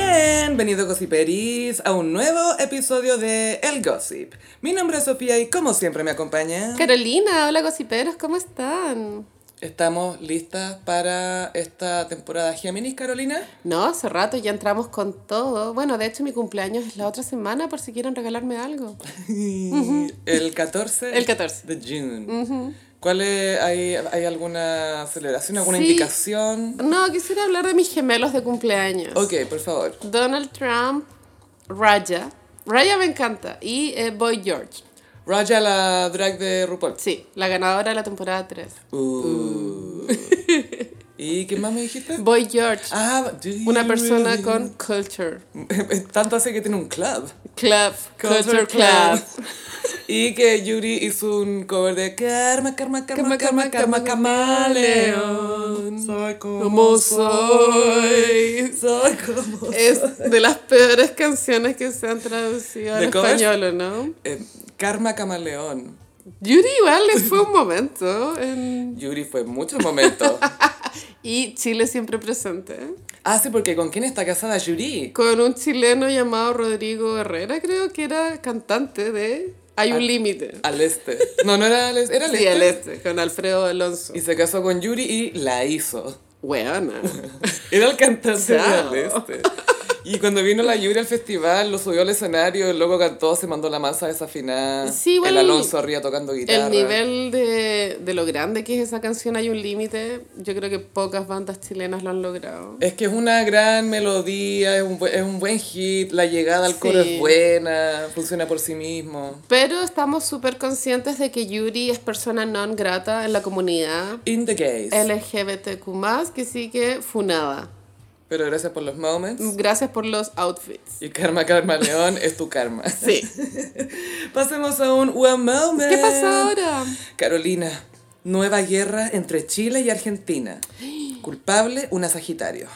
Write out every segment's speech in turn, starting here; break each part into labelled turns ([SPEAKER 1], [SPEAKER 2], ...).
[SPEAKER 1] Bienvenidos Gossiperis a un nuevo episodio de El Gossip. Mi nombre es Sofía y como siempre me acompaña...
[SPEAKER 2] Carolina, hola gossiperos, ¿cómo están?
[SPEAKER 1] ¿Estamos listas para esta temporada Géminis, Carolina?
[SPEAKER 2] No, hace rato ya entramos con todo. Bueno, de hecho mi cumpleaños es la otra semana por si quieren regalarme algo.
[SPEAKER 1] El 14,
[SPEAKER 2] El 14.
[SPEAKER 1] de June. ¿Cuál es, hay, hay alguna celebración, alguna
[SPEAKER 2] Sí.
[SPEAKER 1] indicación?
[SPEAKER 2] No, quisiera hablar de mis gemelos de cumpleaños.
[SPEAKER 1] Ok, por favor.
[SPEAKER 2] Donald Trump, Raya. Raya me encanta. Y eh, Boy George.
[SPEAKER 1] Raya la drag de RuPaul.
[SPEAKER 2] Sí, la ganadora de la temporada 3.
[SPEAKER 1] Uh. ¿Y qué más me dijiste?
[SPEAKER 2] Boy George,
[SPEAKER 1] Ah, do you
[SPEAKER 2] una persona
[SPEAKER 1] really-
[SPEAKER 2] con culture.
[SPEAKER 1] Tanto hace que tiene un club.
[SPEAKER 2] Club,
[SPEAKER 1] Culture
[SPEAKER 2] culture
[SPEAKER 1] Club.
[SPEAKER 2] club.
[SPEAKER 1] Y que Yuri hizo un cover de Karma, Karma, Karma, Karma,
[SPEAKER 2] Karma,
[SPEAKER 1] Karma,
[SPEAKER 2] Karma,
[SPEAKER 1] Camaleón.
[SPEAKER 2] Camaleón.
[SPEAKER 1] Soy como,
[SPEAKER 2] Como soy.
[SPEAKER 1] Soy como
[SPEAKER 2] Es de las peores canciones que se han traducido al
[SPEAKER 1] ¿De covers?
[SPEAKER 2] español, ¿o no?
[SPEAKER 1] Eh, Karma Camaleón.
[SPEAKER 2] Yuri igual le fue un momento. en-
[SPEAKER 1] Yuri fue en muchos momentos.
[SPEAKER 2] Y Chile siempre presente.
[SPEAKER 1] ah, sí, porque ¿con quién está casada Yuri?
[SPEAKER 2] Con un chileno llamado Rodrigo Herrera, creo que era cantante de Hay
[SPEAKER 1] Ah.
[SPEAKER 2] un límite.
[SPEAKER 1] Al este. No, no era al este. Era al
[SPEAKER 2] Sí,
[SPEAKER 1] este.
[SPEAKER 2] al este, con Alfredo Alonso.
[SPEAKER 1] Y se casó con Yuri y la hizo.
[SPEAKER 2] Weona.
[SPEAKER 1] Era el cantante de
[SPEAKER 2] Chao.
[SPEAKER 1] Al Este. Y cuando vino la Yuri al festival, lo subió al escenario, el loco cantó, se mandó la masa desafinada.
[SPEAKER 2] Sí, igual
[SPEAKER 1] el
[SPEAKER 2] el-
[SPEAKER 1] Alonso Ría tocando guitarra.
[SPEAKER 2] El nivel de, de lo grande que es esa canción Hay un límite, yo creo que pocas bandas chilenas lo han logrado.
[SPEAKER 1] Es que es una gran melodía, es un, bu- es un buen hit, la llegada al coro
[SPEAKER 2] Sí.
[SPEAKER 1] es buena, funciona por sí mismo.
[SPEAKER 2] Pero estamos súper conscientes de que Yuri es persona non grata en la comunidad
[SPEAKER 1] In the case.
[SPEAKER 2] LGBTQ+, que sí que funada.
[SPEAKER 1] Pero gracias por los moments.
[SPEAKER 2] Gracias por los outfits.
[SPEAKER 1] Y Karma Karma León es tu karma.
[SPEAKER 2] Sí.
[SPEAKER 1] Pasemos a un One Moment.
[SPEAKER 2] ¿Qué pasa ahora?
[SPEAKER 1] Carolina, nueva guerra entre Chile y Argentina. Culpable, una Sagitario.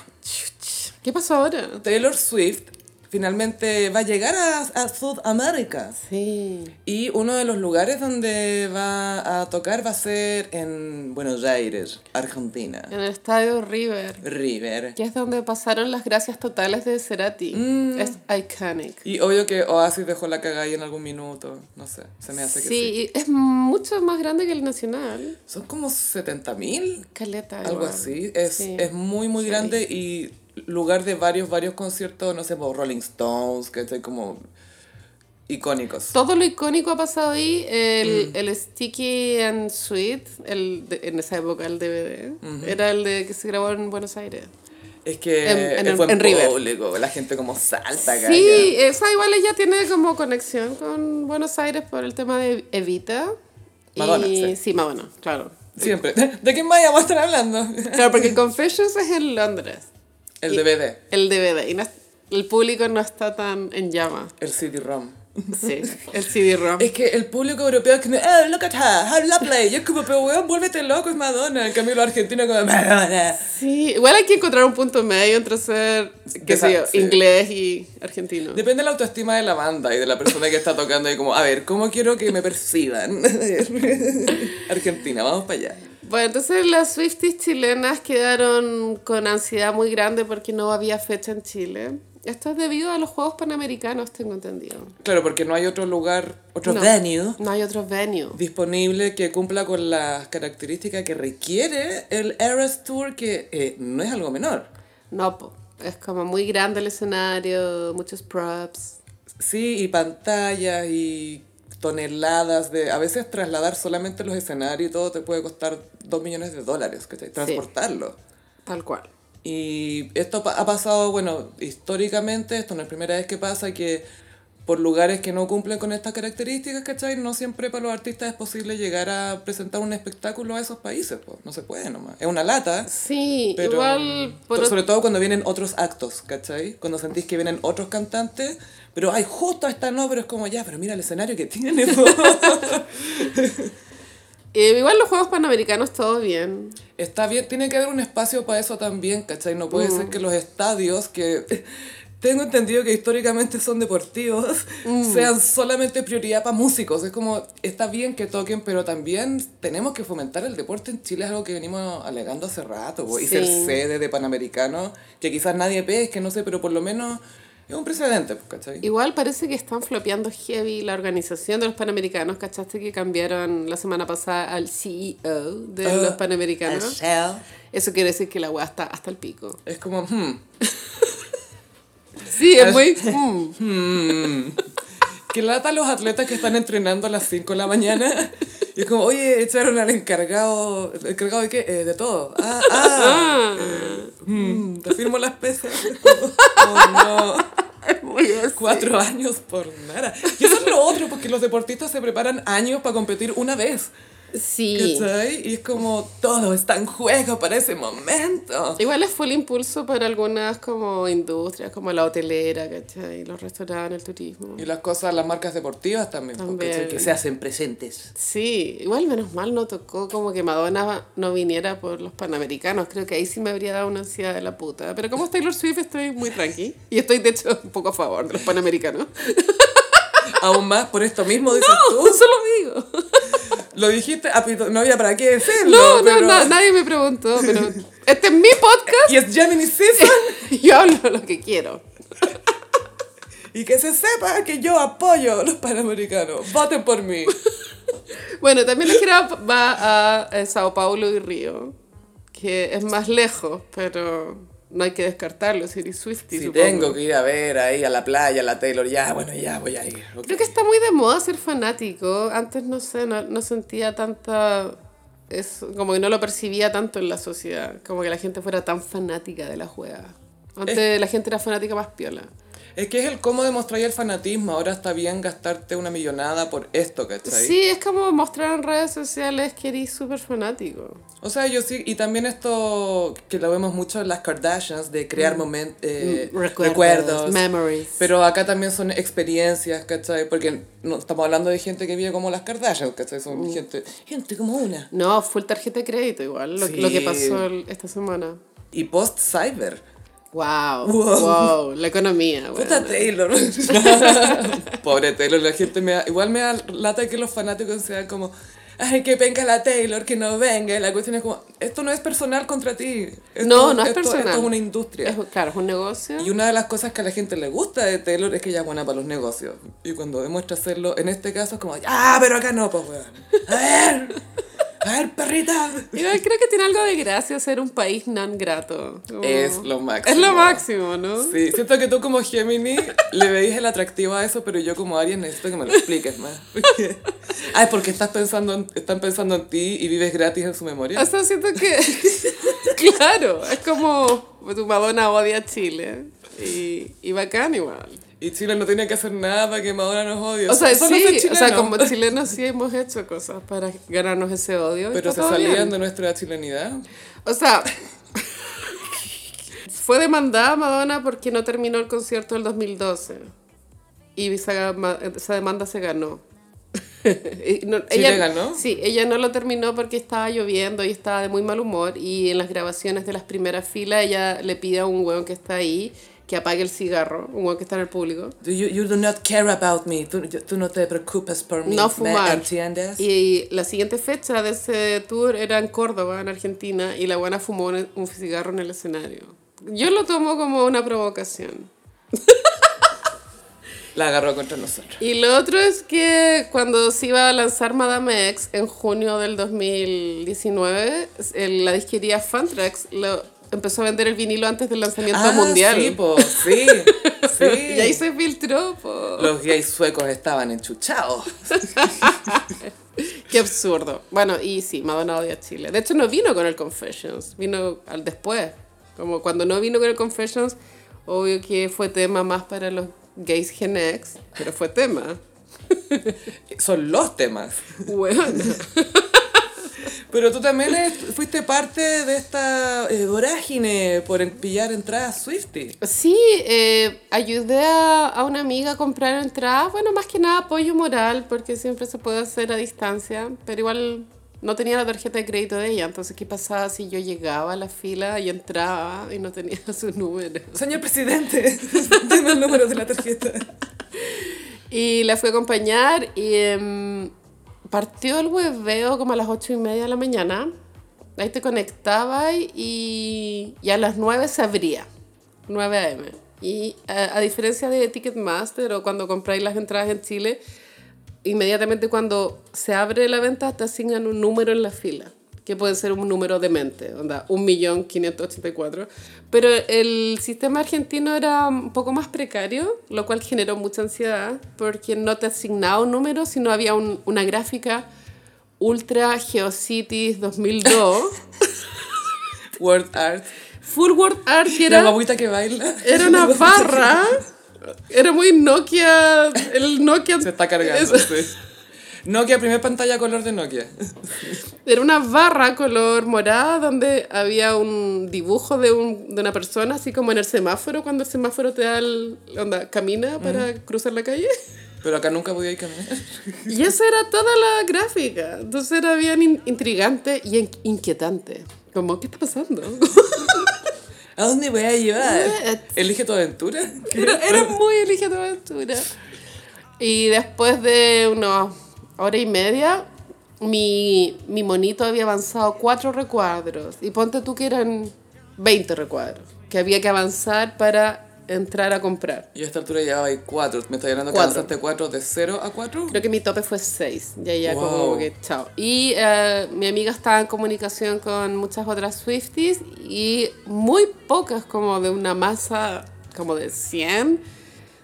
[SPEAKER 2] ¿Qué pasó ahora?
[SPEAKER 1] Taylor Swift finalmente va a llegar a, a Sudamérica.
[SPEAKER 2] Sí.
[SPEAKER 1] Y uno de los lugares donde va a tocar va a ser en Buenos Aires, Argentina.
[SPEAKER 2] En el estadio River,
[SPEAKER 1] River.
[SPEAKER 2] que es donde pasaron las gracias totales de Cerati.
[SPEAKER 1] Mm.
[SPEAKER 2] Es iconic.
[SPEAKER 1] Y obvio que Oasis dejó la cagada ahí en algún minuto. No sé, se me hace
[SPEAKER 2] Sí,
[SPEAKER 1] que sí.
[SPEAKER 2] y es mucho más grande que el Nacional.
[SPEAKER 1] Son como 70 mil,
[SPEAKER 2] Caleta.
[SPEAKER 1] algo
[SPEAKER 2] igual.
[SPEAKER 1] así. Es,
[SPEAKER 2] Sí.
[SPEAKER 1] es muy, muy
[SPEAKER 2] Sí.
[SPEAKER 1] grande y lugar de varios, varios conciertos, no sé, por Rolling Stones, que estoy como icónicos.
[SPEAKER 2] Todo lo icónico ha pasado ahí.
[SPEAKER 1] Mm.
[SPEAKER 2] El, el Sticky and Sweet, el de- en esa época el DVD, era el de que se grabó en Buenos Aires.
[SPEAKER 1] Es que
[SPEAKER 2] En- en-
[SPEAKER 1] es buen
[SPEAKER 2] en River.
[SPEAKER 1] público, la gente como salta, acá.
[SPEAKER 2] Sí, esa igual ella tiene como conexión con Buenos Aires por el tema de Evita.
[SPEAKER 1] Madonna, sí.
[SPEAKER 2] y, sí. Madonna, claro.
[SPEAKER 1] Siempre. ¿De quién vaya a estar hablando?
[SPEAKER 2] Claro, porque Confessions es en Londres,
[SPEAKER 1] El
[SPEAKER 2] Y-
[SPEAKER 1] DVD,
[SPEAKER 2] el DVD, y no es- el público no está tan en llama.
[SPEAKER 1] el CD-ROM.
[SPEAKER 2] Sí, el CD-ROM.
[SPEAKER 1] Es que el público europeo es como, oh, look at her, how lovely. Yo es como, pero weón, vuélvete loco, es Madonna. En cambio, los argentinos como, Madonna.
[SPEAKER 2] Sí, igual hay que encontrar un punto medio entre ser, qué sé yo,
[SPEAKER 1] Desa- sí.
[SPEAKER 2] inglés y argentino.
[SPEAKER 1] Depende de la autoestima de la banda y de la persona que está tocando. Y como, a ver, ¿cómo quiero que me perciban? Argentina, vamos para allá.
[SPEAKER 2] Bueno, entonces las Swifties chilenas quedaron con ansiedad muy grande porque no había fecha en Chile. Esto es debido a los Juegos Panamericanos, tengo entendido.
[SPEAKER 1] Claro, porque no hay otro lugar, otro
[SPEAKER 2] No.
[SPEAKER 1] venue
[SPEAKER 2] No hay otro venue.
[SPEAKER 1] disponible que cumpla con las características que requiere el Eras Tour, que eh, no es algo menor.
[SPEAKER 2] No, po. es como muy grande el escenario, muchos props.
[SPEAKER 1] Sí, y pantallas y toneladas de... A veces trasladar solamente los escenarios y todo te puede costar 2 millones de dólares, ¿cachai? Transportarlo.
[SPEAKER 2] Tal cual.
[SPEAKER 1] Y esto pa- ha pasado, bueno, históricamente, esto no es la primera vez que pasa, que por lugares que no cumplen con estas características, ¿cachai? No siempre para los artistas es posible llegar a presentar un espectáculo a esos países, po. no se puede nomás. Es una lata.
[SPEAKER 2] Sí,
[SPEAKER 1] Pero, mm,
[SPEAKER 2] igual por
[SPEAKER 1] to-
[SPEAKER 2] otro-
[SPEAKER 1] sobre todo cuando vienen otros actos, ¿cachai? Cuando sentís que vienen otros cantantes, pero ay, justo esta no, pero es como ya, pero mira el escenario que tiene. po.
[SPEAKER 2] eh, igual los Juegos Panamericanos todo bien.
[SPEAKER 1] Está bien, tiene que haber un espacio para eso también, ¿cachai? No puede
[SPEAKER 2] Mm.
[SPEAKER 1] ser que los estadios que tengo entendido que históricamente son deportivos
[SPEAKER 2] Mm.
[SPEAKER 1] sean solamente prioridad para músicos. Es como, está bien que toquen, pero también tenemos que fomentar el deporte en Chile, es algo que venimos alegando hace rato, po, y ser
[SPEAKER 2] Sí.
[SPEAKER 1] sede de Panamericanos, que quizás nadie pesque, no sé, pero por lo menos Es un precedente, pues, ¿cachai?
[SPEAKER 2] Igual parece que están flopeando heavy la organización de los Panamericanos. ¿Cachaste que cambiaron la semana pasada al CEO de
[SPEAKER 1] Ah,
[SPEAKER 2] los Panamericanos? Eso quiere decir que la weá está hasta el pico.
[SPEAKER 1] Es como, hmm,
[SPEAKER 2] Sí, es muy... mm.
[SPEAKER 1] que lata a los atletas que están entrenando a las 5 de la mañana. Y es como, oye, echaron al encargado. ¿el ¿Encargado de qué? Eh, de todo. Ah, ah. eh, mm, te firmo las pesas. Oh, no.
[SPEAKER 2] Muy así.
[SPEAKER 1] Cuatro años por nada. Y eso es lo otro, porque los deportistas se preparan años para competir una vez.
[SPEAKER 2] Sí.
[SPEAKER 1] ¿Cachai? Y es como todo está en juego para ese momento.
[SPEAKER 2] Igual es full impulso para algunas como industrias, como la hotelera, ¿cachai? Los restaurantes, el turismo.
[SPEAKER 1] Y las cosas, las marcas deportivas también. pues,
[SPEAKER 2] También.
[SPEAKER 1] ¿cachai? Que se hacen presentes.
[SPEAKER 2] Sí, igual menos mal no tocó como que Madonna no viniera por los Panamericanos. Creo que ahí sí me habría dado una ansiedad de la puta. Pero como es Taylor Swift estoy muy tranqui. Y estoy de hecho un poco a favor de los Panamericanos.
[SPEAKER 1] Aún más por esto mismo, dices
[SPEAKER 2] No,
[SPEAKER 1] tú.
[SPEAKER 2] eso lo digo.
[SPEAKER 1] Lo dijiste, a pito- no había para qué decirlo.
[SPEAKER 2] No, no,
[SPEAKER 1] pero-
[SPEAKER 2] na- nadie me preguntó. Pero este es mi podcast.
[SPEAKER 1] Y es Gemini Season.
[SPEAKER 2] Yo hablo lo que quiero.
[SPEAKER 1] Y que se sepa que yo apoyo a los panamericanos. Voten por mí.
[SPEAKER 2] Bueno, también la gira va a eh, Sao Paulo y Río, que es más lejos, pero no hay que descartarlo, si eres Swiftie,
[SPEAKER 1] Si
[SPEAKER 2] supongo.
[SPEAKER 1] tengo que ir a ver ahí a la playa, a la Taylor, ya, bueno, ya voy a ir. ok.
[SPEAKER 2] Creo que está muy de moda ser fanático. Antes, no sé, no, no sentía tanta... Es, como que no lo percibía tanto en la sociedad, como que la gente fuera tan fanática de la juega. Antes la gente era fanática más piola.
[SPEAKER 1] Es que es el cómo demostrar el fanatismo. Ahora está bien gastarte una millonada por esto, ¿cachai?
[SPEAKER 2] Sí, es como mostrar en redes sociales que eres súper fanático.
[SPEAKER 1] O sea, yo sí, y también esto que lo vemos mucho en las Kardashians, de crear
[SPEAKER 2] Mm.
[SPEAKER 1] momentos, Eh, recuerdos.
[SPEAKER 2] Memories.
[SPEAKER 1] Pero acá también son experiencias, ¿cachai? Porque no, estamos hablando de gente que vive como las Kardashians, ¿cachai? Son
[SPEAKER 2] Mm.
[SPEAKER 1] gente, gente como una.
[SPEAKER 2] No, full tarjeta de crédito igual, lo,
[SPEAKER 1] Sí.
[SPEAKER 2] lo que pasó el- esta semana.
[SPEAKER 1] Y post-cyber.
[SPEAKER 2] Wow,
[SPEAKER 1] Wow.
[SPEAKER 2] wow, la economía.
[SPEAKER 1] Puta
[SPEAKER 2] weona.
[SPEAKER 1] Taylor. Pobre Taylor, la gente me da- igual me da lata que los fanáticos sean como, ay, que venga la Taylor, que no venga. Y la cuestión es como, esto no es personal contra ti. Esto-
[SPEAKER 2] No, no es
[SPEAKER 1] esto-
[SPEAKER 2] personal.
[SPEAKER 1] Esto es una industria.
[SPEAKER 2] Es- claro, es un negocio.
[SPEAKER 1] Y una de las cosas que a la gente le gusta de Taylor es que ella es buena para los negocios. Y cuando demuestra hacerlo, en este caso es como, ah, pero acá no, pues, weón. A ver, a ver, perrita.
[SPEAKER 2] Igual creo que tiene algo de gracia ser un país non grato. Como-
[SPEAKER 1] Es lo máximo.
[SPEAKER 2] Oh. Es lo máximo, ¿no?
[SPEAKER 1] Sí, siento que tú como Gemini le veis el atractivo a eso, pero yo como Aries necesito que me lo expliques más. Porque- Ah, es porque estás pensando en- están pensando en ti y vives gratis en su memoria.
[SPEAKER 2] O sea, siento que. claro, es como tu Madonna odia a Chile. Y, y bacán igual.
[SPEAKER 1] Y Chile no tenía que hacer nada para que Madonna nos odie.
[SPEAKER 2] O sea,
[SPEAKER 1] Eso no
[SPEAKER 2] sí,
[SPEAKER 1] es
[SPEAKER 2] o sea,
[SPEAKER 1] chileno.
[SPEAKER 2] como chilenos sí hemos hecho cosas para ganarnos ese odio. y
[SPEAKER 1] Pero se
[SPEAKER 2] está todo bien.
[SPEAKER 1] salían de nuestra chilenidad.
[SPEAKER 2] O sea, fue demandada Madonna porque no terminó el concierto del 2012. Y esa, ma- esa demanda se ganó. Y no-
[SPEAKER 1] ¿Sí le ganó?
[SPEAKER 2] Sí, ella no lo terminó porque estaba lloviendo y estaba de muy mal humor. Y en las grabaciones de las primeras filas, ella le pide a un hueón que está ahí que apague el cigarro, un hueón que está en el público.
[SPEAKER 1] Do you, you do not care about me. Tú, yo- tú no te preocupas por mí.
[SPEAKER 2] No
[SPEAKER 1] ¿me
[SPEAKER 2] fumar.
[SPEAKER 1] entiendes?
[SPEAKER 2] Y la siguiente fecha de ese tour era en Córdoba, en Argentina, y la buena fumó un un cigarro en el escenario. Yo lo tomo como una provocación.
[SPEAKER 1] La agarró contra nosotros.
[SPEAKER 2] Y lo otro es que cuando se iba a lanzar Madame X en junio del 2019, el- la disquería Fantrax lo empezó a vender el vinilo antes del lanzamiento mundial.
[SPEAKER 1] Ah, Sí, po, sí. sí.
[SPEAKER 2] Y ahí se filtró. po.
[SPEAKER 1] Los gays suecos estaban enchuchados.
[SPEAKER 2] Qué absurdo. Bueno, y sí, Madonna odia a Chile. De hecho, no vino con el Confessions, vino al después. Como cuando no vino con el Confessions, obvio que fue tema más para los gays Gen X, pero fue tema.
[SPEAKER 1] Son los temas.
[SPEAKER 2] Bueno,
[SPEAKER 1] Pero tú también es- fuiste parte de esta eh, vorágine por en- pillar entradas Swifty.
[SPEAKER 2] sí, eh, ayudé a, a una amiga a comprar entradas. Bueno, más que nada apoyo moral, porque siempre se puede hacer a distancia, pero igual no tenía la tarjeta de crédito de ella. Entonces, ¿qué pasaba si yo llegaba a la fila y entraba y no tenía su número?
[SPEAKER 1] Señor presidente, dime el número de la tarjeta.
[SPEAKER 2] Y la fui a acompañar y em, partió el hueveo como a las ocho y media de la mañana. Ahí te conectaba y, y a las 9 se abría. 9 a.m. Y eh, a, a diferencia de Ticketmaster o cuando compráis las entradas en Chile, inmediatamente cuando se abre la venta te asignan un número en la fila, que puede ser un número de mente, onda, 1.584. Pero el sistema argentino era un poco más precario, lo cual generó mucha ansiedad, porque no te asignaba un número, sino había un- una gráfica Ultra Geocities 2002,
[SPEAKER 1] Word art.
[SPEAKER 2] Full World Art, que
[SPEAKER 1] La
[SPEAKER 2] era,
[SPEAKER 1] guaguita que baila.
[SPEAKER 2] era una barra. Era muy Nokia, el Nokia...
[SPEAKER 1] Se está cargando, sí. Nokia, primer pantalla color de Nokia.
[SPEAKER 2] Era una barra color morada donde había un dibujo de, un- de una persona, así como en el semáforo, cuando el semáforo te da el. onda, camina para cruzar la calle.
[SPEAKER 1] Pero acá nunca podía ir caminar.
[SPEAKER 2] Y esa era toda la gráfica. Entonces era bien in- intrigante y in- inquietante. Como, ¿qué está pasando?
[SPEAKER 1] ¿A dónde voy a llevar?
[SPEAKER 2] What?
[SPEAKER 1] Elige tu aventura.
[SPEAKER 2] Era, era muy elige tu aventura. Y después de una hora y media, mi, mi monito había avanzado cuatro recuadros. Y ponte tú que eran 20 recuadros que había que avanzar para entrar a comprar.
[SPEAKER 1] Yo a esta altura llevaba ahí cuatro. Me está llenando que
[SPEAKER 2] Cuatro.
[SPEAKER 1] avanzaste cuatro de cero a cuatro.
[SPEAKER 2] Creo que mi tope fue 6. Ya, ya,
[SPEAKER 1] Wow.
[SPEAKER 2] como que chao. Y eh, mi amiga estaba en comunicación con muchas otras Swifties y muy pocas, como de una masa como de 100.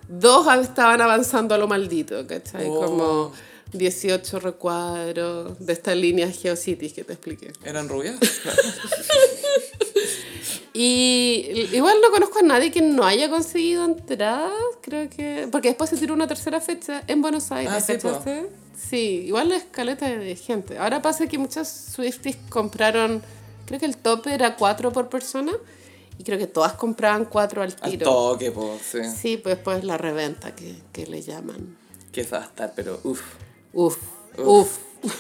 [SPEAKER 2] Dos a- estaban avanzando a lo maldito, ¿cachai?
[SPEAKER 1] Wow.
[SPEAKER 2] Como 18 recuadros de esta línea Geocities que te expliqué.
[SPEAKER 1] ¿Eran rubias?
[SPEAKER 2] Y l- igual no conozco a nadie que no haya conseguido entradas, creo que... Porque después se tiró una tercera fecha en Buenos Aires,
[SPEAKER 1] Ah, sí, po.
[SPEAKER 2] ¿cachaste? Sí, igual la escaleta de gente. Ahora pasa que muchas Swifties compraron, creo que el tope era cuatro por persona, y creo que todas compraban cuatro al
[SPEAKER 1] Al
[SPEAKER 2] tiro.
[SPEAKER 1] toque, po, sí.
[SPEAKER 2] sí, pues después la reventa que, que le llaman.
[SPEAKER 1] Que esa va a estar, pero uff.
[SPEAKER 2] Uf,
[SPEAKER 1] Uf.
[SPEAKER 2] uf.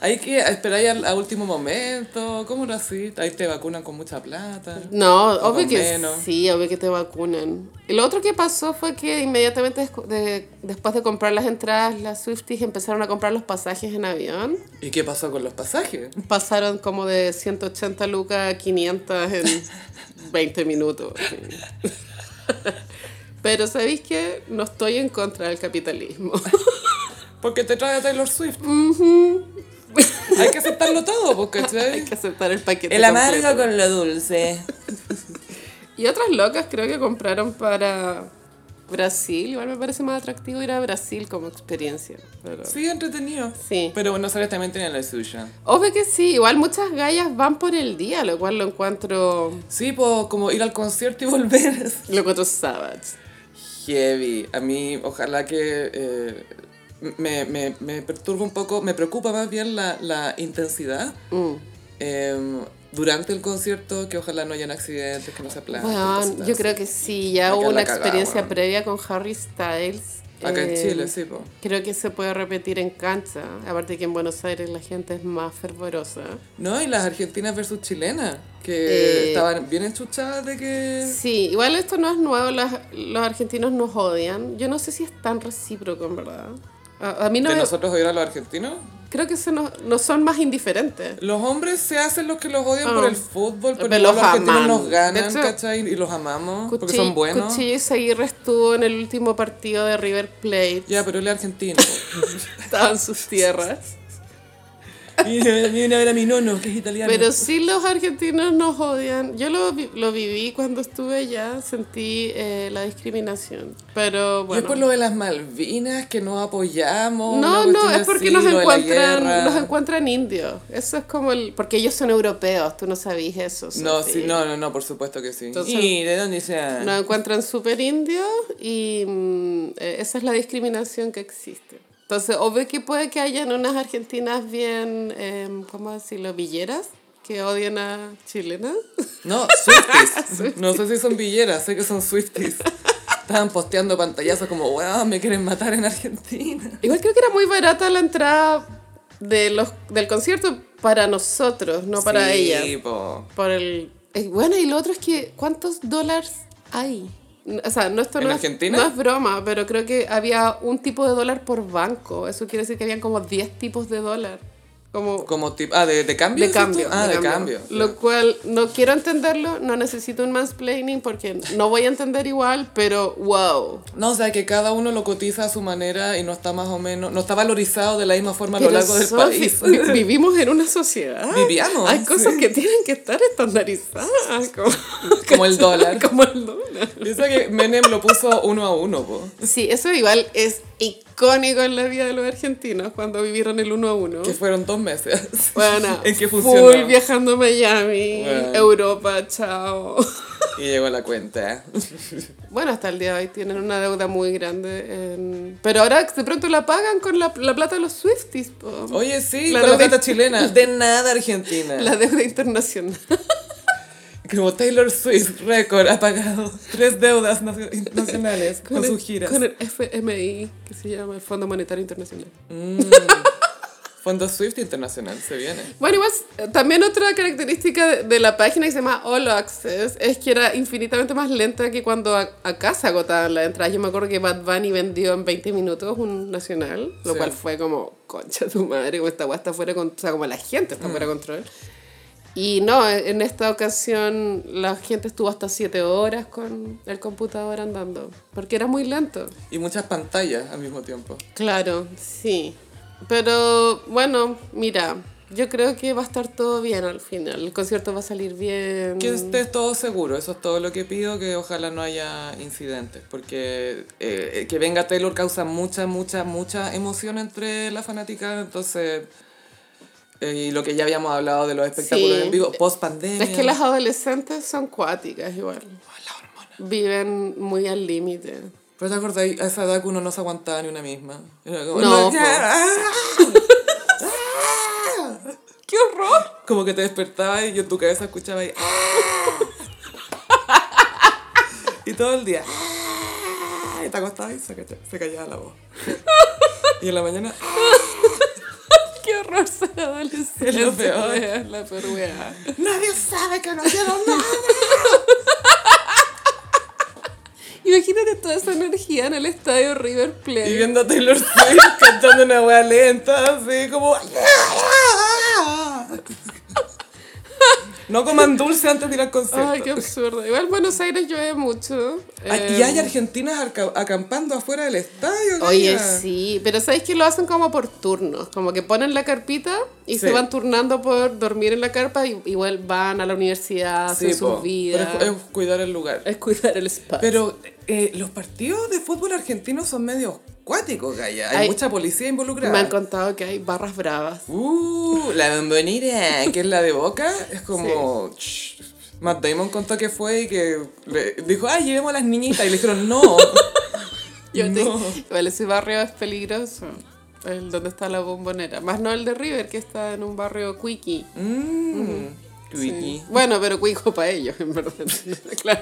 [SPEAKER 1] Hay que esperar al, a último momento. ¿Cómo lo así? Ahí te vacunan con mucha plata.
[SPEAKER 2] No,
[SPEAKER 1] O
[SPEAKER 2] obvio
[SPEAKER 1] con
[SPEAKER 2] que
[SPEAKER 1] menos.
[SPEAKER 2] sí, obvio que te vacunan. Y lo otro que pasó fue que inmediatamente descu- de- después de comprar las entradas, las Swifties empezaron a comprar los pasajes en avión.
[SPEAKER 1] ¿Y qué pasó con los pasajes?
[SPEAKER 2] Pasaron como de 180 lucas a 500 en 20 minutos. así. Pero sabéis que no estoy en contra del capitalismo.
[SPEAKER 1] Porque te trae a Taylor Swift. Hay que aceptarlo todo, po,
[SPEAKER 2] Hay
[SPEAKER 1] ¿cachai?
[SPEAKER 2] que aceptar el paquete. completo.
[SPEAKER 1] con lo dulce.
[SPEAKER 2] Y otras locas creo que compraron para Brasil. Igual me parece más atractivo ir a Brasil como experiencia. pero-
[SPEAKER 1] Sí, entretenido.
[SPEAKER 2] Sí.
[SPEAKER 1] Pero Buenos Aires también tiene la suya.
[SPEAKER 2] Obvio que sí, igual muchas gallas van por el día, lo cual lo encuentro.
[SPEAKER 1] Sí, pues como ir al concierto y volver.
[SPEAKER 2] Lo encuentro savage.
[SPEAKER 1] Heavy. A mí, ojalá que... eh, me, me, me perturba un poco, me preocupa más bien la, la intensidad
[SPEAKER 2] Mm.
[SPEAKER 1] eh, durante el concierto, que ojalá no hayan accidentes, que no se aplasten.
[SPEAKER 2] Weón,
[SPEAKER 1] cositas
[SPEAKER 2] yo
[SPEAKER 1] así.
[SPEAKER 2] creo que sí, ya
[SPEAKER 1] Me
[SPEAKER 2] hubo
[SPEAKER 1] queda
[SPEAKER 2] una
[SPEAKER 1] la cagada,
[SPEAKER 2] experiencia
[SPEAKER 1] weón.
[SPEAKER 2] previa con Harry Styles.
[SPEAKER 1] Acá en
[SPEAKER 2] eh,
[SPEAKER 1] Chile, sí, po.
[SPEAKER 2] Creo que se puede repetir en cancha. Aparte que en Buenos Aires la gente es más fervorosa.
[SPEAKER 1] No, y las argentinas versus chilenas, que
[SPEAKER 2] Eh.
[SPEAKER 1] estaban bien enchuchadas de que...
[SPEAKER 2] Sí, igual esto no es nuevo, las- los argentinos nos odian. Yo no sé si es tan recíproco, en verdad. A, a mí no
[SPEAKER 1] de
[SPEAKER 2] me-
[SPEAKER 1] nosotros odiar a los argentinos.
[SPEAKER 2] Creo que se nos, nos son más indiferentes.
[SPEAKER 1] Los hombres se hacen los que los odian
[SPEAKER 2] Ah.
[SPEAKER 1] por el fútbol, porque
[SPEAKER 2] Pero
[SPEAKER 1] los,
[SPEAKER 2] los
[SPEAKER 1] argentinos
[SPEAKER 2] aman.
[SPEAKER 1] nos ganan,
[SPEAKER 2] De hecho,
[SPEAKER 1] ¿cachai? Y los amamos, porque
[SPEAKER 2] Cuchillo-
[SPEAKER 1] son buenos.
[SPEAKER 2] Cuchillo Izaguirre estuvo en el último partido de River Plate.
[SPEAKER 1] Ya, pero él es argentino.
[SPEAKER 2] Estaba en sus tierras.
[SPEAKER 1] y eh, viene a ver a mi nono, que es italiano.
[SPEAKER 2] Pero sí los argentinos nos odian. Yo lo, vi- lo viví cuando estuve allá, sentí eh, la discriminación. Pero
[SPEAKER 1] Y es por
[SPEAKER 2] bueno.
[SPEAKER 1] lo de las Malvinas, que no apoyamos.
[SPEAKER 2] No,
[SPEAKER 1] una
[SPEAKER 2] no,
[SPEAKER 1] cuestión
[SPEAKER 2] es porque
[SPEAKER 1] así,
[SPEAKER 2] nos
[SPEAKER 1] lo de la
[SPEAKER 2] encuentran,
[SPEAKER 1] guerra.
[SPEAKER 2] nos encuentran indios. Eso es como el... Porque ellos son europeos, tú no sabías eso.
[SPEAKER 1] No,
[SPEAKER 2] Sophie.
[SPEAKER 1] sí, no, no, no, por supuesto que sí.
[SPEAKER 2] Entonces-
[SPEAKER 1] ¿Y de dónde sea?
[SPEAKER 2] Nos encuentran súper indios y mm, eh, esa es la discriminación que existe. Entonces, obvio que puede que hayan unas argentinas bien, em, ¿cómo decirlo?, villeras, que odian a chilenas.
[SPEAKER 1] No, Swifties. no sé si son villeras, sé que son Swifties. Estaban posteando pantallazos como, wow, me quieren matar en Argentina.
[SPEAKER 2] Igual creo que era muy barata la entrada de los, del concierto para nosotros, no para
[SPEAKER 1] Sí,
[SPEAKER 2] ella.
[SPEAKER 1] po.
[SPEAKER 2] Por el, eh, bueno, y lo otro es que, ¿cuántos dólares hay? N- O sea, no, esto
[SPEAKER 1] ¿En
[SPEAKER 2] no,
[SPEAKER 1] Argentina?
[SPEAKER 2] Es, no es broma, pero creo que había un tipo de dólar por banco. Eso quiere decir que habían como 10 tipos de dólar. Como
[SPEAKER 1] Como tipo. Ah, de, de cambio.
[SPEAKER 2] de
[SPEAKER 1] dices tú?
[SPEAKER 2] cambio.
[SPEAKER 1] Ah, de, cambio.
[SPEAKER 2] Lo cual no quiero entenderlo, no necesito un mansplaining porque no voy a entender igual, pero wow.
[SPEAKER 1] No, o sea, que cada uno lo cotiza a su manera y no está más o menos, no está valorizado de la misma forma a lo
[SPEAKER 2] Pero
[SPEAKER 1] largo del
[SPEAKER 2] Sofi,
[SPEAKER 1] país.
[SPEAKER 2] vi- vivimos en una sociedad.
[SPEAKER 1] Vivíamos,
[SPEAKER 2] Hay cosas
[SPEAKER 1] sí.
[SPEAKER 2] que tienen que estar estandarizadas. Como,
[SPEAKER 1] Como el dólar.
[SPEAKER 2] Como el dólar.
[SPEAKER 1] Piensa que Menem lo puso uno a uno, po.
[SPEAKER 2] Sí, eso igual es icónico en la vida de los argentinos cuando vivieron el uno a uno.
[SPEAKER 1] que fueron dos meses.
[SPEAKER 2] Bueno,
[SPEAKER 1] ¿En qué
[SPEAKER 2] full
[SPEAKER 1] funcionó?
[SPEAKER 2] viajando a Miami,
[SPEAKER 1] Bueno.
[SPEAKER 2] Europa, chao.
[SPEAKER 1] Y llegó la cuenta.
[SPEAKER 2] Bueno, hasta el día de hoy tienen una deuda muy grande. en- Pero ahora de pronto la pagan con la, la plata de los Swifties. po.
[SPEAKER 1] Oye, sí,
[SPEAKER 2] La
[SPEAKER 1] con la
[SPEAKER 2] deuda-
[SPEAKER 1] plata chilena. De nada, Argentina.
[SPEAKER 2] La deuda internacional.
[SPEAKER 1] Como Taylor Swift, récord, ha pagado tres deudas nacio- nacionales con,
[SPEAKER 2] el-
[SPEAKER 1] sus giras.
[SPEAKER 2] Con el FMI, que se llama el Fondo Monetario Internacional.
[SPEAKER 1] Fondo Swift Internacional, se viene.
[SPEAKER 2] Bueno, igual, eh, también otra característica de, de la página que se llama All Access es que era infinitamente más lenta que cuando a- acá se agotaban las entradas. Yo me acuerdo que Bad Bunny vendió en 20 minutos un nacional, lo
[SPEAKER 1] Sí.
[SPEAKER 2] cual fue como, concha de tu madre, como esta guay está fuera de control, o sea, como la gente está fuera de control. Y no, en en esta ocasión la gente estuvo hasta 7 horas con el computador andando, porque era muy lento.
[SPEAKER 1] Y muchas pantallas al mismo tiempo.
[SPEAKER 2] Claro, sí. Pero bueno, mira, yo creo que va a estar todo bien al final. El concierto va a salir bien.
[SPEAKER 1] Que esté todo seguro, eso es todo lo que pido, que ojalá no haya incidentes, porque eh, que venga Taylor causa mucha, mucha, mucha emoción entre la fanática, entonces, eh, y lo que ya habíamos hablado de los espectáculos
[SPEAKER 2] Sí.
[SPEAKER 1] en vivo, post pandemia.
[SPEAKER 2] Es que las adolescentes son cuáticas igual. Viven muy al límite.
[SPEAKER 1] Pero te acordás, a esa edad que uno no se aguantaba ni una misma. Era como,
[SPEAKER 2] No,
[SPEAKER 1] "No, ya". ah,
[SPEAKER 2] ¡Qué horror!
[SPEAKER 1] Como que te despertaba y yo en tu cabeza escuchaba ahí. "Ah". y todo el día. "Ah". y te acostabas y se, cacha- se callaba la voz. y en la mañana. "Ah".
[SPEAKER 2] ¡Qué horror ser adolescente!
[SPEAKER 1] Es lo peor.
[SPEAKER 2] wea, la peor wea.
[SPEAKER 1] Nadie sabe que no quiero nada.
[SPEAKER 2] Imagínate toda esa energía en el estadio River Plate.
[SPEAKER 1] Y viendo a Taylor Swift cantando una wea lenta, así como. "Ah, No coman dulce antes de ir al concierto.
[SPEAKER 2] Ay, qué absurdo. Igual Buenos Aires llueve mucho.
[SPEAKER 1] Ay,
[SPEAKER 2] Em,
[SPEAKER 1] y hay argentinas arca- acampando afuera del estadio.
[SPEAKER 2] Oye,
[SPEAKER 1] galla.
[SPEAKER 2] sí, pero ¿sabes que lo hacen como por turnos? Como que ponen la carpita y
[SPEAKER 1] Sí.
[SPEAKER 2] se van turnando por dormir en la carpa y igual van a la universidad,
[SPEAKER 1] Sí,
[SPEAKER 2] hacen
[SPEAKER 1] po.
[SPEAKER 2] sus vidas.
[SPEAKER 1] Pero es, es cuidar el lugar.
[SPEAKER 2] Es cuidar el espacio.
[SPEAKER 1] Pero eh, los partidos de fútbol argentinos son medio cuáticos, Gaya. Hay
[SPEAKER 2] Ay,
[SPEAKER 1] mucha policía involucrada.
[SPEAKER 2] Me han contado que hay barras bravas.
[SPEAKER 1] Uh, la bombonera, que es la de Boca, es como... Shh. Matt Damon contó que fue y que le dijo, ay, llevemos a las niñitas. Y le dijeron, no.
[SPEAKER 2] Yo te-
[SPEAKER 1] No.
[SPEAKER 2] Vale, ese barrio es peligroso. El donde está la bombonera. Más no el de River, que está en un barrio cuiqui.
[SPEAKER 1] Mm. Cuiqui.
[SPEAKER 2] Bueno, pero cuico para ellos, en verdad. claro.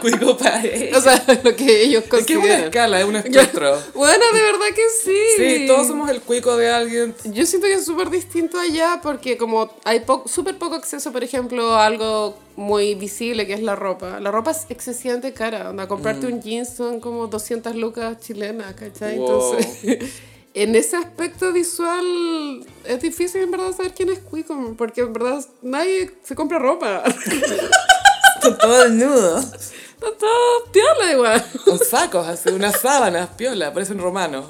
[SPEAKER 1] Cuico para ellos.
[SPEAKER 2] O sea, lo que ellos
[SPEAKER 1] es que es
[SPEAKER 2] consideran.
[SPEAKER 1] una escala, es un espectro.
[SPEAKER 2] Bueno, de verdad que sí.
[SPEAKER 1] Sí, todos somos el cuico de alguien.
[SPEAKER 2] Yo siento que es súper distinto allá porque como hay po- súper poco acceso, por ejemplo, a algo muy visible que es la ropa. La ropa es excesivamente cara. Onda, comprarte un jeans son como 200 lucas chilenas, ¿cachai?
[SPEAKER 1] Mm. Wow.
[SPEAKER 2] Entonces, en ese aspecto visual es difícil en verdad saber quién es Cuico porque en verdad nadie se compra ropa.
[SPEAKER 1] Todo desnudo.
[SPEAKER 2] Está todo piola igual.
[SPEAKER 1] Con sacos así, unas sábanas, piola, parecen romanos.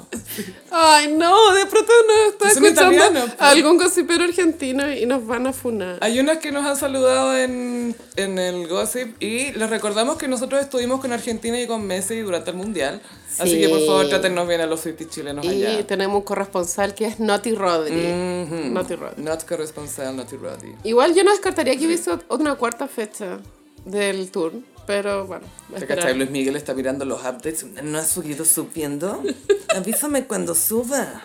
[SPEAKER 2] Ay, no, de pronto nos está
[SPEAKER 1] Son
[SPEAKER 2] escuchando
[SPEAKER 1] italianos, pues.
[SPEAKER 2] algún gossipero argentino y nos van a funar.
[SPEAKER 1] Hay unas que nos han saludado en, en el gossip y les recordamos que nosotros estuvimos con Argentina y con Messi durante el Mundial. Así
[SPEAKER 2] Sí.
[SPEAKER 1] que por favor trátennos bien a los cities chilenos
[SPEAKER 2] Y
[SPEAKER 1] allá.
[SPEAKER 2] tenemos un corresponsal que es Noti Rodri.
[SPEAKER 1] Mhm.
[SPEAKER 2] Noti Rodri.
[SPEAKER 1] Not corresponsal, not ready.
[SPEAKER 2] Igual yo no descartaría que hubiese ot- una cuarta fecha del tour, pero bueno. a
[SPEAKER 1] ¿Te
[SPEAKER 2] esperar.
[SPEAKER 1] cachai? Luis Miguel está mirando los updates. ¿No has subido subiendo? Avísame cuando suba.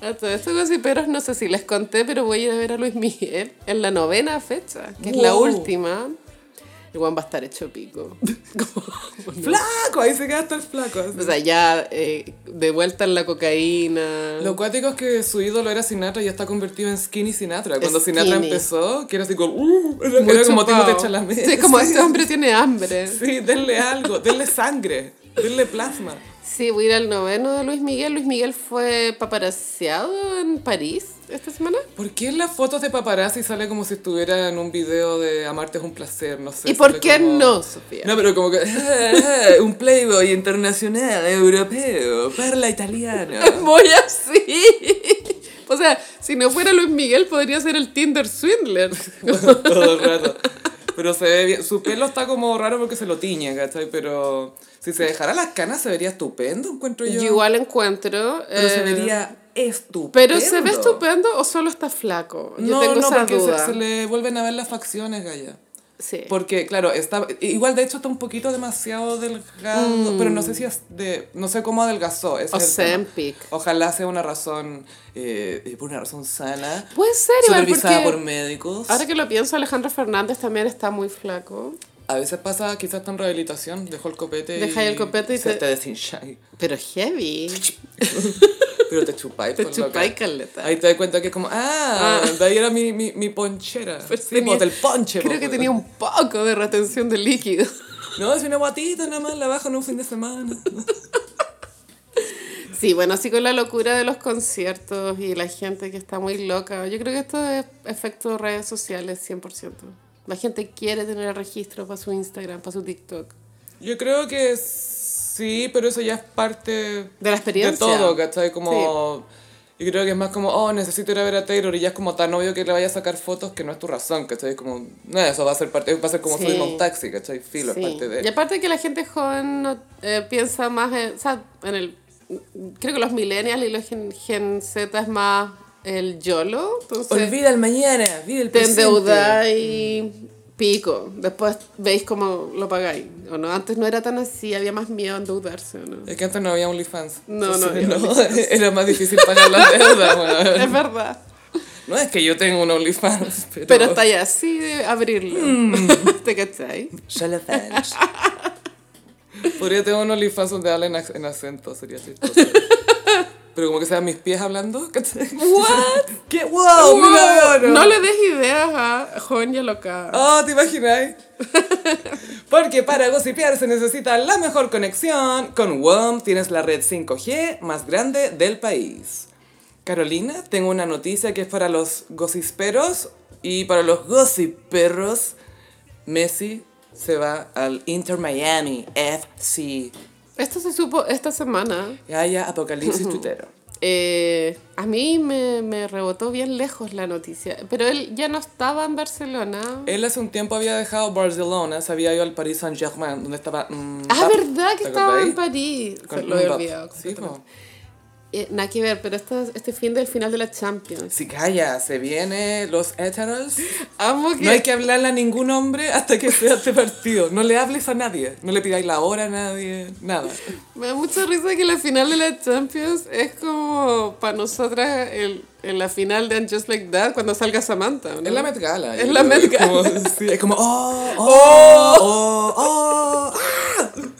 [SPEAKER 2] A todos estos gossiperos no sé si les conté, pero voy a ir a ver a Luis Miguel en la novena fecha, que es la
[SPEAKER 1] Wow.
[SPEAKER 2] última. El Juan va a estar hecho pico.
[SPEAKER 1] ¡Flaco! Ahí se queda hasta el flaco. así.
[SPEAKER 2] o sea, ya eh, de vuelta en la cocaína.
[SPEAKER 1] Lo cuático es que su ídolo era Sinatra y ya está convertido en Skinny Sinatra. Cuando
[SPEAKER 2] Skinny.
[SPEAKER 1] Sinatra empezó, que era así como... Uh, era
[SPEAKER 2] Mucho
[SPEAKER 1] como tipo
[SPEAKER 2] pao.
[SPEAKER 1] de chalamé.
[SPEAKER 2] Sí, como este hombre tiene hambre.
[SPEAKER 1] Sí, denle algo, denle sangre, denle plasma.
[SPEAKER 2] Sí, voy a ir al noveno de Luis Miguel. Luis Miguel fue paparaseado en París esta semana.
[SPEAKER 1] ¿Por qué en las fotos de paparazzi sale como si estuviera en un video de Amarte es un placer? No sé.
[SPEAKER 2] ¿Y por
[SPEAKER 1] sale
[SPEAKER 2] qué
[SPEAKER 1] como-
[SPEAKER 2] no, Sofía?
[SPEAKER 1] No, pero como que. "Ah, un playboy internacional, europeo, parla italiano.
[SPEAKER 2] Voy así. O sea, si no fuera Luis Miguel, podría ser el Tinder Swindler.
[SPEAKER 1] Todo el rato. Pero se ve bien. Su pelo está como raro porque se lo tiñe, ¿cachai? Pero si se dejara las canas se vería estupendo, encuentro yo.
[SPEAKER 2] Yo igual encuentro.
[SPEAKER 1] Pero se
[SPEAKER 2] eh,
[SPEAKER 1] vería estupendo.
[SPEAKER 2] Pero se ve estupendo o solo está flaco. Yo
[SPEAKER 1] no,
[SPEAKER 2] tengo
[SPEAKER 1] no,
[SPEAKER 2] esa
[SPEAKER 1] porque se-
[SPEAKER 2] duda.
[SPEAKER 1] Se, le vuelven a ver las facciones, Gaya.
[SPEAKER 2] Sí.
[SPEAKER 1] Porque, claro, está, igual de hecho está un poquito demasiado delgado, pero no sé si es de, no sé cómo adelgazó. ese es el tema.
[SPEAKER 2] Ozempic.
[SPEAKER 1] Ojalá sea una razón, eh, eh, por una razón sana,
[SPEAKER 2] Puede ser igual
[SPEAKER 1] supervisada
[SPEAKER 2] porque
[SPEAKER 1] por médicos.
[SPEAKER 2] ahora que lo pienso, Alejandro Fernández también está muy flaco.
[SPEAKER 1] A veces pasa, quizás está en rehabilitación, dejó el copete
[SPEAKER 2] Deja ahí el copete y
[SPEAKER 1] se
[SPEAKER 2] te-
[SPEAKER 1] te deshincháis.
[SPEAKER 2] Pero heavy.
[SPEAKER 1] Pero te chupáis,
[SPEAKER 2] Te
[SPEAKER 1] pues, loca.
[SPEAKER 2] chupáis caleta.
[SPEAKER 1] Ahí te das cuenta que es como, ah, de ahí era mi, mi, mi ponchera.
[SPEAKER 2] Pues
[SPEAKER 1] sí,
[SPEAKER 2] tenía-
[SPEAKER 1] pues, del ponche.
[SPEAKER 2] Creo
[SPEAKER 1] pues,
[SPEAKER 2] que
[SPEAKER 1] weón.
[SPEAKER 2] tenía un poco de retención de líquido.
[SPEAKER 1] No, es una guatita nada más, la bajo en un fin de semana.
[SPEAKER 2] Sí, bueno, así con la locura de los conciertos y la gente que está muy loca. Yo creo que esto es efecto de redes sociales 100%. La gente quiere tener el registro para su Instagram, para su TikTok.
[SPEAKER 1] Yo creo que sí, pero eso ya es parte
[SPEAKER 2] De la
[SPEAKER 1] de
[SPEAKER 2] experiencia.
[SPEAKER 1] todo, ¿cachai? Como... Yo creo que es más como, oh, necesito ir a ver a Taylor y ya es como tan obvio que le vaya a sacar fotos que no es tu razón, ¿cachai? Es como, no, eso va a ser parte, va a ser como
[SPEAKER 2] Sí.
[SPEAKER 1] subir un taxi, ¿cachai? Filo,
[SPEAKER 2] Sí.
[SPEAKER 1] es parte de...
[SPEAKER 2] Y aparte que la gente joven no, eh, piensa más en, o sea, en el... Creo que los millennials y los gen, gen Z es más el YOLO. Entonces
[SPEAKER 1] el mañana, vive el
[SPEAKER 2] te endeudáis pico. Después veis cómo lo pagáis. ¿o no? Antes no era tan así, había más miedo a endeudarse. ¿o no?
[SPEAKER 1] Es que antes no había OnlyFans.
[SPEAKER 2] No,
[SPEAKER 1] Entonces,
[SPEAKER 2] no había
[SPEAKER 1] Era más difícil pagar las deudas, weón.
[SPEAKER 2] Es verdad.
[SPEAKER 1] No es que yo tenga un OnlyFans, pero... Mm.
[SPEAKER 2] Pero está ya así de abrirlo. ¿Te cachai?
[SPEAKER 1] Solo fans. Podría tener un OnlyFans donde hablen ac- en acento, sería chistoso. Pero como que sean mis pies hablando. ¿cachai? ¿Qué? ¡Wow! Oh, mira,
[SPEAKER 2] Wow, No le des ideas a Joven y a Loca.
[SPEAKER 1] Oh, ¿te imagináis? Porque para gossipear se necesita la mejor conexión. Con WOM tienes la red 5G más grande del país. Carolina, tengo una noticia que es para los gossiperos y para los gossiperros. Messi se va al Inter Miami FC.
[SPEAKER 2] Esto se supo esta semana.
[SPEAKER 1] Haya apocalipsis tuitero.
[SPEAKER 2] Eh, a mí me, me rebotó bien lejos la noticia. Pero él ya no estaba en Barcelona.
[SPEAKER 1] Él hace un tiempo había dejado Barcelona, se había ido al Paris Saint-Germain, donde estaba... mm,
[SPEAKER 2] ah,
[SPEAKER 1] Mbappé.
[SPEAKER 2] verdad que
[SPEAKER 1] ¿Te
[SPEAKER 2] estaba en
[SPEAKER 1] acordáis?
[SPEAKER 2] París.
[SPEAKER 1] Con
[SPEAKER 2] lo he
[SPEAKER 1] Mbappé.
[SPEAKER 2] olvidado.
[SPEAKER 1] Sí, po.
[SPEAKER 2] Eh, nada que ver, pero esta- este fin del final de la Champions.
[SPEAKER 1] Si calla, se viene los Eternals.
[SPEAKER 2] Amo que.
[SPEAKER 1] No hay que hablarle a ningún hombre hasta que sea este partido. No le hables a nadie. No le pidáis la hora a nadie. Nada.
[SPEAKER 2] Me da mucha risa que la final de la Champions es como para nosotras el, en la final de And Just Like That cuando salga Samantha. ¿o no?
[SPEAKER 1] Es la Met Gala.
[SPEAKER 2] Es la Met Gala.
[SPEAKER 1] Como, sí, es como, oh, oh, oh, oh, ah.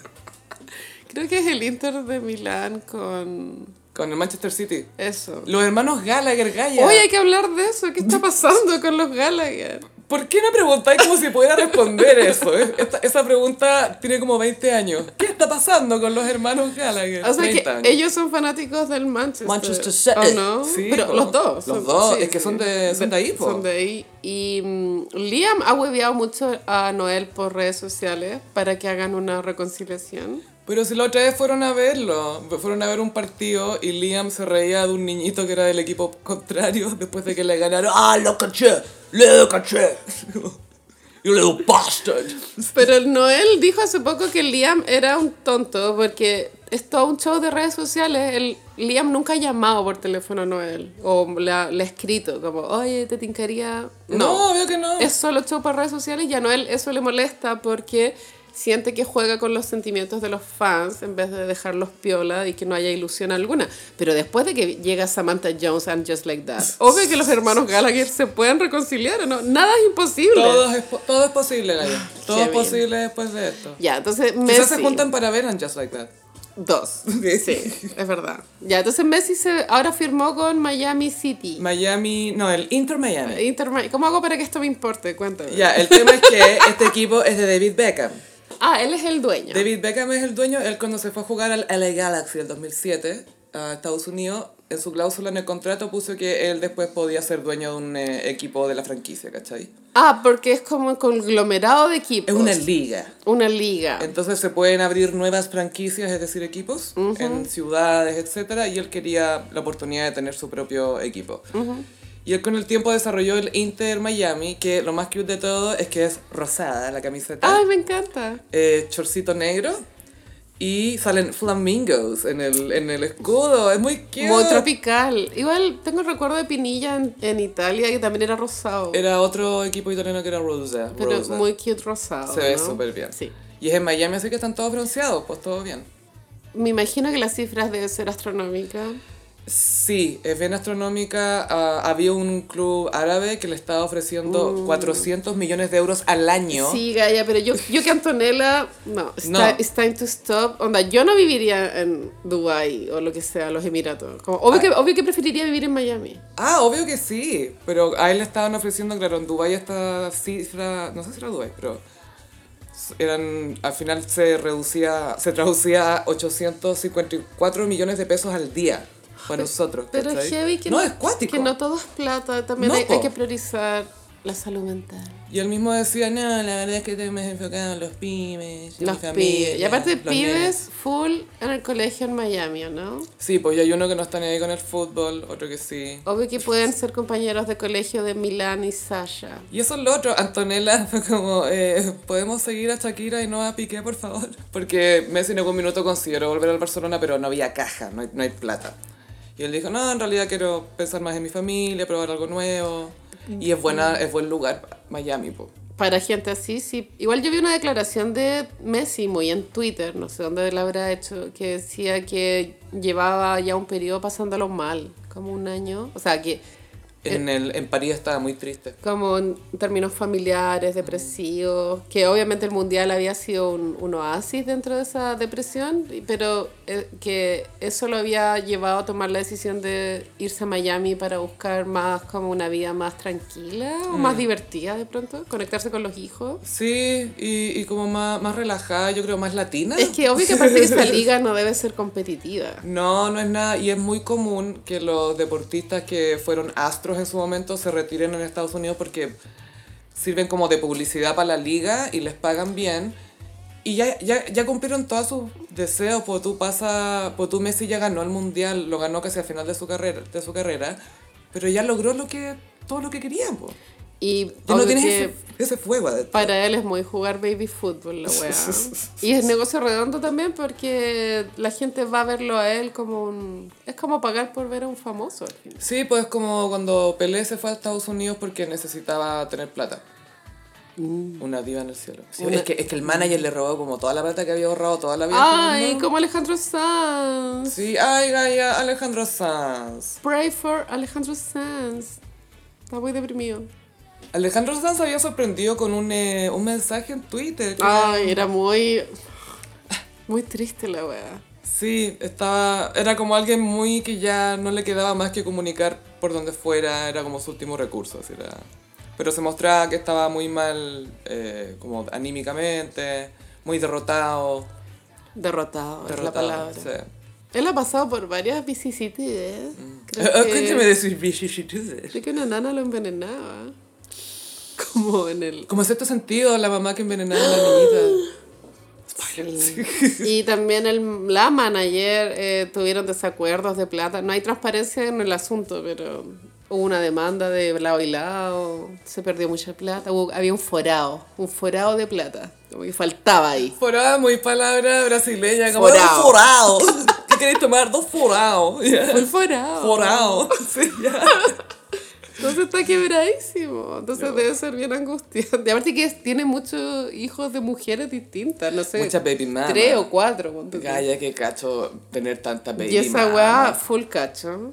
[SPEAKER 2] Creo que es el Inter de Milán con
[SPEAKER 1] Con el Manchester City.
[SPEAKER 2] eso.
[SPEAKER 1] Los hermanos Gallagher, Gaya.
[SPEAKER 2] Hoy hay que hablar de eso. ¿Qué está pasando con los Gallagher?
[SPEAKER 1] ¿Por qué no preguntáis como si pudiera responder eso? Es- esta- esa pregunta tiene como 20 años. ¿Qué está pasando con los hermanos Gallagher?
[SPEAKER 2] O sea que
[SPEAKER 1] 30 años.
[SPEAKER 2] ellos son fanáticos del Manchester.
[SPEAKER 1] Manchester City.
[SPEAKER 2] ¿O Este, ah, no?
[SPEAKER 1] Sí,
[SPEAKER 2] Pero
[SPEAKER 1] po.
[SPEAKER 2] los dos.
[SPEAKER 1] Los dos,
[SPEAKER 2] sí,
[SPEAKER 1] es que
[SPEAKER 2] sí.
[SPEAKER 1] son de- son de ahí, po.
[SPEAKER 2] Son de ahí. Y mm, Liam ha hueveado mucho a Noel por redes sociales para que hagan una reconciliación.
[SPEAKER 1] Pero si la otra vez fueron a verlo, fueron a ver un partido y Liam se reía de un niñito que era del equipo contrario después de que le ganaron. ¡Ah, lo caché! ¡Le caché! ¡You little bastard!
[SPEAKER 2] Pero el Noel dijo hace poco que Liam era un tonto porque es todo un show de redes sociales. El Liam nunca ha llamado por teléfono a Noel o le ha, le ha escrito como, oye, te tincaría.
[SPEAKER 1] No, veo que no.
[SPEAKER 2] es solo show para redes sociales y a Noel eso le molesta porque siente que juega con los sentimientos de los fans en vez de dejarlos piola y que no haya ilusión alguna. Pero después de que llega Samantha Jones and Just Like That, obvio que los hermanos Gallagher se pueden reconciliar, ¿o ¿no? Nada es imposible.
[SPEAKER 1] Todo es, po- todo es posible, Gaya. Todo es
[SPEAKER 2] Ah, Qué bien.
[SPEAKER 1] posible después de esto.
[SPEAKER 2] Ya, entonces Messi...
[SPEAKER 1] Quizás se juntan para ver and Just Like That.
[SPEAKER 2] Dos. Sí, es verdad. Ya, entonces Messi se, ahora firmó con Miami City.
[SPEAKER 1] Miami... No, el Inter Miami.
[SPEAKER 2] Inter Miami. ¿Cómo hago para que esto me importe? Cuéntame.
[SPEAKER 1] Ya, el tema es que este equipo es de David Beckham.
[SPEAKER 2] Ah, él es el dueño.
[SPEAKER 1] David Beckham es el dueño. Él cuando se fue a jugar al LA Galaxy el 2007 a Estados Unidos, en su cláusula en el contrato puso que él después podía ser dueño de un eh, equipo de la franquicia, ¿cachai?
[SPEAKER 2] Ah, porque es como un conglomerado de equipos.
[SPEAKER 1] Es una liga.
[SPEAKER 2] Una liga.
[SPEAKER 1] Entonces se pueden abrir nuevas franquicias, es decir, equipos, en ciudades, etcétera, y él quería la oportunidad de tener su propio equipo. Y él con el tiempo desarrolló el Inter Miami, que lo más cute de todo es que es rosada la camiseta,
[SPEAKER 2] Ay, me encanta.
[SPEAKER 1] eh, chorcito negro, y salen flamingos en el, en el escudo, es muy cute.
[SPEAKER 2] Muy tropical. Igual tengo el recuerdo de Pinilla en, en Italia que también era rosado.
[SPEAKER 1] Era otro equipo italiano que era Rosa.
[SPEAKER 2] pero
[SPEAKER 1] Rosa.
[SPEAKER 2] muy cute rosado.
[SPEAKER 1] Se ve
[SPEAKER 2] ¿no?
[SPEAKER 1] súper bien.
[SPEAKER 2] Sí.
[SPEAKER 1] Y es en Miami, así que están todos bronceados, pues todo bien.
[SPEAKER 2] Me imagino que las cifras deben ser astronómicas.
[SPEAKER 1] Sí, es bien astronómica. ah, había un club árabe que le estaba ofreciendo 400 millones de euros al año.
[SPEAKER 2] Uh. Sí, Gaya, pero yo, yo que Antonella, no, está,
[SPEAKER 1] No.
[SPEAKER 2] it's time to stop. Onda, yo no viviría en Dubai o lo que sea, los Emiratos. Como, obvio, que, obvio que preferiría vivir en Miami.
[SPEAKER 1] Ah, obvio que sí, pero a él le estaban ofreciendo, claro, en Dubái esta cifra, no sé si era Dubái, pero eran, al final se reducía, se traducía a 854 millones de pesos al día para nosotros.
[SPEAKER 2] Pero es
[SPEAKER 1] ¿cachai?
[SPEAKER 2] heavy que
[SPEAKER 1] no, es cuático.
[SPEAKER 2] Que no todo es plata, también
[SPEAKER 1] No,
[SPEAKER 2] hay,
[SPEAKER 1] po.
[SPEAKER 2] hay que priorizar la salud mental.
[SPEAKER 1] Y él mismo decía, no, la verdad es que te me he enfocado en los pymes, en
[SPEAKER 2] Los
[SPEAKER 1] mi familia,
[SPEAKER 2] pibes. Y aparte,
[SPEAKER 1] los nenes".
[SPEAKER 2] pibes full en el colegio en Miami, ¿o ¿no?
[SPEAKER 1] Sí, pues ya hay uno que no está ni ahí con el fútbol, otro que sí.
[SPEAKER 2] Obvio que pueden ser compañeros de colegio de Milán y Sasha.
[SPEAKER 1] Y eso es lo otro, Antonella fue como, eh, ¿podemos seguir a Shakira y no a Piqué, por favor? Porque Messi en algún minuto consideró volver al Barcelona, pero no había caja, no hay, no hay plata. Y él dijo, no, en realidad quiero pensar más en mi familia, probar algo nuevo. Y es, buena, es buen lugar, Miami, po.
[SPEAKER 2] Para gente así, sí. Igual yo vi una declaración de Messi muy en Twitter, no sé dónde la habrá hecho, que decía que llevaba ya un periodo pasándolo mal, como un año. O sea, que
[SPEAKER 1] En, el, en París estaba muy triste.
[SPEAKER 2] como en términos familiares, depresivos, que obviamente el mundial había sido un, un oasis dentro de esa depresión, y- pero eh, que eso lo había llevado a tomar la decisión de irse a Miami para buscar más como una vida más tranquila o
[SPEAKER 1] Mm.
[SPEAKER 2] más divertida de pronto, conectarse con los hijos.
[SPEAKER 1] Sí, y, y como más, más relajada, yo creo más latina.
[SPEAKER 2] Es que obvio que aparte que esta liga no debe ser competitiva.
[SPEAKER 1] No, no es nada. Y es muy común que los deportistas que fueron astros en su momento se retiren en Estados Unidos porque sirven como de publicidad para la liga y les pagan bien. Y ya, ya, ya cumplieron todos sus deseos. Pues tú pasa, pues tú Messi ya ganó el mundial, lo ganó casi al final de su carrera, de su carrera pero ya logró lo que, todo lo que querían. po.
[SPEAKER 2] Y
[SPEAKER 1] Ya no
[SPEAKER 2] obvio
[SPEAKER 1] tienes
[SPEAKER 2] que-
[SPEAKER 1] ese, ese fuego adentro.
[SPEAKER 2] Para él es muy jugar baby fútbol, la weá. Y es negocio redondo también porque la gente va a verlo a él como un. Es como pagar por ver a un famoso al final.
[SPEAKER 1] Sí, pues como cuando Pelé se fue a Estados Unidos porque necesitaba tener plata. Una diva en el cielo. Sí,
[SPEAKER 2] Mm. Una-
[SPEAKER 1] es, que, es que el manager le robó como toda la plata que había ahorrado toda la vida.
[SPEAKER 2] pues, Ay,
[SPEAKER 1] ¿no?
[SPEAKER 2] como Alejandro Sanz.
[SPEAKER 1] Sí, ay, Gaia, Alejandro Sanz.
[SPEAKER 2] Pray for Alejandro Sanz. Está muy deprimido.
[SPEAKER 1] Alejandro Sanz había sorprendido con un, eh, un mensaje en Twitter. que era-
[SPEAKER 2] Ay, era muy. Muy triste la weá.
[SPEAKER 1] Sí, estaba, era como alguien muy que ya no le quedaba más que comunicar por donde fuera, era como su último recurso. así era. Pero se mostraba que estaba muy mal, eh, como anímicamente, muy derrotado.
[SPEAKER 2] Derrotado, es la
[SPEAKER 1] derrotado,
[SPEAKER 2] palabra.
[SPEAKER 1] sí. Mm.
[SPEAKER 2] Él ha pasado por varias vicisitudes.
[SPEAKER 1] Eh,
[SPEAKER 2] Creo que-
[SPEAKER 1] Cuéntame Ah, de sus vicisitudes.
[SPEAKER 2] Creo que una nana lo envenenaba. Como en el...
[SPEAKER 1] Como en cierto sentido, la mamá que envenenaba a la niñita.
[SPEAKER 2] Y también el, la manager eh, tuvieron desacuerdos de plata. No hay transparencia en el asunto, pero hubo una demanda de lado y lado. Se perdió mucha plata. Hubo- había un forado, un forado de plata. Como que faltaba ahí.
[SPEAKER 1] Forado, muy palabra brasileña, como
[SPEAKER 2] Forado.
[SPEAKER 1] dos forados. ¿Qué queréis tomar? Dos forados.
[SPEAKER 2] Fue
[SPEAKER 1] ya.
[SPEAKER 2] El forado.
[SPEAKER 1] Forado. Sí, ya.
[SPEAKER 2] Entonces está quebradísimo. Entonces debe ser bien angustiante. Y aparte que es- tiene muchos hijos de mujeres distintas. No sé.
[SPEAKER 1] Muchas baby mama.
[SPEAKER 2] Tres o cuatro. ponte tú.
[SPEAKER 1] Gaya, qué cacho tener tanta baby
[SPEAKER 2] Y esa
[SPEAKER 1] mama.
[SPEAKER 2] weá, full cacho.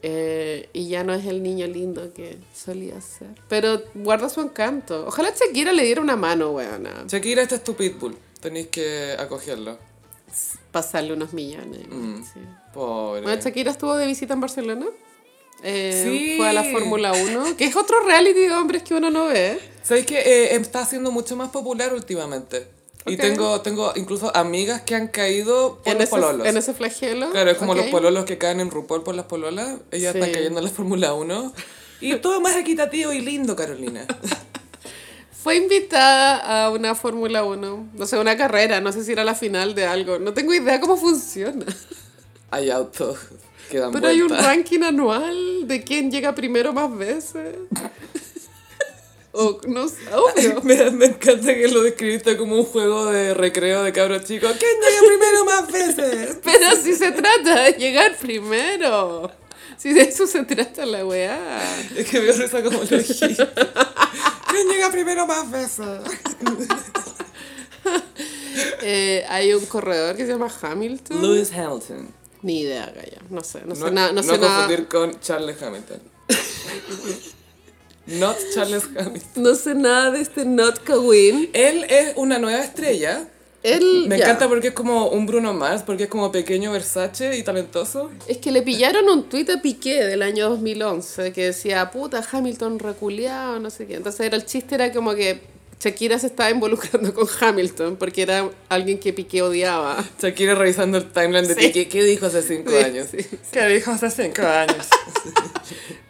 [SPEAKER 2] Eh, y ya no es el niño lindo que solía ser. Pero guarda su encanto. Ojalá Shakira le diera una mano, weona.
[SPEAKER 1] Shakira, este es tu pitbull. Tenéis que acogerlo.
[SPEAKER 2] Pasarle unos millones.
[SPEAKER 1] Mm.
[SPEAKER 2] sí.
[SPEAKER 1] Pobre.
[SPEAKER 2] Bueno, Shakira estuvo de visita en Barcelona. Eh,
[SPEAKER 1] Sí.
[SPEAKER 2] Fue a la Fórmula 1, que es otro reality de hombres que uno no ve.
[SPEAKER 1] ¿Sabéis que eh, está siendo mucho más popular últimamente? Y
[SPEAKER 2] Ok.
[SPEAKER 1] tengo, tengo incluso amigas que han caído por
[SPEAKER 2] en,
[SPEAKER 1] los
[SPEAKER 2] ese,
[SPEAKER 1] pololos.
[SPEAKER 2] en ese flagelo.
[SPEAKER 1] Claro, es como
[SPEAKER 2] ok.
[SPEAKER 1] los pololos que caen en RuPaul por las pololas. Ellas
[SPEAKER 2] Sí.
[SPEAKER 1] están cayendo en la Fórmula 1. Y todo más equitativo y lindo, Carolina.
[SPEAKER 2] Fue invitada a una Fórmula 1, no sé, una carrera, no sé si era la final de algo, no tengo idea cómo funciona.
[SPEAKER 1] Hay autos que dan
[SPEAKER 2] Pero hay un
[SPEAKER 1] vueltas.
[SPEAKER 2] ranking anual de quién llega primero más veces. O no sé, obvio.
[SPEAKER 1] Me, me encanta que lo describiste como un juego de recreo de cabros chicos. ¿Quién llega primero más veces?
[SPEAKER 2] Pero si se trata de llegar primero. Si de eso se trata la weá.
[SPEAKER 1] Es que veo esa como lo dijiste. ¿Quién llega primero más veces?
[SPEAKER 2] Eh, hay un corredor que se llama Hamilton.
[SPEAKER 1] Lewis Hamilton.
[SPEAKER 2] Ni idea, Gaya. No sé, no,
[SPEAKER 1] No,
[SPEAKER 2] sé nada.
[SPEAKER 1] no
[SPEAKER 2] No, sé nada.
[SPEAKER 1] confundir con Charles Hamilton. Not Charles Hamilton.
[SPEAKER 2] No sé nada de este Not Kawin.
[SPEAKER 1] Él es una nueva estrella.
[SPEAKER 2] Él.
[SPEAKER 1] Me
[SPEAKER 2] ya.
[SPEAKER 1] encanta porque es como un Bruno Mars, porque es como pequeño Versace y talentoso.
[SPEAKER 2] Es que le pillaron un tuit a Piqué del año 2011 que decía, puta, Hamilton reculeado, no sé qué. Entonces era el chiste era como que Shakira se estaba involucrando con Hamilton porque era alguien que Piqué odiaba.
[SPEAKER 1] Shakira revisando el timeline de
[SPEAKER 2] Sí.
[SPEAKER 1] Piqué. ¿Qué dijo hace cinco
[SPEAKER 2] Sí,
[SPEAKER 1] años?
[SPEAKER 2] sí, sí.
[SPEAKER 1] ¿Qué dijo hace cinco años?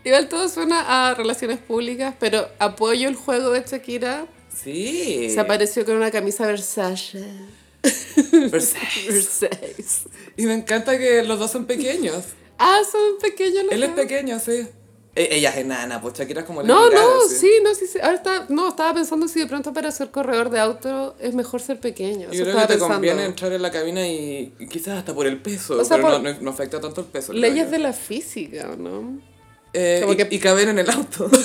[SPEAKER 2] Igual todo suena a relaciones públicas, pero apoyo el juego de Shakira.
[SPEAKER 1] Sí.
[SPEAKER 2] Se apareció con una camisa Versace.
[SPEAKER 1] Versace.
[SPEAKER 2] Versace.
[SPEAKER 1] Y me encanta que los dos son pequeños.
[SPEAKER 2] Ah, son pequeños los
[SPEAKER 1] Él es
[SPEAKER 2] dos.
[SPEAKER 1] pequeño, sí. E- ella es enana, pues Shakira es como la
[SPEAKER 2] No,
[SPEAKER 1] mitad,
[SPEAKER 2] no,
[SPEAKER 1] así.
[SPEAKER 2] sí, no, sí, sí. Ahora está, no, estaba pensando si de pronto para ser corredor de auto es mejor ser pequeño.
[SPEAKER 1] Yo creo
[SPEAKER 2] Eso
[SPEAKER 1] que
[SPEAKER 2] estaba
[SPEAKER 1] te
[SPEAKER 2] pensando.
[SPEAKER 1] conviene entrar en la cabina y, y quizás hasta por el peso,
[SPEAKER 2] O sea,
[SPEAKER 1] pero
[SPEAKER 2] por-
[SPEAKER 1] no, no- no afecta tanto el peso. creo
[SPEAKER 2] Leyes
[SPEAKER 1] yo.
[SPEAKER 2] de la física, ¿o ¿no?
[SPEAKER 1] Eh,
[SPEAKER 2] como
[SPEAKER 1] y,
[SPEAKER 2] que-
[SPEAKER 1] y caber en el auto.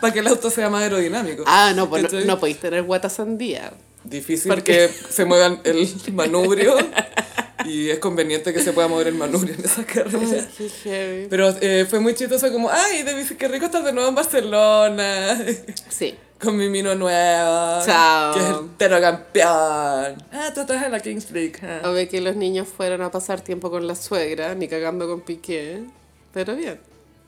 [SPEAKER 1] Para que el auto sea más aerodinámico.
[SPEAKER 2] Ah, no, pues no,
[SPEAKER 1] ¿Cachai?
[SPEAKER 2] no podéis tener guata sandía.
[SPEAKER 1] Difícil
[SPEAKER 2] Porque-
[SPEAKER 1] que se muevan el manubrio y es conveniente que se pueda mover el manubrio en esa
[SPEAKER 2] Ay,
[SPEAKER 1] carrera.
[SPEAKER 2] qué heavy.
[SPEAKER 1] Pero eh, fue muy chistoso como, ay, David, qué rico estar de nuevo en Barcelona,
[SPEAKER 2] Sí.
[SPEAKER 1] con mi mino nuevo,
[SPEAKER 2] Chao.
[SPEAKER 1] que es el tero campeón. Ah, tú estás en la Kings League. ah.
[SPEAKER 2] A ver que los niños fueron a pasar tiempo con la suegra, ni cagando con Piqué. Pero bien.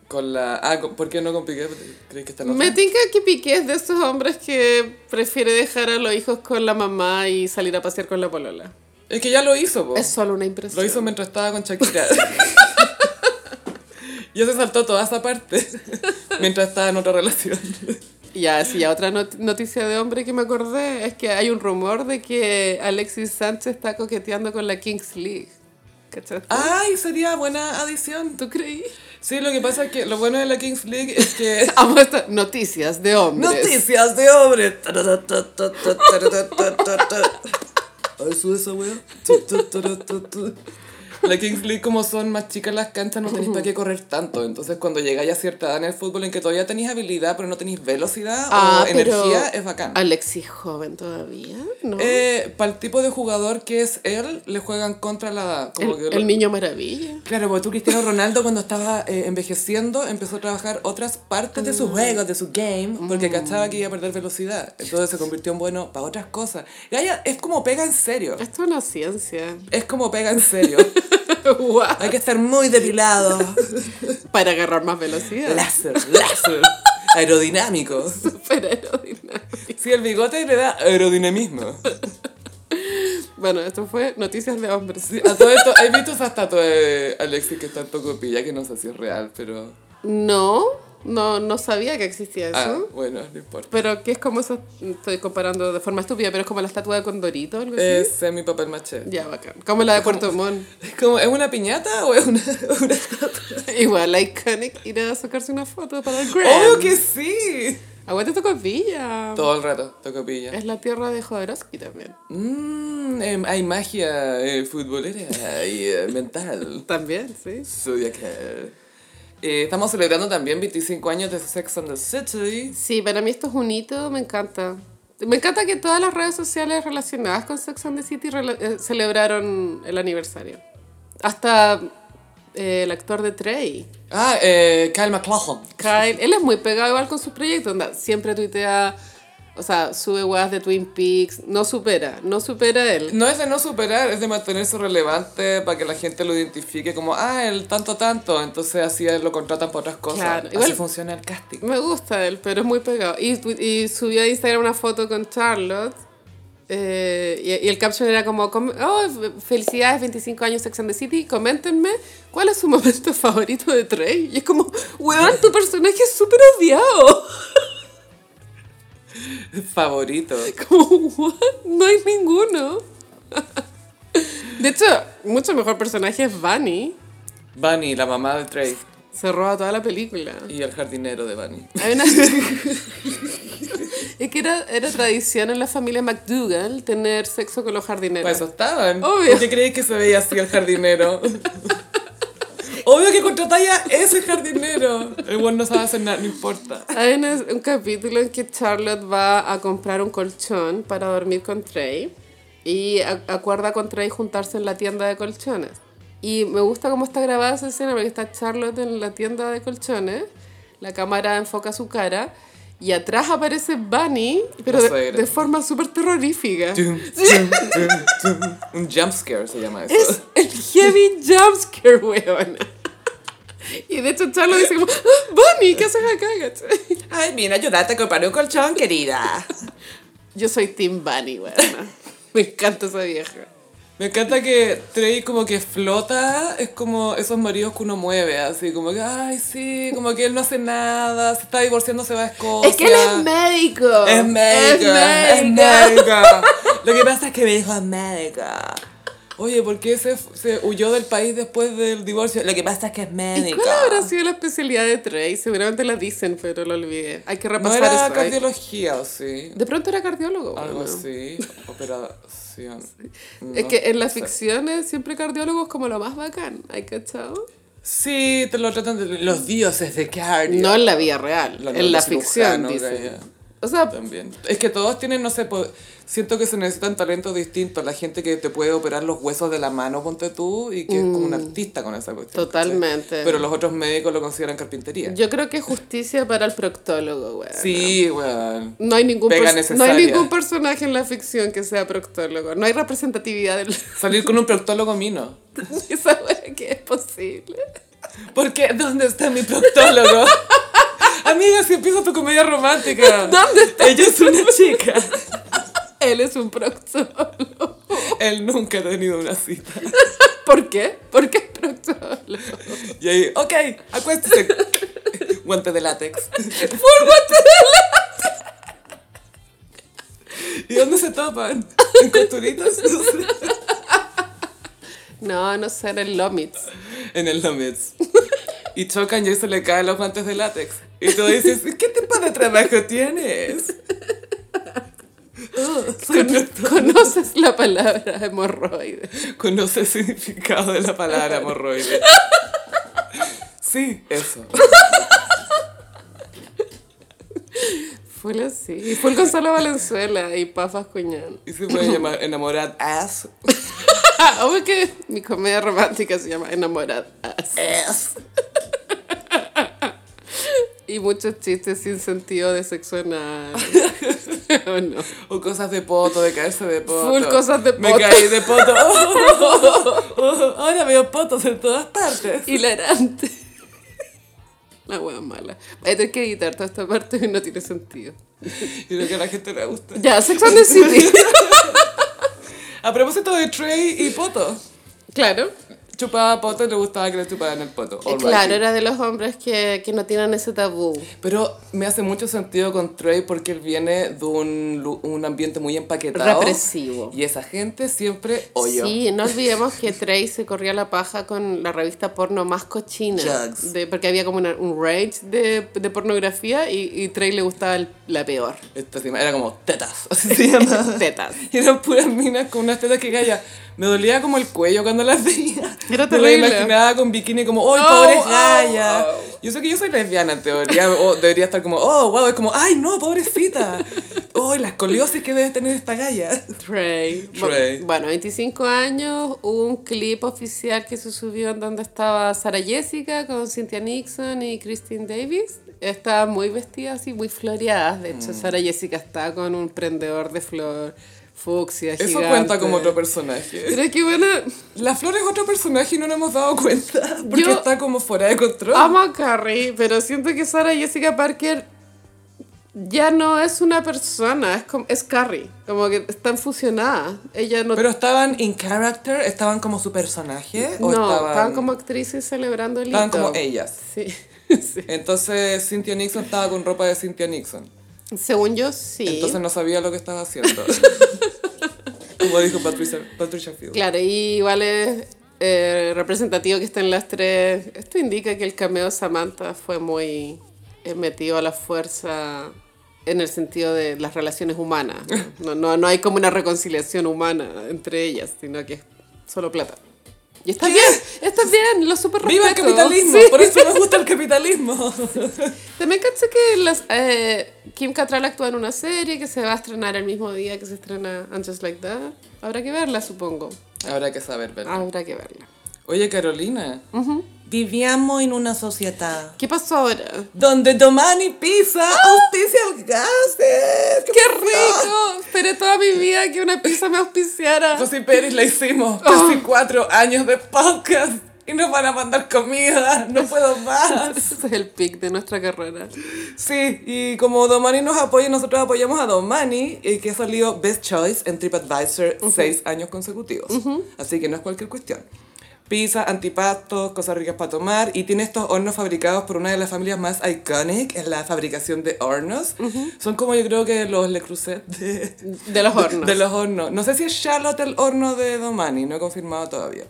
[SPEAKER 1] Con la... Ah, con- ¿por qué no con Piqué? ¿Crees que está en otra?
[SPEAKER 2] Me tinca que Piqué es de esos hombres que prefiere dejar a los hijos con la mamá y salir a pasear con la polola.
[SPEAKER 1] Es que ya lo hizo, po.
[SPEAKER 2] Es solo una impresión.
[SPEAKER 1] Oh. Lo hizo mientras estaba con Shakira. Ya se saltó toda esa parte mientras estaba en otra relación.
[SPEAKER 2] Ya, sí, ya otra not- noticia de hombre que me acordé es que hay un rumor de que Alexis Sánchez está coqueteando con la Kings League. ¿Cachaste?
[SPEAKER 1] Ay, sería buena adición.
[SPEAKER 2] ¿Tú creí?
[SPEAKER 1] Sí, lo que pasa es que lo bueno de la Kings League es que...
[SPEAKER 2] Amo esta- Noticias de hombres.
[SPEAKER 1] Noticias de hombres. A ver, sube esa wea. La Kings League, como son más chicas las canchas, no tenéis para qué correr tanto. Entonces, cuando llegáis a cierta edad en el fútbol en que todavía tenéis habilidad, pero no tenéis velocidad
[SPEAKER 2] Ah,
[SPEAKER 1] o
[SPEAKER 2] pero
[SPEAKER 1] energía, es bacán.
[SPEAKER 2] Alexis joven todavía, ¿no?
[SPEAKER 1] para el tipo de jugador que es él, le juegan contra la edad. Como que
[SPEAKER 2] el,
[SPEAKER 1] lo-
[SPEAKER 2] el niño maravilla.
[SPEAKER 1] Claro, porque tú, Cristiano Ronaldo, cuando estaba eh, envejeciendo, empezó a trabajar otras partes de su juego, de su game, porque cachaba que iba a perder velocidad. Entonces se convirtió en bueno para otras cosas. Gaya, es como pega en serio.
[SPEAKER 2] Esto es una ciencia.
[SPEAKER 1] Es como pega en serio.
[SPEAKER 2] Guau.
[SPEAKER 1] Hay que estar muy depilado.
[SPEAKER 2] Para agarrar más velocidad.
[SPEAKER 1] láser, láser. Aerodinámico.
[SPEAKER 2] Súper aerodinámica.
[SPEAKER 1] Sí, el bigote le da aerodinamismo.
[SPEAKER 2] Bueno, esto fue Noticias de hombres.
[SPEAKER 1] Sí, a todo esto, ¿has visto esa estatua de Alexis que está en Tocopilla? Que no sé si es real, pero...
[SPEAKER 2] No, no, no sabía que existía eso.
[SPEAKER 1] Ah, bueno, no importa.
[SPEAKER 2] Pero que es como eso, estoy comparando de forma estúpida, pero es como la estatua de Condorito, algo así.
[SPEAKER 1] Es mi papel maché.
[SPEAKER 2] Ya, bacán. Eh. Como la de Puerto Montt.
[SPEAKER 1] Es como, ¿es una piñata o es una...? una...
[SPEAKER 2] Igual la Iconic irá a sacarse una foto para el Gram.
[SPEAKER 1] ¡Oh, que sí!
[SPEAKER 2] Aguante tu copilla.
[SPEAKER 1] Todo el rato, Tocopilla.
[SPEAKER 2] Es la tierra de Jodorowsky también.
[SPEAKER 1] Mmm, hay magia eh, futbolera y eh, mental.
[SPEAKER 2] También, sí.
[SPEAKER 1] Zodiacal. Eh, estamos celebrando también 25 años de Sex and the City.
[SPEAKER 2] Sí, para mí esto es un hito, me encanta. Me encanta que todas las redes sociales relacionadas con Sex and the City rela- eh, celebraron el aniversario. Hasta eh, el actor de Trey,
[SPEAKER 1] Ah, eh, Kyle MacLachlan.
[SPEAKER 2] Kyle, él es muy pegado igual con sus proyectos, onda, siempre tuitea, o sea, sube weas de Twin Peaks, no supera, no supera él.
[SPEAKER 1] No es de no superar, es de mantenerse relevante para que la gente lo identifique como, ah, el tanto tanto. Entonces así lo contratan para otras cosas.
[SPEAKER 2] Claro,
[SPEAKER 1] Así
[SPEAKER 2] igual-
[SPEAKER 1] funciona el casting.
[SPEAKER 2] Me gusta él, pero es muy pegado. Y, tu- y subió a Instagram una foto con Charlotte, Eh, y, y, el caption era como, oh, felicidades, 25 años Sex and the City, coméntenme cuál es su momento favorito de Trey. Y es como, weón, tu personaje es súper odiado.
[SPEAKER 1] Favorito.
[SPEAKER 2] Como, what? No hay ninguno. De hecho, mucho mejor personaje es Vanny.
[SPEAKER 1] Bunny, la mamá de Trey.
[SPEAKER 2] Se roba toda la película.
[SPEAKER 1] Y el jardinero de Bunny.
[SPEAKER 2] Hay una- es que era, era tradición en la familia McDougall tener sexo con los jardineros.
[SPEAKER 1] Para eso estaban.
[SPEAKER 2] Obvio.
[SPEAKER 1] ¿Por qué creéis que se veía así el jardinero? Obvio que contratáis a ese jardinero. El buen no sabe hacer nada, no importa.
[SPEAKER 2] Hay una- un capítulo en que Charlotte va a comprar un colchón para dormir con Trey y a- acuerda con Trey juntarse en la tienda de colchones. Y me gusta cómo está grabada esa escena porque está Charlotte en la tienda de colchones, la cámara enfoca su cara y atrás aparece Bunny, pero
[SPEAKER 1] La
[SPEAKER 2] de,
[SPEAKER 1] suegra.
[SPEAKER 2] de forma súper terrorífica.
[SPEAKER 1] Tum, tum, tum, tum. Un jumpscare se llama eso.
[SPEAKER 2] Es el heavy jumpscare, weona. Y de hecho Charlotte dice como, "Ah, Bunny, ¿qué haces acá? cachai?"
[SPEAKER 1] Ay, vine a ayudarte a comprar un colchón, querida.
[SPEAKER 2] Yo soy Tim Bunny, weona. Me encanta esa vieja.
[SPEAKER 1] Me encanta que Trey como que flota, es como esos maridos que uno mueve, así como que, ay, sí, como que él no hace nada, se está divorciando, se va a Escocia.
[SPEAKER 2] Es que él es médico.
[SPEAKER 1] Es médico, es médico. Lo que pasa es que me dijo es médico. Oye, ¿por qué se, se huyó del país después del divorcio? Lo que pasa es que es
[SPEAKER 2] ¿Y
[SPEAKER 1] médico.
[SPEAKER 2] cuál habrá sido la especialidad de Trey? Seguramente la dicen, pero lo olvidé. Hay que
[SPEAKER 1] No
[SPEAKER 2] repasar
[SPEAKER 1] era
[SPEAKER 2] eso. hay-
[SPEAKER 1] cardiología, ¿o sí?
[SPEAKER 2] De pronto era cardiólogo.
[SPEAKER 1] Algo
[SPEAKER 2] weona.
[SPEAKER 1] así, operación.
[SPEAKER 2] Es
[SPEAKER 1] No
[SPEAKER 2] que en las
[SPEAKER 1] sé.
[SPEAKER 2] ficciones siempre cardiólogo es como lo más bacán. ¿Hay cachado?
[SPEAKER 1] Sí, te lo tratan de los dioses de cardio.
[SPEAKER 2] No en la vida real,
[SPEAKER 1] La-
[SPEAKER 2] en
[SPEAKER 1] la
[SPEAKER 2] la ficción,
[SPEAKER 1] cirujano,
[SPEAKER 2] dicen.
[SPEAKER 1] gaya.
[SPEAKER 2] O sea,
[SPEAKER 1] También. Es que todos tienen, no sé, po- siento que se necesitan talentos distintos. La gente que te puede operar los huesos de la mano, ponte tú, y que es como un artista con esa cuestión. ¿cachai?
[SPEAKER 2] Totalmente.
[SPEAKER 1] Pero los otros médicos lo consideran carpintería.
[SPEAKER 2] yo creo que justicia para el proctólogo, güey.
[SPEAKER 1] sí, weón.
[SPEAKER 2] No hay, ningún
[SPEAKER 1] Pega
[SPEAKER 2] pers- no
[SPEAKER 1] necesaria.
[SPEAKER 2] hay ningún personaje en la ficción que sea proctólogo. No hay representatividad del...
[SPEAKER 1] Salir con un proctólogo mino.
[SPEAKER 2] esa wea que es posible.
[SPEAKER 1] Porque, ¿dónde está mi proctólogo? Amiga, si empieza tu comedia romántica.
[SPEAKER 2] ¿Dónde está?
[SPEAKER 1] Ella es una chica.
[SPEAKER 2] Él es un proctólogo.
[SPEAKER 1] Él nunca ha tenido una cita.
[SPEAKER 2] ¿Por qué? ¿Por qué es proctólogo?
[SPEAKER 1] Y ahí, ok, acuéstese. Guante de látex.
[SPEAKER 2] ¡Por guante
[SPEAKER 1] ¿Y
[SPEAKER 2] de
[SPEAKER 1] dónde se topan? ¿En costuritas? No sé.
[SPEAKER 2] la- No, no sé, era el Lomitz.
[SPEAKER 1] en el Lamets. Y chocan y ahí se le caen los guantes de látex. Y tú dices, ¿qué tipo de trabajo tienes?
[SPEAKER 2] Con- ¿Conoces la palabra hemorroide?
[SPEAKER 1] Conoce el significado de la palabra hemorroide. Sí, eso.
[SPEAKER 2] Fue el así. Y fue el Gonzalo Valenzuela y Pafas Cuñán.
[SPEAKER 1] Y se puede llamar enamorad ass.
[SPEAKER 2] Ah, obvio que mi comedia romántica se llama Enamoradas.
[SPEAKER 1] Ass.
[SPEAKER 2] Y muchos chistes sin sentido de sexo anal. ¿O no?
[SPEAKER 1] O cosas de poto, de caerse de poto.
[SPEAKER 2] Full cosas de
[SPEAKER 1] Me
[SPEAKER 2] poto.
[SPEAKER 1] caí de poto. Oh, oh, oh, Ahora veo potos en todas partes.
[SPEAKER 2] Hilarante. La wea mala. Voy a tener que editar toda esta parte y no tiene sentido.
[SPEAKER 1] Y lo que a la gente le gusta.
[SPEAKER 2] Ya, Sex and the City.
[SPEAKER 1] A propósito de Trey y poto.
[SPEAKER 2] Claro.
[SPEAKER 1] Chupaba poto y le gustaba que le chuparan el poto. All
[SPEAKER 2] Claro,
[SPEAKER 1] righty.
[SPEAKER 2] era de los hombres que, que no tienen ese tabú.
[SPEAKER 1] Pero me hace mucho sentido con Trey porque él viene de un, lu- un ambiente muy empaquetado.
[SPEAKER 2] Represivo.
[SPEAKER 1] Y esa gente siempre hoyo.
[SPEAKER 2] Sí, no olvidemos que Trey se corría la paja con la revista porno más cochina.
[SPEAKER 1] Jugs.
[SPEAKER 2] De, porque había como una- un rage de, de pornografía y, y Trey le gustaba el- la peor.
[SPEAKER 1] Esta sí- era como tetas. Así se llama.
[SPEAKER 2] Tetas.
[SPEAKER 1] Y eran puras minas con unas tetas que calla. Me dolía como el cuello cuando las veía.
[SPEAKER 2] Era
[SPEAKER 1] Me la
[SPEAKER 2] terrible.
[SPEAKER 1] imaginaba con bikini como, ¡ay,
[SPEAKER 2] Oh,
[SPEAKER 1] pobre
[SPEAKER 2] oh,
[SPEAKER 1] Gaya!
[SPEAKER 2] oh.
[SPEAKER 1] Yo sé que yo soy lesbiana en teoría, o debería estar como, ¡oh, wow! Es como, ¡ay, no, pobrecita! ¡ay, la escoliosis que debe tener esta Gaya!
[SPEAKER 2] Trey. Bu-
[SPEAKER 1] Trey.
[SPEAKER 2] Bueno, 25 años, hubo un clip oficial que se subió en donde estaba Sara Jessica con Cynthia Nixon y Christine Davis. Estaban muy vestidas y muy floreadas. De hecho,
[SPEAKER 1] Mm.
[SPEAKER 2] Sara Jessica está con un prendedor de flor fucsia
[SPEAKER 1] Eso
[SPEAKER 2] gigante.
[SPEAKER 1] cuenta como otro personaje.
[SPEAKER 2] Pero es que bueno,
[SPEAKER 1] La flor es otro personaje y no nos hemos dado cuenta porque
[SPEAKER 2] Yo-
[SPEAKER 1] está como fuera de control.
[SPEAKER 2] amo a Carrie, pero siento que Sara Jessica Parker ya no es una persona, es, como, es Carrie, como que están fusionadas. Ella no
[SPEAKER 1] Pero estaban in character, estaban como su personaje.
[SPEAKER 2] no,
[SPEAKER 1] o estaban,
[SPEAKER 2] estaban... como actrices celebrando el
[SPEAKER 1] estaban
[SPEAKER 2] hito.
[SPEAKER 1] como ellas.
[SPEAKER 2] Sí, sí.
[SPEAKER 1] Entonces Cynthia Nixon estaba con ropa de Cynthia Nixon.
[SPEAKER 2] Según yo, sí.
[SPEAKER 1] Entonces no sabía lo que estaba haciendo. como dijo Patricia, Patricia Field.
[SPEAKER 2] Claro, y igual es eh, representativo que estén las tres. Esto indica que el cameo de Samantha fue muy eh, metido a la fuerza en el sentido de las relaciones humanas. No, no, no hay como una reconciliación humana entre ellas, sino que es solo plata. Y está
[SPEAKER 1] ¿Qué?
[SPEAKER 2] bien, está bien, lo super
[SPEAKER 1] ¡Viva el
[SPEAKER 2] respeto.
[SPEAKER 1] capitalismo!
[SPEAKER 2] Sí.
[SPEAKER 1] Por eso nos gusta el capitalismo.
[SPEAKER 2] También caché que las, eh, Kim Cattrall actúa en una serie que se va a estrenar el mismo día que se estrena And Just Like That. Habrá que verla, supongo.
[SPEAKER 1] Habrá que saber, ¿verdad?
[SPEAKER 2] Habrá que verla.
[SPEAKER 1] Oye, Carolina. Viviamos en una sociedad
[SPEAKER 2] ¿Qué pasó ahora?
[SPEAKER 1] donde Domani Pizza auspicia el gases.
[SPEAKER 2] Ah. ¡Qué rico! Esperé toda mi vida que una pizza me auspiciara.
[SPEAKER 1] José Pérez la hicimos
[SPEAKER 2] Ah.
[SPEAKER 1] casi cuatro años de podcast y nos van a mandar comida, no puedo más.
[SPEAKER 2] Ese es el pic de nuestra carrera.
[SPEAKER 1] Sí, y como Domani nos apoya, nosotros apoyamos a Domani, eh, que ha salido Best Choice en TripAdvisor seis años consecutivos. Así que no es cualquier cuestión. Pizza, antipastos, cosas ricas para tomar. Y tiene estos hornos fabricados por una de las familias más iconic en la fabricación de hornos. Son como yo creo que los Le Creuset de,
[SPEAKER 2] De los hornos.
[SPEAKER 1] de los hornos. No sé si es Charlotte el horno de Domani, no he confirmado todavía.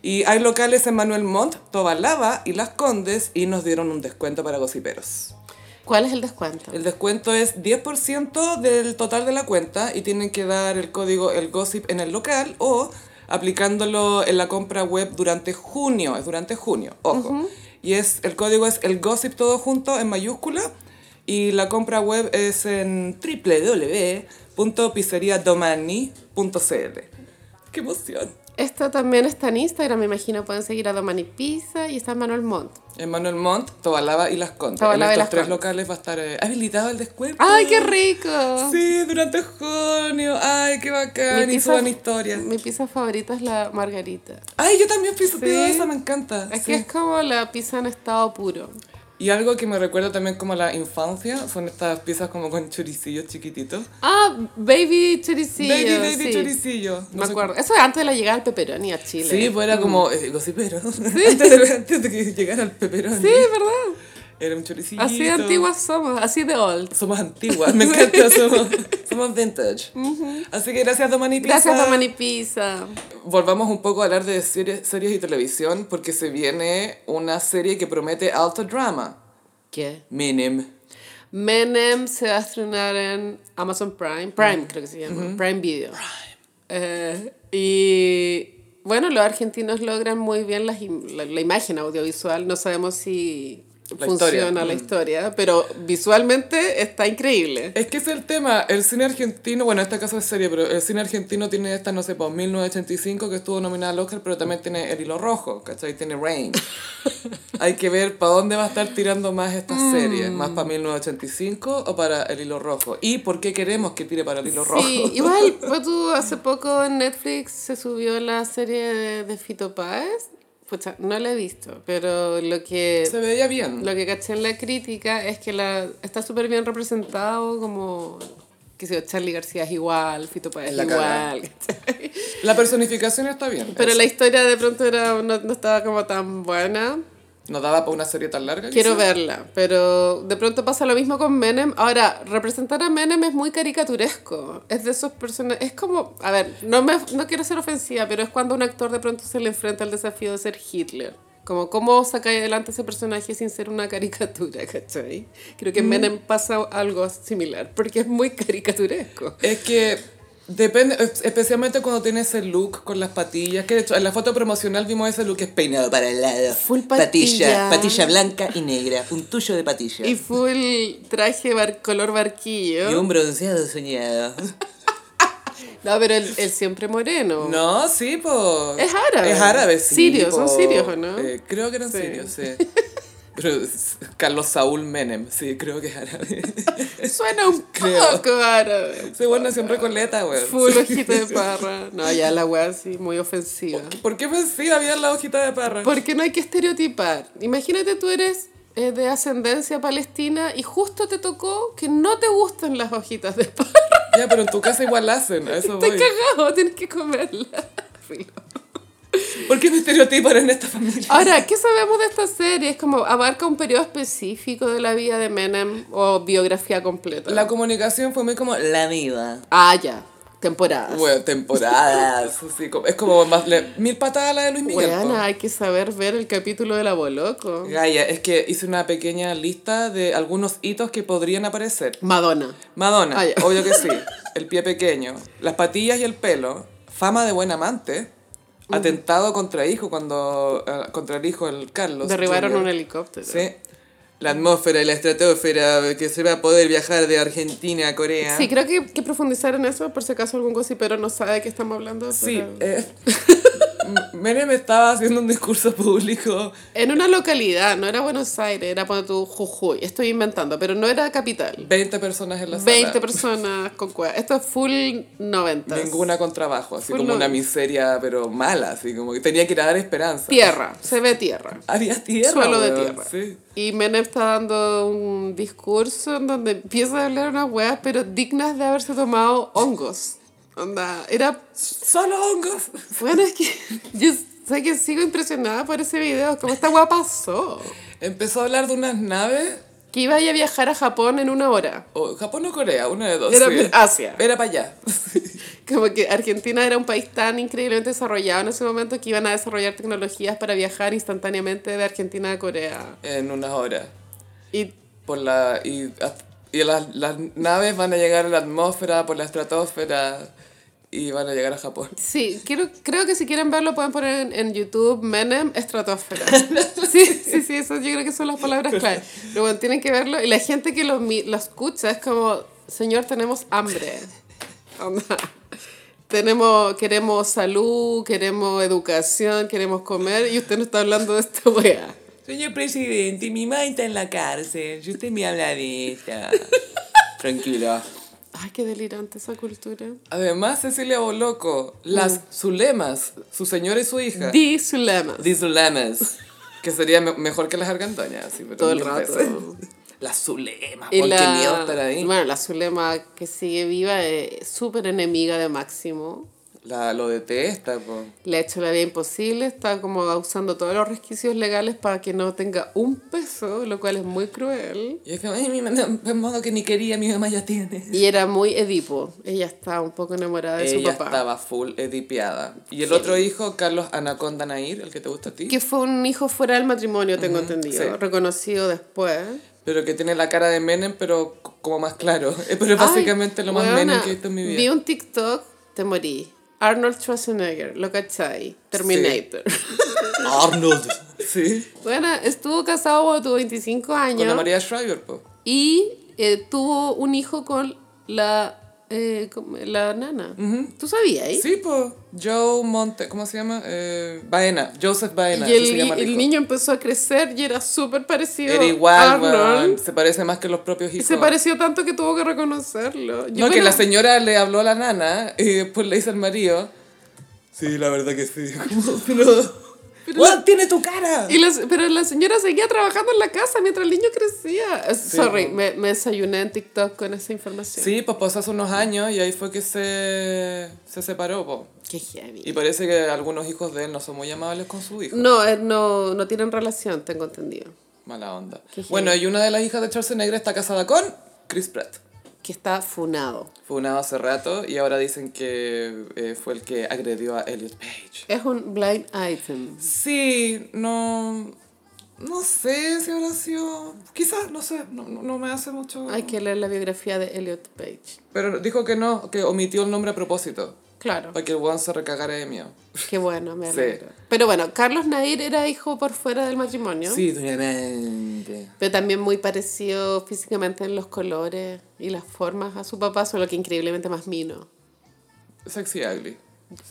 [SPEAKER 1] Y hay locales en Manuel Montt, Tobalaba y Las Condes y nos dieron un descuento para gossiperos.
[SPEAKER 2] ¿Cuál es el descuento?
[SPEAKER 1] El descuento es 10% del total de la cuenta y tienen que dar el código el gossip en el local o aplicándolo en la compra web durante junio, es durante junio, ojo. Y es el código es el gossip todo junto en mayúscula y la compra web es en www.pizzeriadomani.cl. Qué emoción.
[SPEAKER 2] Esto también está en Instagram, me imagino. Pueden seguir a Domani Pizza y está Manuel Montt.
[SPEAKER 1] En Manuel Montt, Tobalaba y Las Condes.
[SPEAKER 2] Tobalaba y
[SPEAKER 1] en estos
[SPEAKER 2] Las
[SPEAKER 1] tres
[SPEAKER 2] Condes.
[SPEAKER 1] locales va a estar eh, habilitado el descuento.
[SPEAKER 2] ¡Ay, qué rico!
[SPEAKER 1] Sí, durante junio. Ay, qué bacán. Y suban historias.
[SPEAKER 2] mi pizza favorita es la margarita.
[SPEAKER 1] Ay, yo también pienso tío,
[SPEAKER 2] Sí.
[SPEAKER 1] esa, me encanta.
[SPEAKER 2] Aquí
[SPEAKER 1] sí.
[SPEAKER 2] es como la pizza en estado puro.
[SPEAKER 1] Y algo que me recuerda también como a la infancia son estas piezas como con choricillos chiquititos.
[SPEAKER 2] Ah, baby choricillo.
[SPEAKER 1] baby, baby,
[SPEAKER 2] sí.
[SPEAKER 1] choricillo. No
[SPEAKER 2] Me
[SPEAKER 1] sé
[SPEAKER 2] acuerdo. Mm. Eso es antes de la llegada del pepperoni a Chile.
[SPEAKER 1] cómo- Sí, pues era como eh, gocipero. antes, de, antes de que llegara el peperón.
[SPEAKER 2] Sí, ¿verdad?
[SPEAKER 1] Era un choricillo.
[SPEAKER 2] Así de antiguas somos, así de old.
[SPEAKER 1] Somos antiguas, me encanta, somos, somos vintage. Así que gracias Domani Pizza.
[SPEAKER 2] Gracias, Domani Pizza.
[SPEAKER 1] Volvamos un poco a hablar de series, series y televisión porque se viene una serie que promete alto drama.
[SPEAKER 2] ¿Qué?
[SPEAKER 1] Minim.
[SPEAKER 2] Menem se va a estrenar en Amazon Prime. Prime, creo que se llama. Prime Video. Eh, y bueno, los argentinos logran muy bien las im- la, la imagen audiovisual. No sabemos si
[SPEAKER 1] La
[SPEAKER 2] funciona
[SPEAKER 1] historia. Mm.
[SPEAKER 2] la historia, pero visualmente está increíble.
[SPEAKER 1] Es que ese es el tema, el cine argentino, bueno, en este caso es serie, pero el cine argentino tiene esta, no sé, pues 1985 que estuvo nominada al Oscar, pero también tiene El Hilo Rojo, ¿cachai? Tiene Rain. Hay que ver para dónde va a estar tirando más esta
[SPEAKER 2] Mm.
[SPEAKER 1] serie, más para 1985 o para El Hilo Rojo. Y por qué queremos que tire para El Hilo Rojo.
[SPEAKER 2] Sí, igual, pues tú hace poco en Netflix se subió la serie de, de Fito Páez. Pucha, no la he visto, pero lo que...
[SPEAKER 1] Se veía bien.
[SPEAKER 2] Lo que caché en la crítica es que la, está súper bien representado como, qué sé yo, Charlie García es igual, Fito Páez
[SPEAKER 1] En
[SPEAKER 2] es
[SPEAKER 1] la cara.
[SPEAKER 2] igual. ¿cachai?
[SPEAKER 1] La personificación está bien.
[SPEAKER 2] Pero
[SPEAKER 1] eso.
[SPEAKER 2] la historia de pronto era, no, no estaba como tan buena.
[SPEAKER 1] No daba para una serie tan larga.
[SPEAKER 2] Quiero
[SPEAKER 1] quizás.
[SPEAKER 2] verla, pero de pronto pasa lo mismo con Menem. Ahora, representar a Menem es muy caricaturesco. Es de esos personajes. Es como. A ver, no, me, no quiero ser ofensiva, pero es cuando un actor de pronto se le enfrenta al desafío de ser Hitler. Como, ¿cómo sacáis adelante ese personaje sin ser una caricatura, cachai? Creo
[SPEAKER 1] Mm.
[SPEAKER 2] que en Menem pasa algo similar, porque es muy caricaturesco.
[SPEAKER 1] Es que depende, es- especialmente cuando tiene ese look con las patillas, que de hecho en la foto promocional vimos ese look que es peinado para el lado.
[SPEAKER 2] Full patilla.
[SPEAKER 3] patilla. Patilla blanca y negra. Un tuyo de patilla.
[SPEAKER 2] Y full traje bar- color barquillo.
[SPEAKER 3] Y un bronceado soñado.
[SPEAKER 2] No, pero él, él siempre moreno.
[SPEAKER 1] No, sí, po.
[SPEAKER 2] Oh. Es árabe.
[SPEAKER 1] Es árabe, sí.
[SPEAKER 2] Sirios,
[SPEAKER 1] po.
[SPEAKER 2] son sirios, ¿o no?
[SPEAKER 1] Eh, creo que eran
[SPEAKER 2] Sí.
[SPEAKER 1] sirios, sí. Pero es Carlos Saúl Menem, sí, creo que es árabe.
[SPEAKER 2] Suena un
[SPEAKER 1] Creo.
[SPEAKER 2] poco árabe.
[SPEAKER 1] Ese bueno nació en Recoleta, güey.
[SPEAKER 2] Full hojita de parra. No, ya la weá así, muy ofensiva.
[SPEAKER 1] ¿Por qué pensé había Pues la hojita de parra?
[SPEAKER 2] Porque no hay que estereotipar. Imagínate tú eres eh, de ascendencia palestina y justo te tocó que no te gustan las hojitas de pan.
[SPEAKER 1] Ya, pero en tu casa igual hacen, a eso
[SPEAKER 2] Estás
[SPEAKER 1] voy.
[SPEAKER 2] cagado, tienes que comerla. Filo.
[SPEAKER 1] ¿Por qué me estereotipan en esta familia?
[SPEAKER 2] Ahora, ¿qué sabemos de esta serie? Es como abarca un periodo específico de la vida de Menem o biografía completa.
[SPEAKER 1] La comunicación fue muy como...
[SPEAKER 3] La vida.
[SPEAKER 2] Ah, ya. Temporadas.
[SPEAKER 1] Bueno, temporadas, así como- es como más le- mil patadas a la de Luis Miguel. po.
[SPEAKER 2] Weana, hay que saber ver el capítulo del aboloco.
[SPEAKER 1] Gaia, es que hice una pequeña lista de algunos hitos que podrían aparecer.
[SPEAKER 2] Madonna.
[SPEAKER 1] Madonna,
[SPEAKER 2] Ah, ya.
[SPEAKER 1] obvio que sí. El pie pequeño, las patillas y el pelo, fama de buen amante, atentado contra hijo cuando eh, contra el hijo el Carlos.
[SPEAKER 2] Derribaron
[SPEAKER 1] Jr.
[SPEAKER 2] un helicóptero.
[SPEAKER 1] Sí. La atmósfera y la estratosfera que se va a poder viajar de Argentina a Corea.
[SPEAKER 2] Sí, creo que, que profundizar en eso, por si acaso algún gossipero no sabe de qué estamos hablando.
[SPEAKER 1] Sí,
[SPEAKER 2] pero-
[SPEAKER 1] eh, Menem estaba haciendo un discurso público
[SPEAKER 2] En una localidad, no era Buenos Aires, era cuando tú Jujuy, estoy inventando, pero no era capital.
[SPEAKER 1] 20 personas en la
[SPEAKER 2] 20
[SPEAKER 1] sala.
[SPEAKER 2] personas con cueva. Esto es full 90.
[SPEAKER 1] Ninguna con trabajo, así
[SPEAKER 2] Full
[SPEAKER 1] como una
[SPEAKER 2] noise.
[SPEAKER 1] miseria, pero mala, así como que tenía que ir a dar esperanza.
[SPEAKER 2] Tierra, se ve tierra.
[SPEAKER 1] Había tierra.
[SPEAKER 2] suelo de
[SPEAKER 1] weón,
[SPEAKER 2] tierra.
[SPEAKER 1] sí.
[SPEAKER 2] Y Menem está dando un discurso en donde empieza a hablar unas weas, pero dignas de haberse tomado hongos. Onda, era.
[SPEAKER 1] Solo hongos.
[SPEAKER 2] Bueno, es que yo sé que sigo impresionada por ese video, como esta wea pasó.
[SPEAKER 1] Empezó a hablar de unas naves,
[SPEAKER 2] Que iba a ir a viajar a Japón en una hora.
[SPEAKER 1] o Japón o Corea, una de dos.
[SPEAKER 2] Era
[SPEAKER 1] sí.
[SPEAKER 2] Asia.
[SPEAKER 1] Era para allá.
[SPEAKER 2] Como que Argentina era un país tan increíblemente desarrollado en ese momento que iban a desarrollar tecnologías para viajar instantáneamente de Argentina a Corea.
[SPEAKER 1] En unas horas.
[SPEAKER 2] Y
[SPEAKER 1] Por la, y hasta- y las, las naves van a llegar a la atmósfera, por la estratosfera, y van a llegar a Japón.
[SPEAKER 2] Sí, quiero, creo que si quieren verlo pueden poner en, en YouTube Menem estratosfera. Sí, sí, sí, eso yo creo que son las palabras clave. Pero bueno, tienen que verlo y la gente que lo, mi- lo escucha es como, señor, tenemos hambre. Onda. Tenemos, queremos salud, queremos educación, queremos comer y usted no está hablando de esta wea.
[SPEAKER 3] Señor presidente, mi mamá está en la cárcel. Si usted me habla de ella. Tranquila.
[SPEAKER 2] Ay, qué delirante esa cultura.
[SPEAKER 1] Además, Cecilia Boloco, las Zulemas, su señora y su hija.
[SPEAKER 2] Mm. Di Zulema.
[SPEAKER 1] These Zulemas. Que sería me- mejor que las argandoñas. sí, pero
[SPEAKER 2] Todo el
[SPEAKER 1] mil
[SPEAKER 2] rato.
[SPEAKER 1] veces. Las Zulemas.
[SPEAKER 2] Y
[SPEAKER 1] porque
[SPEAKER 2] la-
[SPEAKER 1] miedo estar ahí.
[SPEAKER 2] Bueno, la Zulema que sigue viva es súper enemiga de Máximo.
[SPEAKER 1] La, lo detesta, po.
[SPEAKER 2] Le ha hecho la vida imposible, está como usando todos los resquicios legales para que no tenga un peso, lo cual es muy cruel.
[SPEAKER 1] Y es que, ay, mi mamá, de modo que ni quería, mi mamá ya tiene.
[SPEAKER 2] Y era muy Edipo, ella está un poco enamorada de su
[SPEAKER 1] Ella
[SPEAKER 2] papá.
[SPEAKER 1] estaba full edipiada. Y el
[SPEAKER 2] Sí.
[SPEAKER 1] otro hijo, Carlos Anaconda Nair, el que te gusta a ti,
[SPEAKER 2] Que fue un hijo fuera del matrimonio, tengo entendido,
[SPEAKER 1] sí.
[SPEAKER 2] reconocido después.
[SPEAKER 1] pero que tiene la cara de Menem, pero c- como más claro. Eh, Pero es básicamente
[SPEAKER 2] Ay,
[SPEAKER 1] lo más
[SPEAKER 2] weona,
[SPEAKER 1] Menem que he visto en mi vida.
[SPEAKER 2] Vi un TikTok, te morí. Arnold Schwarzenegger, lo cachai, Terminator.
[SPEAKER 3] Arnold.
[SPEAKER 1] Sí.
[SPEAKER 2] Bueno, estuvo casado cuando tuvo 25
[SPEAKER 1] Con la
[SPEAKER 2] años
[SPEAKER 1] María Schreiber, po.
[SPEAKER 2] y eh, tuvo un hijo con la, eh, con la nana. ¿Tú sabías? eh?
[SPEAKER 1] Sí, po. Joe Monte, ¿cómo se llama? Eh, Baena. Joseph Baena.
[SPEAKER 2] Y
[SPEAKER 1] así se
[SPEAKER 2] el,
[SPEAKER 1] llama
[SPEAKER 2] el
[SPEAKER 1] hijo.
[SPEAKER 2] niño empezó a crecer y era súper parecido
[SPEAKER 1] Era igual, weón.
[SPEAKER 2] Arnold.
[SPEAKER 1] Se parece más que los propios
[SPEAKER 2] Y
[SPEAKER 1] hijos.
[SPEAKER 2] se pareció tanto que tuvo que reconocerlo. Yo,
[SPEAKER 1] No, que
[SPEAKER 2] bueno,
[SPEAKER 1] la señora le habló a la nana y después le dice al marido. Sí, la verdad que sí. Como, pero... Weón, tiene tu cara!
[SPEAKER 2] y la- pero la señora seguía trabajando en la casa mientras el niño crecía. Eh, Sorry,
[SPEAKER 1] no.
[SPEAKER 2] me, me desayuné en TikTok con esa información.
[SPEAKER 1] Sí, pues pasó hace unos años y ahí fue que se, se separó, po.
[SPEAKER 2] Qué heavy.
[SPEAKER 1] Y parece que algunos hijos de él no son muy amables con su hijo.
[SPEAKER 2] No, eh, no, no tienen relación, tengo entendido.
[SPEAKER 1] Mala onda.
[SPEAKER 2] Qué heavy.
[SPEAKER 1] Bueno, y una de las hijas de Schwarzenegger está casada con Chris Pratt.
[SPEAKER 2] Que está funado.
[SPEAKER 1] Fue unado hace rato y ahora dicen que eh, fue el que agredió a Elliot Page.
[SPEAKER 2] Es un blind item.
[SPEAKER 1] Sí, no. No sé si habrá sido. Quizás, no sé, no, no, no me hace mucho.
[SPEAKER 2] Hay que leer la biografía de Elliot Page.
[SPEAKER 1] Pero dijo que no, que omitió el nombre a propósito.
[SPEAKER 2] Claro.
[SPEAKER 1] Para que el weón se recagara de miedo.
[SPEAKER 2] Qué bueno, me
[SPEAKER 1] Sí.
[SPEAKER 2] alegro. Pero bueno, Carlos Nair era hijo por fuera del matrimonio.
[SPEAKER 1] Sí, duramente.
[SPEAKER 2] Pero también muy parecido físicamente en los colores y las formas a su papá, solo que increíblemente más mino.
[SPEAKER 1] Sexy ugly.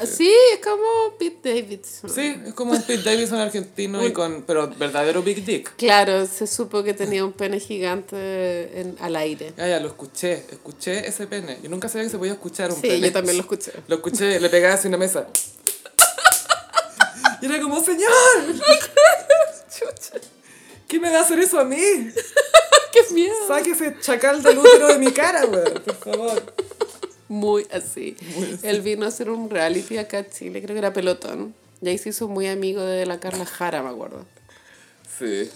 [SPEAKER 2] Sí, es como Pete Davidson.
[SPEAKER 1] Sí, es como un Pete Davidson argentino y con. Pero verdadero Big Dick.
[SPEAKER 2] Claro, se supo que tenía un pene gigante en- al aire.
[SPEAKER 1] Ya, ya, lo escuché. Escuché ese pene. Yo nunca sabía que se podía escuchar un
[SPEAKER 2] Sí,
[SPEAKER 1] pene.
[SPEAKER 2] yo también lo escuché.
[SPEAKER 1] Lo escuché, le pegaba hacia una mesa. Y era como, señor. ¿Qué me va a hacer eso a mí?
[SPEAKER 2] ¡Qué miedo!
[SPEAKER 1] Saque ese chacal del útero de mi cara, weón, por favor.
[SPEAKER 2] Muy así. Él vino a hacer un reality acá a Chile, creo que era pelotón. Y ahí se hizo muy amigo de la Carla Jara, me acuerdo.
[SPEAKER 1] Sí.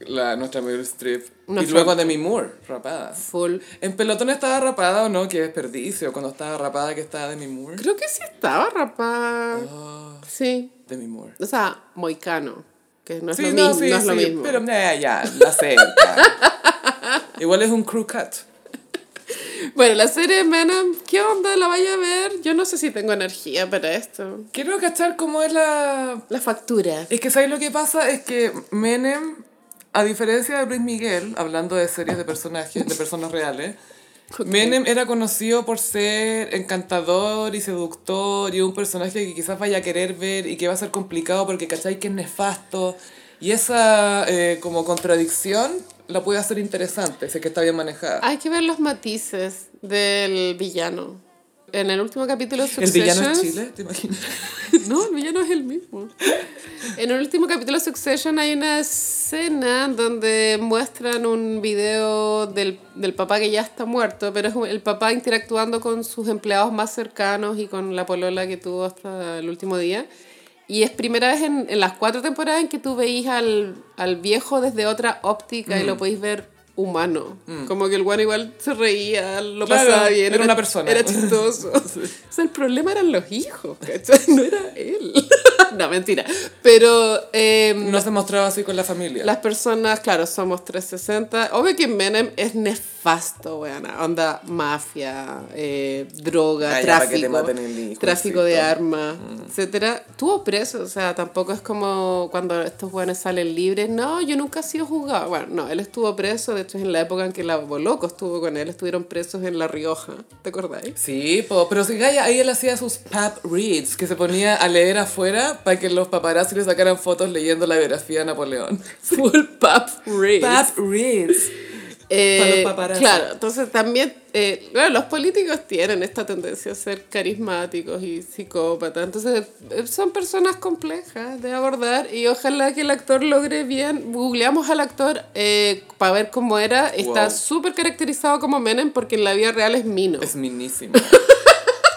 [SPEAKER 1] La, nuestra Meryl Streep.
[SPEAKER 2] Una
[SPEAKER 1] y
[SPEAKER 2] flor.
[SPEAKER 1] luego Demi Moore, rapada.
[SPEAKER 2] Full.
[SPEAKER 1] ¿En pelotón estaba rapada o no? Qué desperdicio. Cuando estaba rapada que estaba Demi Moore.
[SPEAKER 2] Creo que sí estaba rapaz.
[SPEAKER 1] Ah,
[SPEAKER 2] Sí.
[SPEAKER 1] Demi Moore.
[SPEAKER 2] O sea, moicano. Que no es,
[SPEAKER 1] sí,
[SPEAKER 2] lo,
[SPEAKER 1] no,
[SPEAKER 2] mismo,
[SPEAKER 1] sí,
[SPEAKER 2] no es lo
[SPEAKER 1] sí,
[SPEAKER 2] mismo.
[SPEAKER 1] Pero eh, ya, la sé. ya. Igual es un crew cut.
[SPEAKER 2] Bueno, la serie Menem, ¿qué onda? ¿La vaya a ver? Yo no sé si tengo energía para esto.
[SPEAKER 1] Quiero cachar cómo es la...
[SPEAKER 2] La factura.
[SPEAKER 1] Es que, ¿sabes lo que pasa? Es que Menem, a diferencia de Luis Miguel, hablando de series de personajes, de personas reales, Menem era conocido por ser encantador y seductor y un personaje que quizás vaya a querer ver y que va a ser complicado porque cachai que es nefasto. Y esa eh, como contradicción la puede hacer interesante, sé que está bien manejada.
[SPEAKER 2] Hay que ver los matices del villano. En el último capítulo de
[SPEAKER 1] ¿El
[SPEAKER 2] Succession.
[SPEAKER 1] villano es Chile? ¿Te imaginas?
[SPEAKER 2] No, el villano es el mismo. En el último capítulo de Succession hay una escena donde muestran un video del, del papá que ya está muerto, pero es un- el papá interactuando con sus empleados más cercanos y con la polola que tuvo hasta el último día. Y es primera vez en, en las cuatro temporadas en que tú veís al, al viejo desde otra óptica y lo
[SPEAKER 1] Mm.
[SPEAKER 2] podéis ver humano. Como que el bueno igual se reía, lo
[SPEAKER 1] Claro,
[SPEAKER 2] pasaba bien.
[SPEAKER 1] era una persona.
[SPEAKER 2] Era chistoso. O sea, el problema eran los hijos, ¿cachai? No era él. no, mentira. Pero eh,
[SPEAKER 1] No se mostraba así con la familia.
[SPEAKER 2] las personas, claro, somos 360. Obvio que Menem es nefasto, weana. Onda, mafia, eh, droga,
[SPEAKER 1] Ah, ya, para que te
[SPEAKER 2] tráfico,
[SPEAKER 1] maten el hijo, Mm.
[SPEAKER 2] tráfico de
[SPEAKER 1] sí, todo.
[SPEAKER 2] armas, etcétera. Tuvo preso, o sea, tampoco es como cuando estos weones salen libres. No, yo nunca he sido juzgado. Bueno, no, él estuvo preso. De hecho, es en la época en que la Boloco estuvo con él. Estuvieron presos en La Rioja. ¿Te acordáis?
[SPEAKER 1] Sí, po, pero si Gaia, ahí él hacía sus pap reads, que se ponía a leer afuera para que los paparazzi le sacaran fotos leyendo la biografía de Napoleón.
[SPEAKER 2] Full pap race.
[SPEAKER 1] Pap reads.
[SPEAKER 2] Eh,
[SPEAKER 1] para los paparazzi.
[SPEAKER 2] Claro, entonces también, eh, bueno, los políticos tienen esta tendencia a ser carismáticos y psicópatas, entonces eh, son personas complejas de abordar y ojalá que el actor logre bien. Googleamos al actor eh, para ver cómo era, está
[SPEAKER 1] Wow.
[SPEAKER 2] súper caracterizado como Menem porque en la vida real es Mino.
[SPEAKER 1] Es
[SPEAKER 2] Es
[SPEAKER 1] minísimo.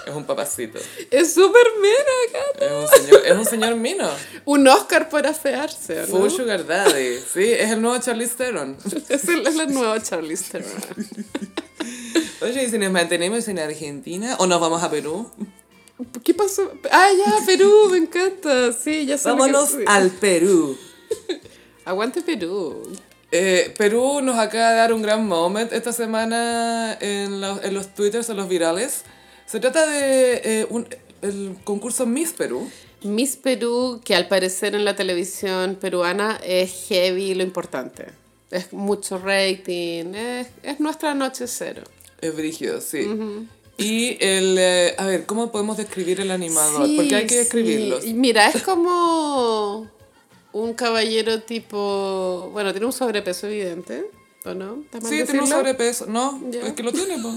[SPEAKER 1] Es un papacito.
[SPEAKER 2] súper Mino acá.
[SPEAKER 1] Es un señor, es un señor mino.
[SPEAKER 2] Un Oscar por afearse, ¿no?
[SPEAKER 1] Full sugar daddy. Sí, es el nuevo Charlize Theron.
[SPEAKER 2] Es, el- es la nueva Charlize Theron.
[SPEAKER 1] Oye, ¿y si nos mantenemos en Argentina o nos vamos a Perú?
[SPEAKER 2] ¿Qué pasó? Ah, ya, Perú, me encanta. Sí, ya sé lo que-
[SPEAKER 1] Vámonos al Perú.
[SPEAKER 2] Aguante Perú.
[SPEAKER 1] Eh, Perú nos acaba de dar un gran moment esta semana en los, en los twitters, en los virales. Se trata de eh, un- el concurso Miss Perú.
[SPEAKER 2] Miss Perú, que al parecer en la televisión peruana es heavy lo importante. Es mucho rating, es, es nuestra noche cero.
[SPEAKER 1] Es brígido, sí. Y el... eh, a ver, ¿cómo podemos describir el animador? Porque hay que describirlos.
[SPEAKER 2] sí. Y Mira, es como un caballero tipo... Bueno, tiene un sobrepeso evidente, ¿o no? ¿Está mal
[SPEAKER 1] Sí, tiene un
[SPEAKER 2] decirlo?
[SPEAKER 1] sobrepeso. No,
[SPEAKER 2] Ya.
[SPEAKER 1] es que lo tiene, po.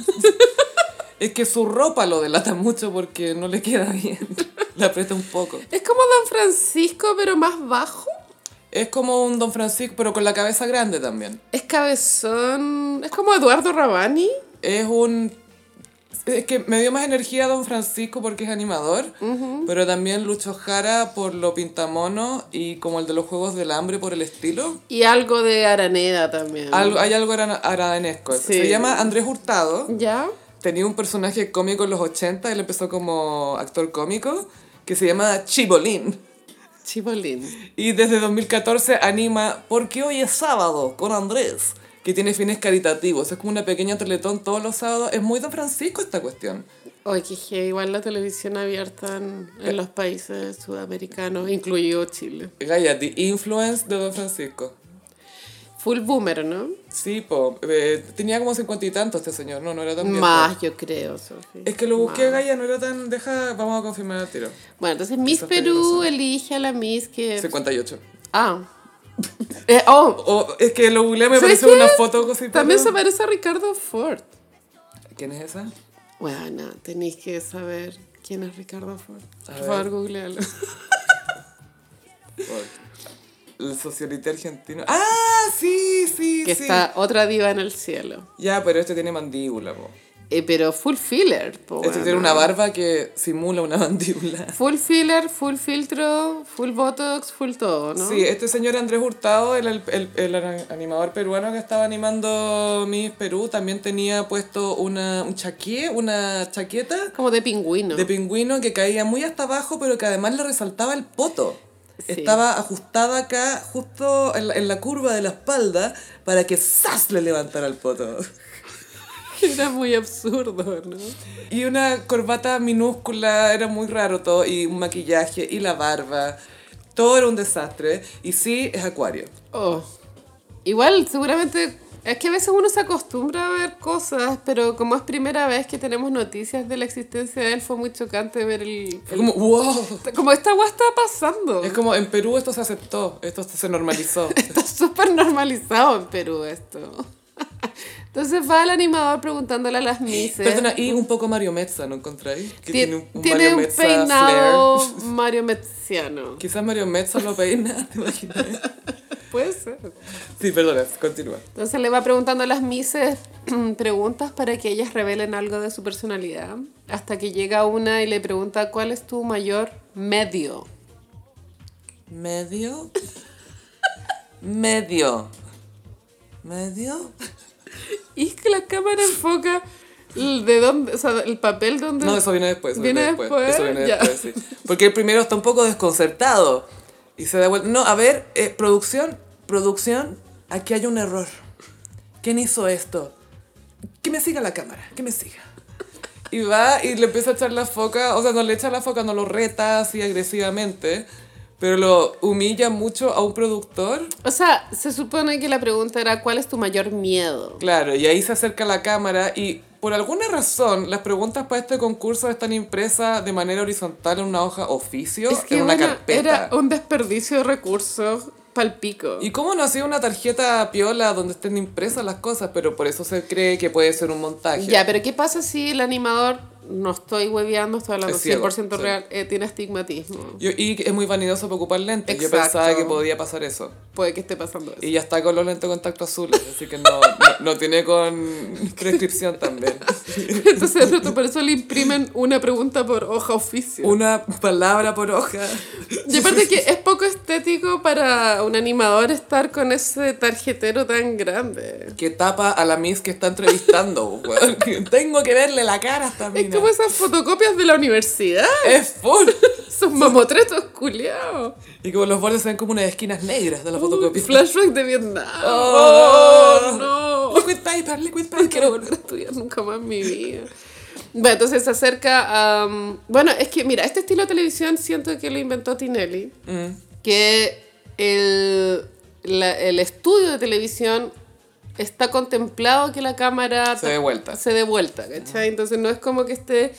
[SPEAKER 1] es que su ropa lo delata mucho porque no le queda bien. La aprieta un poco.
[SPEAKER 2] Es como Don Francisco, pero más bajo.
[SPEAKER 1] Es como un Don Francisco, pero con la cabeza grande también.
[SPEAKER 2] Es cabezón, es como Eduardo Rabani.
[SPEAKER 1] Es un... Es que me dio más energía Don Francisco porque es animador, pero también Lucho Jara por lo pintamono y como el de los Juegos del Hambre por el estilo.
[SPEAKER 2] Y algo de Araneda también.
[SPEAKER 1] Algo- hay algo ara- aradenesco.
[SPEAKER 2] Ah. Sí.
[SPEAKER 1] Se llama Andrés Hurtado.
[SPEAKER 2] ¿Ya?
[SPEAKER 1] Tenía un personaje cómico en los 80, él empezó como actor cómico, que se llama Chibolín.
[SPEAKER 2] Chibolín.
[SPEAKER 1] Y desde 2014 anima Porque hoy es sábado con Andrés, que tiene fines caritativos. Es como una pequeña teletón todos los sábados. Es muy Don Francisco esta cuestión.
[SPEAKER 2] Oye, que heavy, igual la televisión abierta en, en los países sudamericanos, incluido Chile.
[SPEAKER 1] Gaya, The Influence de Don Francisco.
[SPEAKER 2] Full boomer, ¿no?
[SPEAKER 1] Sí, po. eh, tenía como cincuenta y tantos este señor, no, no era tan viejo.
[SPEAKER 2] Más, yo creo, Sofi.
[SPEAKER 1] pues. Es que lo busqué,
[SPEAKER 2] Más.
[SPEAKER 1] Gaya, no era tan... Deja, vamos a confirmar el tiro.
[SPEAKER 2] Bueno, entonces Miss
[SPEAKER 1] Eso es
[SPEAKER 2] Perú
[SPEAKER 1] peligroso.
[SPEAKER 2] elige a la Miss que...
[SPEAKER 1] 58.
[SPEAKER 2] Ah. Eh, oh,
[SPEAKER 1] O, es que lo googleé, me
[SPEAKER 2] ¿Sabes
[SPEAKER 1] apareció una
[SPEAKER 2] qué?
[SPEAKER 1] foto cosita.
[SPEAKER 2] también se parece a Ricardo Ford.
[SPEAKER 1] ¿Quién es esa?
[SPEAKER 2] Bueno, tenéis que saber quién es Ricardo Ford.
[SPEAKER 1] A
[SPEAKER 2] Por
[SPEAKER 1] ver.
[SPEAKER 2] favor, googlealo.
[SPEAKER 1] El socialite argentino. ¡Ah! Sí, sí,
[SPEAKER 2] Que
[SPEAKER 1] sí.
[SPEAKER 2] está otra diva en el cielo.
[SPEAKER 1] Ya, pero este tiene mandíbula, po.
[SPEAKER 2] Eh, pero full filler, po,
[SPEAKER 1] Este
[SPEAKER 2] weona.
[SPEAKER 1] tiene una barba que simula una mandíbula.
[SPEAKER 2] Full filler, full filtro, full botox, full todo, ¿no?
[SPEAKER 1] Sí, este señor Andrés Hurtado, el, el, el- el animador peruano que estaba animando Miss Perú, también tenía puesto una, un chaqué, una chaqueta
[SPEAKER 2] Como de pingüino.
[SPEAKER 1] de pingüino que caía muy hasta abajo, pero que además le resaltaba el poto.
[SPEAKER 2] Sí.
[SPEAKER 1] Estaba ajustada acá, justo en la, en la curva de la espalda, para que ¡zas! le levantara el poto.
[SPEAKER 2] Era muy absurdo, ¿no?
[SPEAKER 1] Y una corbata minúscula, era muy raro todo, y un maquillaje, y la barba. Todo era un desastre. Y sí, es acuario.
[SPEAKER 2] Oh. Igual, seguramente. Es que a veces uno se acostumbra a ver cosas, pero como es primera vez que tenemos noticias de la existencia de él, fue muy chocante ver el.
[SPEAKER 1] Fue como, wow.
[SPEAKER 2] el- como esta agua está pasando.
[SPEAKER 1] Es como en Perú esto se aceptó, esto se normalizó.
[SPEAKER 2] Está súper normalizado en Perú esto. Entonces va el animador preguntándole a las mises.
[SPEAKER 1] Perdona, y un poco Mario Mezza, ¿no encontráis? Que
[SPEAKER 2] Ti-
[SPEAKER 1] tiene un, un
[SPEAKER 2] tiene
[SPEAKER 1] Mario
[SPEAKER 2] un
[SPEAKER 1] Mezza
[SPEAKER 2] peinado
[SPEAKER 1] flair.
[SPEAKER 2] mariometziano.
[SPEAKER 1] Quizás Mario Mezza lo peina, ¿te imaginas?
[SPEAKER 2] Puede ser.
[SPEAKER 1] Sí, perdona, continúa.
[SPEAKER 2] Entonces le va preguntando a las mises preguntas para que ellas revelen algo de su personalidad. Hasta que llega una y le pregunta cuál es tu mayor medio.
[SPEAKER 3] Medio. Medio. Medio.
[SPEAKER 2] Y es que la cámara enfoca el, de dónde, o sea, el papel donde...
[SPEAKER 1] No, eso viene después. eso viene
[SPEAKER 2] ¿Viene
[SPEAKER 1] después.
[SPEAKER 2] después?
[SPEAKER 1] Eso viene
[SPEAKER 2] Ya.
[SPEAKER 1] después, sí. Porque el primero está un poco desconcertado y se da vuelta. No, a ver, eh, producción, producción, aquí hay un error. ¿Quién hizo esto? Que me siga la cámara, que me siga. Y va y le empieza a echar la foca, o sea, no le echa la foca, no lo reta así agresivamente, pero lo humilla mucho a un productor.
[SPEAKER 2] O sea, se supone que la pregunta era cuál es tu mayor miedo.
[SPEAKER 1] Claro, y ahí se acerca la cámara y por alguna razón las preguntas para este concurso están impresas de manera horizontal en una hoja oficio,
[SPEAKER 2] Es que
[SPEAKER 1] en una
[SPEAKER 2] bueno,
[SPEAKER 1] carpeta.
[SPEAKER 2] era un desperdicio de recursos palpico.
[SPEAKER 1] ¿Y cómo no ha sido una tarjeta piola donde estén impresas las cosas? Pero por eso se cree que puede ser un montaje.
[SPEAKER 2] Ya, pero ¿qué pasa si el animador, no estoy hueveando, estoy hablando
[SPEAKER 1] Es ciego,
[SPEAKER 2] 100%
[SPEAKER 1] sí.
[SPEAKER 2] real, eh, tiene estigmatismo?
[SPEAKER 1] Yo- y es muy vanidoso para ocupar lentes. Yo
[SPEAKER 2] Exacto.
[SPEAKER 1] pensaba que podía pasar eso.
[SPEAKER 2] Puede que esté pasando eso.
[SPEAKER 1] Y ya está con los lentes de contacto azules, así que no, no, no tiene con prescripción también.
[SPEAKER 2] Entonces, de pronto, por eso le imprimen una pregunta por hoja oficio.
[SPEAKER 1] Una palabra por hoja.
[SPEAKER 2] Y aparte que es poco estético para un animador estar con ese tarjetero tan grande.
[SPEAKER 1] que tapa a la Miss que está entrevistando. weón. Tengo que verle la cara a esta mina.
[SPEAKER 2] Es como esas fotocopias de la universidad.
[SPEAKER 1] Es full.
[SPEAKER 2] Esos mamotretos culiados.
[SPEAKER 1] Y como los bordes se ven como unas esquinas negras de la fotocopia.
[SPEAKER 2] Flashback de Vietnam.
[SPEAKER 1] Oh.
[SPEAKER 2] Oh, no.
[SPEAKER 1] Liquid paper, liquid paper.
[SPEAKER 2] No quiero volver a estudiar nunca más en mi vida. Bueno, entonces se acerca a... um, bueno, es que mira, este estilo de televisión siento que lo inventó Tinelli.
[SPEAKER 1] Mm.
[SPEAKER 2] Que el, la- el estudio de televisión está contemplado que la cámara...
[SPEAKER 1] Se dé vuelta.
[SPEAKER 2] Se dé vuelta, ¿cachai? Entonces no es como que esté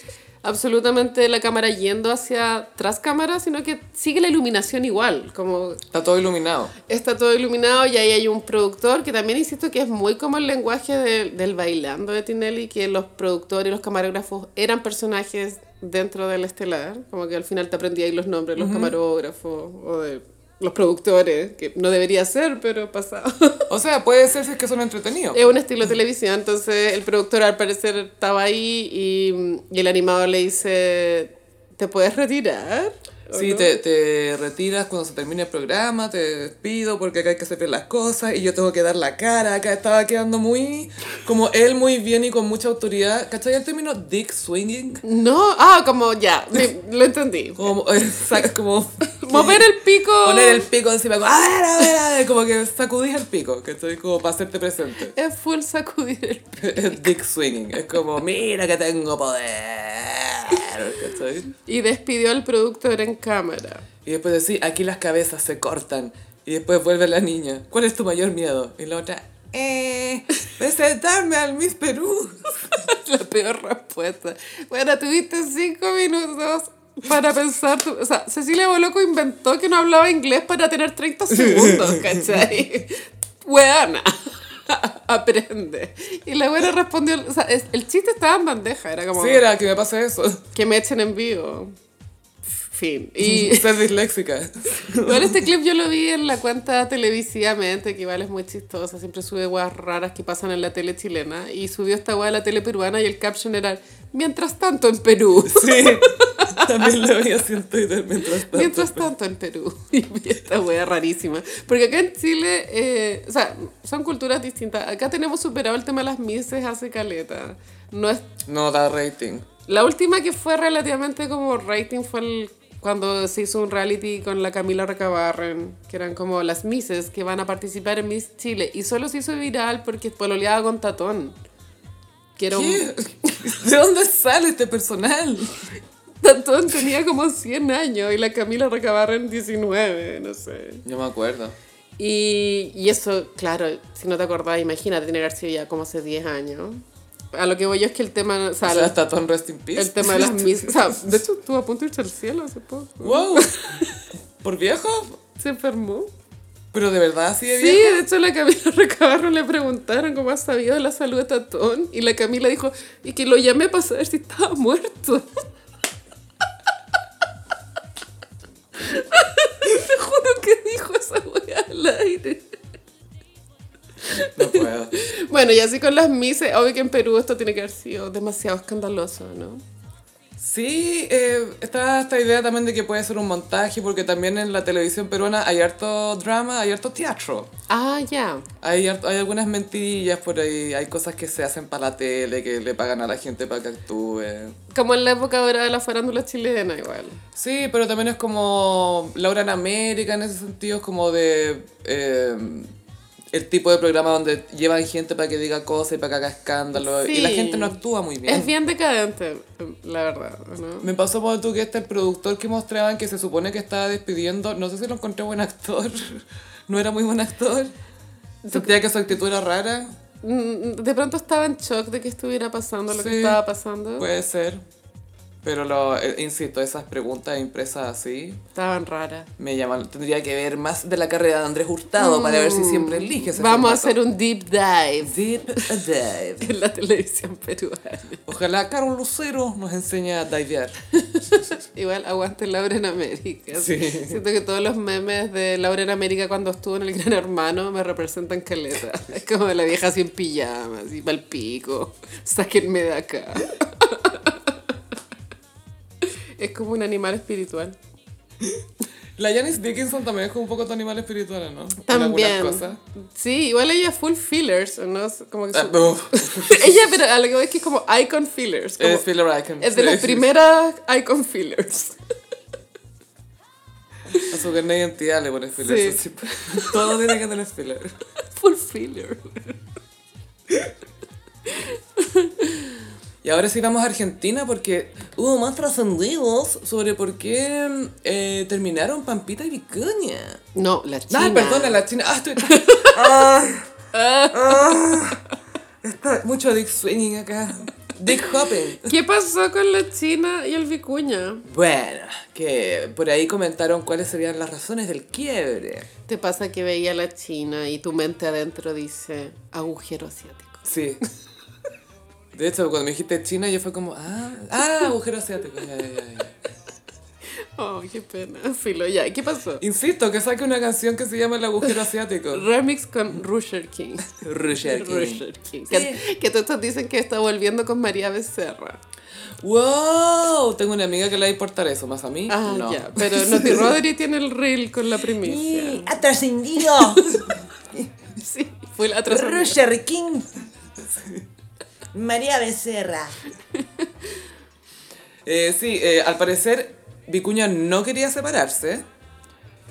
[SPEAKER 2] absolutamente la cámara yendo hacia tras cámara, sino que sigue la iluminación igual, como
[SPEAKER 1] Está todo iluminado.
[SPEAKER 2] está todo iluminado y ahí hay un productor que también insisto que es muy como el lenguaje de- del bailando de Tinelli, que los productores y los camarógrafos eran personajes dentro del estelar, como que al final te aprendí ahí los nombres de los camarógrafos o de los productores, que no debería ser, pero pasaba.
[SPEAKER 1] O sea, puede ser si es que son entretenidos.
[SPEAKER 2] es un estilo de televisión, entonces el productor al parecer estaba ahí y, y el animador le dice, ¿te puedes retirar? ¿O
[SPEAKER 1] Sí,
[SPEAKER 2] no?
[SPEAKER 1] te, te retiras cuando se termine el programa, te despido porque acá hay que hacer las cosas y yo tengo que dar la cara. Acá estaba quedando muy, como él muy bien y con mucha autoridad. ¿Cachai el término dick swinging?
[SPEAKER 2] No, ah, como ya, me- lo entendí.
[SPEAKER 1] Como, exacto, como
[SPEAKER 2] Mover el pico.
[SPEAKER 1] Poner el pico encima, como, a ver, a ver, a ver, como que sacudís el pico, que estoy como para hacerte presente.
[SPEAKER 2] Es full sacudir el pico.
[SPEAKER 1] Es dick swinging, es como, mira que tengo poder, ¿cachai?
[SPEAKER 2] Y despidió al productor en cámara.
[SPEAKER 1] Y después decís, aquí las cabezas se cortan. Y después vuelve la niña, ¿cuál es tu mayor miedo? Y la otra, eh, presentarme al Miss Perú.
[SPEAKER 2] La peor respuesta. Bueno, tuviste cinco minutos para pensar. tu- O sea, Cecilia Boloco inventó que no hablaba inglés para tener 30 segundos, ¿cachai? Weana. Aprende. Y la buena respondió. O sea, es- el chiste estaba en bandeja. Era como
[SPEAKER 1] Sí, era que me pase eso.
[SPEAKER 2] que me echen en vivo. Fin. Y
[SPEAKER 1] Y ser disléxica.
[SPEAKER 2] Igual este clip yo lo vi en la cuenta televisivamente, que igual es muy chistosa, siempre sube guas raras que pasan en la tele chilena, y subió esta guay de la tele peruana y el caption era, mientras tanto en Perú,
[SPEAKER 1] Sí. También lo vi así en Twitter mientras tanto.
[SPEAKER 2] mientras tanto en Perú, y vi esta wea rarísima, porque acá en Chile, eh, o sea, son culturas distintas, acá tenemos superado el tema de las mises hace caleta, no es
[SPEAKER 1] No da rating.
[SPEAKER 2] La última que fue relativamente como rating fue el- cuando se hizo un reality con la Camila Recabarren, que eran como las Misses que van a participar en Miss Chile. Y solo se hizo viral porque pololeaba con Tatón. Que era un-
[SPEAKER 1] ¿Qué? ¿De dónde sale este personal?
[SPEAKER 2] Tatón tenía como 100 años y la Camila Recabarren 19, no sé.
[SPEAKER 1] Yo me acuerdo.
[SPEAKER 2] Y, y eso, claro, si no te acordás, imagínate, tiene que haber sido ya como hace 10 años. A lo que voy yo es que el tema... o sea,
[SPEAKER 1] O sea, hasta Tom Rest in Peace.
[SPEAKER 2] el tema de las Misses... O sea, de hecho, estuvo a punto de irse al cielo hace poco.
[SPEAKER 1] ¡Wow! ¿Por viejo?
[SPEAKER 2] Se enfermó.
[SPEAKER 1] ¿Pero de verdad así de
[SPEAKER 2] Sí,
[SPEAKER 1] viejo?
[SPEAKER 2] de hecho la Camila Recabarro le preguntaron cómo ha sabido de la salud de Tatón y la Camila dijo, y que lo llamé para saber si estaba muerto. Te juro que dijo esa wea al aire.
[SPEAKER 1] No puedo.
[SPEAKER 2] Bueno, y así con las mises, obvio que en Perú esto tiene que haber sido demasiado escandaloso, ¿no?
[SPEAKER 1] Sí, eh, está esta idea también de que puede ser un montaje, porque también en la televisión peruana hay harto drama, hay harto teatro.
[SPEAKER 2] Ah, ya.
[SPEAKER 1] Hay, harto- hay algunas mentirillas por ahí, hay cosas que se hacen para la tele, que le pagan a la gente para que actúe.
[SPEAKER 2] Como en la época ahora de la farándula chilena igual.
[SPEAKER 1] Sí, pero también es como Laura en América en ese sentido, es como de eh, el tipo de programa donde llevan gente para que diga cosas y para que haga escándalo. Y la
[SPEAKER 2] Sí.
[SPEAKER 1] gente no actúa muy bien.
[SPEAKER 2] Es bien decadente, la verdad, ¿no?
[SPEAKER 1] Me pasó por tú que este productor que mostraban que se supone que estaba despidiendo, no sé si lo encontré buen actor, no era muy buen actor. Sentía que su actitud era rara,
[SPEAKER 2] Mm, De pronto estaba en shock de que estuviera pasando lo que
[SPEAKER 1] Sí. Pues.
[SPEAKER 2] estaba pasando.
[SPEAKER 1] puede ser. Pero lo, eh, insisto, esas preguntas impresas así
[SPEAKER 2] Estaban raras.
[SPEAKER 1] me llaman. Tendría que ver más de la carrera de Andrés Hurtado para ver si siempre elige ese
[SPEAKER 2] Mm, Vamos a hacer
[SPEAKER 1] formato.
[SPEAKER 2] un deep dive
[SPEAKER 1] Deep dive.
[SPEAKER 2] en la televisión peruana.
[SPEAKER 1] Ojalá Carol Lucero nos enseñe a divear.
[SPEAKER 2] Igual aguante Laura en América.
[SPEAKER 1] Sí.
[SPEAKER 2] Siento que todos los memes de Laura en América cuando estuvo en el Gran Hermano me representan caleta. Es como la vieja sin pijama, así pa'l pico. Sáquenme de acá. Es como un animal espiritual.
[SPEAKER 1] La Janice Dickinson también es como un poco tu animal espiritual, ¿no? En
[SPEAKER 2] También.
[SPEAKER 1] algunas cosas.
[SPEAKER 2] Sí, igual ella full fillers, ¿no? Como que su-
[SPEAKER 1] Ah, uf,
[SPEAKER 2] Ella, pero a lo que voy es que es como icon fillers. como-
[SPEAKER 1] es filler icon.
[SPEAKER 2] es de las
[SPEAKER 1] Sí.
[SPEAKER 2] primeras icon fillers.
[SPEAKER 1] A su carnet de identidad le pones filler.
[SPEAKER 2] Sí.
[SPEAKER 1] eso sí. Todo tiene que tener filler.
[SPEAKER 2] Full filler.
[SPEAKER 1] Y ahora sí vamos a Argentina porque hubo más trascendidos sobre por qué eh, terminaron Pampita y Vicuña.
[SPEAKER 2] No, la
[SPEAKER 1] Ah,
[SPEAKER 2] china.
[SPEAKER 1] perdona, la China. Ah, estoy... Ay, ah, está mucho dick swinging acá. Dick hopping.
[SPEAKER 2] ¿Qué pasó con la china y el vicuña?
[SPEAKER 1] Bueno, que por ahí comentaron cuáles serían las razones del quiebre.
[SPEAKER 2] Te pasa que veía a la china y tu mente adentro dice agujero asiático.
[SPEAKER 1] Sí. De hecho, cuando me dijiste China, yo fue como, ah, ah agujero asiático. Ya, ya, ya, ya.
[SPEAKER 2] Oh, qué pena. Filo, ya. ¿Qué pasó?
[SPEAKER 1] Insisto, que saque una canción que se llama El agujero asiático.
[SPEAKER 2] Remix con Rusher King.
[SPEAKER 1] Rusher King.
[SPEAKER 2] Rusher King. Que, que todos dicen que está volviendo con María Becerra.
[SPEAKER 1] ¡Wow! Tengo una amiga que le va a importar eso, más a mí.
[SPEAKER 2] Ah,
[SPEAKER 1] no.
[SPEAKER 2] ya. Pero Noti Rodri tiene el reel con la primicia.
[SPEAKER 3] ¡Ha trascendido!
[SPEAKER 2] ah, Sí, fue la otra semana.
[SPEAKER 3] ¡Roger King! María Becerra.
[SPEAKER 1] Eh, sí, eh, al parecer Vicuña no quería separarse.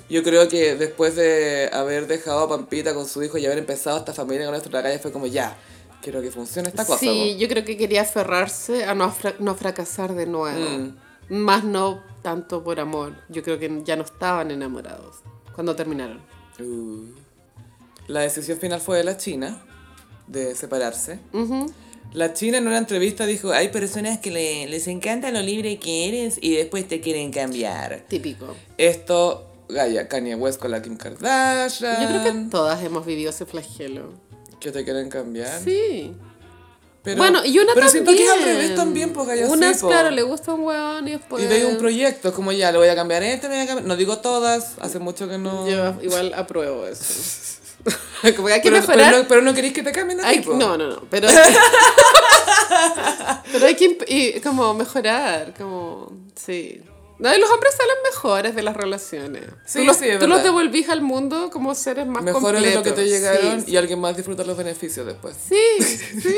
[SPEAKER 1] Yo creo que después de haber dejado a Pampita con su hijo y haber empezado esta familia con nuestra calle, fue como ya, quiero que funcione esta cosa.
[SPEAKER 2] Sí, yo creo que quería aferrarse a no, fra- no fracasar de nuevo.
[SPEAKER 1] Mm.
[SPEAKER 2] Más no tanto por amor. Yo creo que ya no estaban enamorados cuando terminaron.
[SPEAKER 1] po. Uh. La decisión final fue de la China, de separarse. La China en una entrevista dijo, hay personas que le- les encanta lo libre que eres y después te quieren cambiar.
[SPEAKER 2] Típico.
[SPEAKER 1] Esto, Gaia, Kanye West con la Kim Kardashian.
[SPEAKER 2] Yo creo que todas hemos vivido ese flagelo.
[SPEAKER 1] que te quieren cambiar.
[SPEAKER 2] Sí.
[SPEAKER 1] Ah. Pero,
[SPEAKER 2] bueno, y una
[SPEAKER 1] pero
[SPEAKER 2] también.
[SPEAKER 1] siento que es al revés también, porque allá
[SPEAKER 2] Una,
[SPEAKER 1] sí, po.
[SPEAKER 2] claro, le gusta un huevón y después...
[SPEAKER 1] Y veis un proyecto, es como ya, le voy a cambiar este, le voy a cambiar... No digo todas, hace mucho que no...
[SPEAKER 2] Yo igual apruebo eso. Como que hay que
[SPEAKER 1] pero,
[SPEAKER 2] mejorar...
[SPEAKER 1] pero no, pero no queréis que te cambien a
[SPEAKER 2] Hay-
[SPEAKER 1] ti, po.
[SPEAKER 2] no, no, no, pero... pero hay que imp- y como mejorar, como... Sí. No, y los hombres salen mejores de las relaciones.
[SPEAKER 1] Sí,
[SPEAKER 2] tú los,
[SPEAKER 1] sí, es
[SPEAKER 2] tú los
[SPEAKER 1] verdad.
[SPEAKER 2] devolvís al mundo como seres más
[SPEAKER 1] Mejor de lo que
[SPEAKER 2] completos.
[SPEAKER 1] te llegaron
[SPEAKER 2] Sí,
[SPEAKER 1] y alguien más disfruta los beneficios después.
[SPEAKER 2] sí. sí.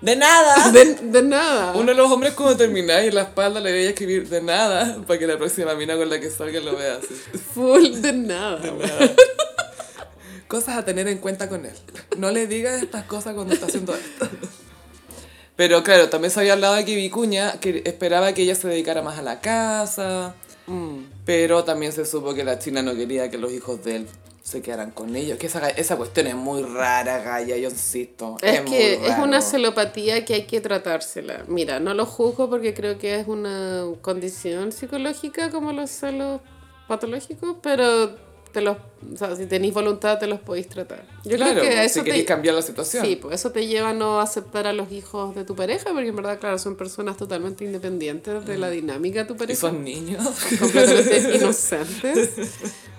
[SPEAKER 1] ¡De nada!
[SPEAKER 2] De, de nada.
[SPEAKER 1] Uno de los hombres cuando termináis en la espalda le voy a escribir de nada para que la próxima mina con la que salga lo vea así.
[SPEAKER 2] Full de nada.
[SPEAKER 1] Cosas a tener en cuenta con él. No le digas estas cosas cuando está haciendo esto. Pero claro, también se había hablado de que Vicuña que esperaba que ella se dedicara más a la casa. Mm. Pero también se supo que la China no quería que los hijos de él se quedaran con ellos. Que esa, ga- esa cuestión es muy rara, Gaya, yo insisto.
[SPEAKER 2] Es, que
[SPEAKER 1] muy
[SPEAKER 2] es
[SPEAKER 1] raro.
[SPEAKER 2] una celopatía que hay que tratársela. Mira, no lo juzgo porque creo que es una condición psicológica como los celos patológicos, pero te los, o sea, si tenéis voluntad te los podéis tratar. Yo
[SPEAKER 1] Claro, pues,
[SPEAKER 2] creo que
[SPEAKER 1] si
[SPEAKER 2] eso
[SPEAKER 1] queréis
[SPEAKER 2] te,
[SPEAKER 1] cambiar la situación.
[SPEAKER 2] sí, pues eso te lleva a no aceptar a los hijos de tu pareja, porque en verdad, claro, son personas totalmente independientes de la dinámica de tu
[SPEAKER 1] y
[SPEAKER 2] pareja.
[SPEAKER 1] son niños.
[SPEAKER 2] completamente inocentes.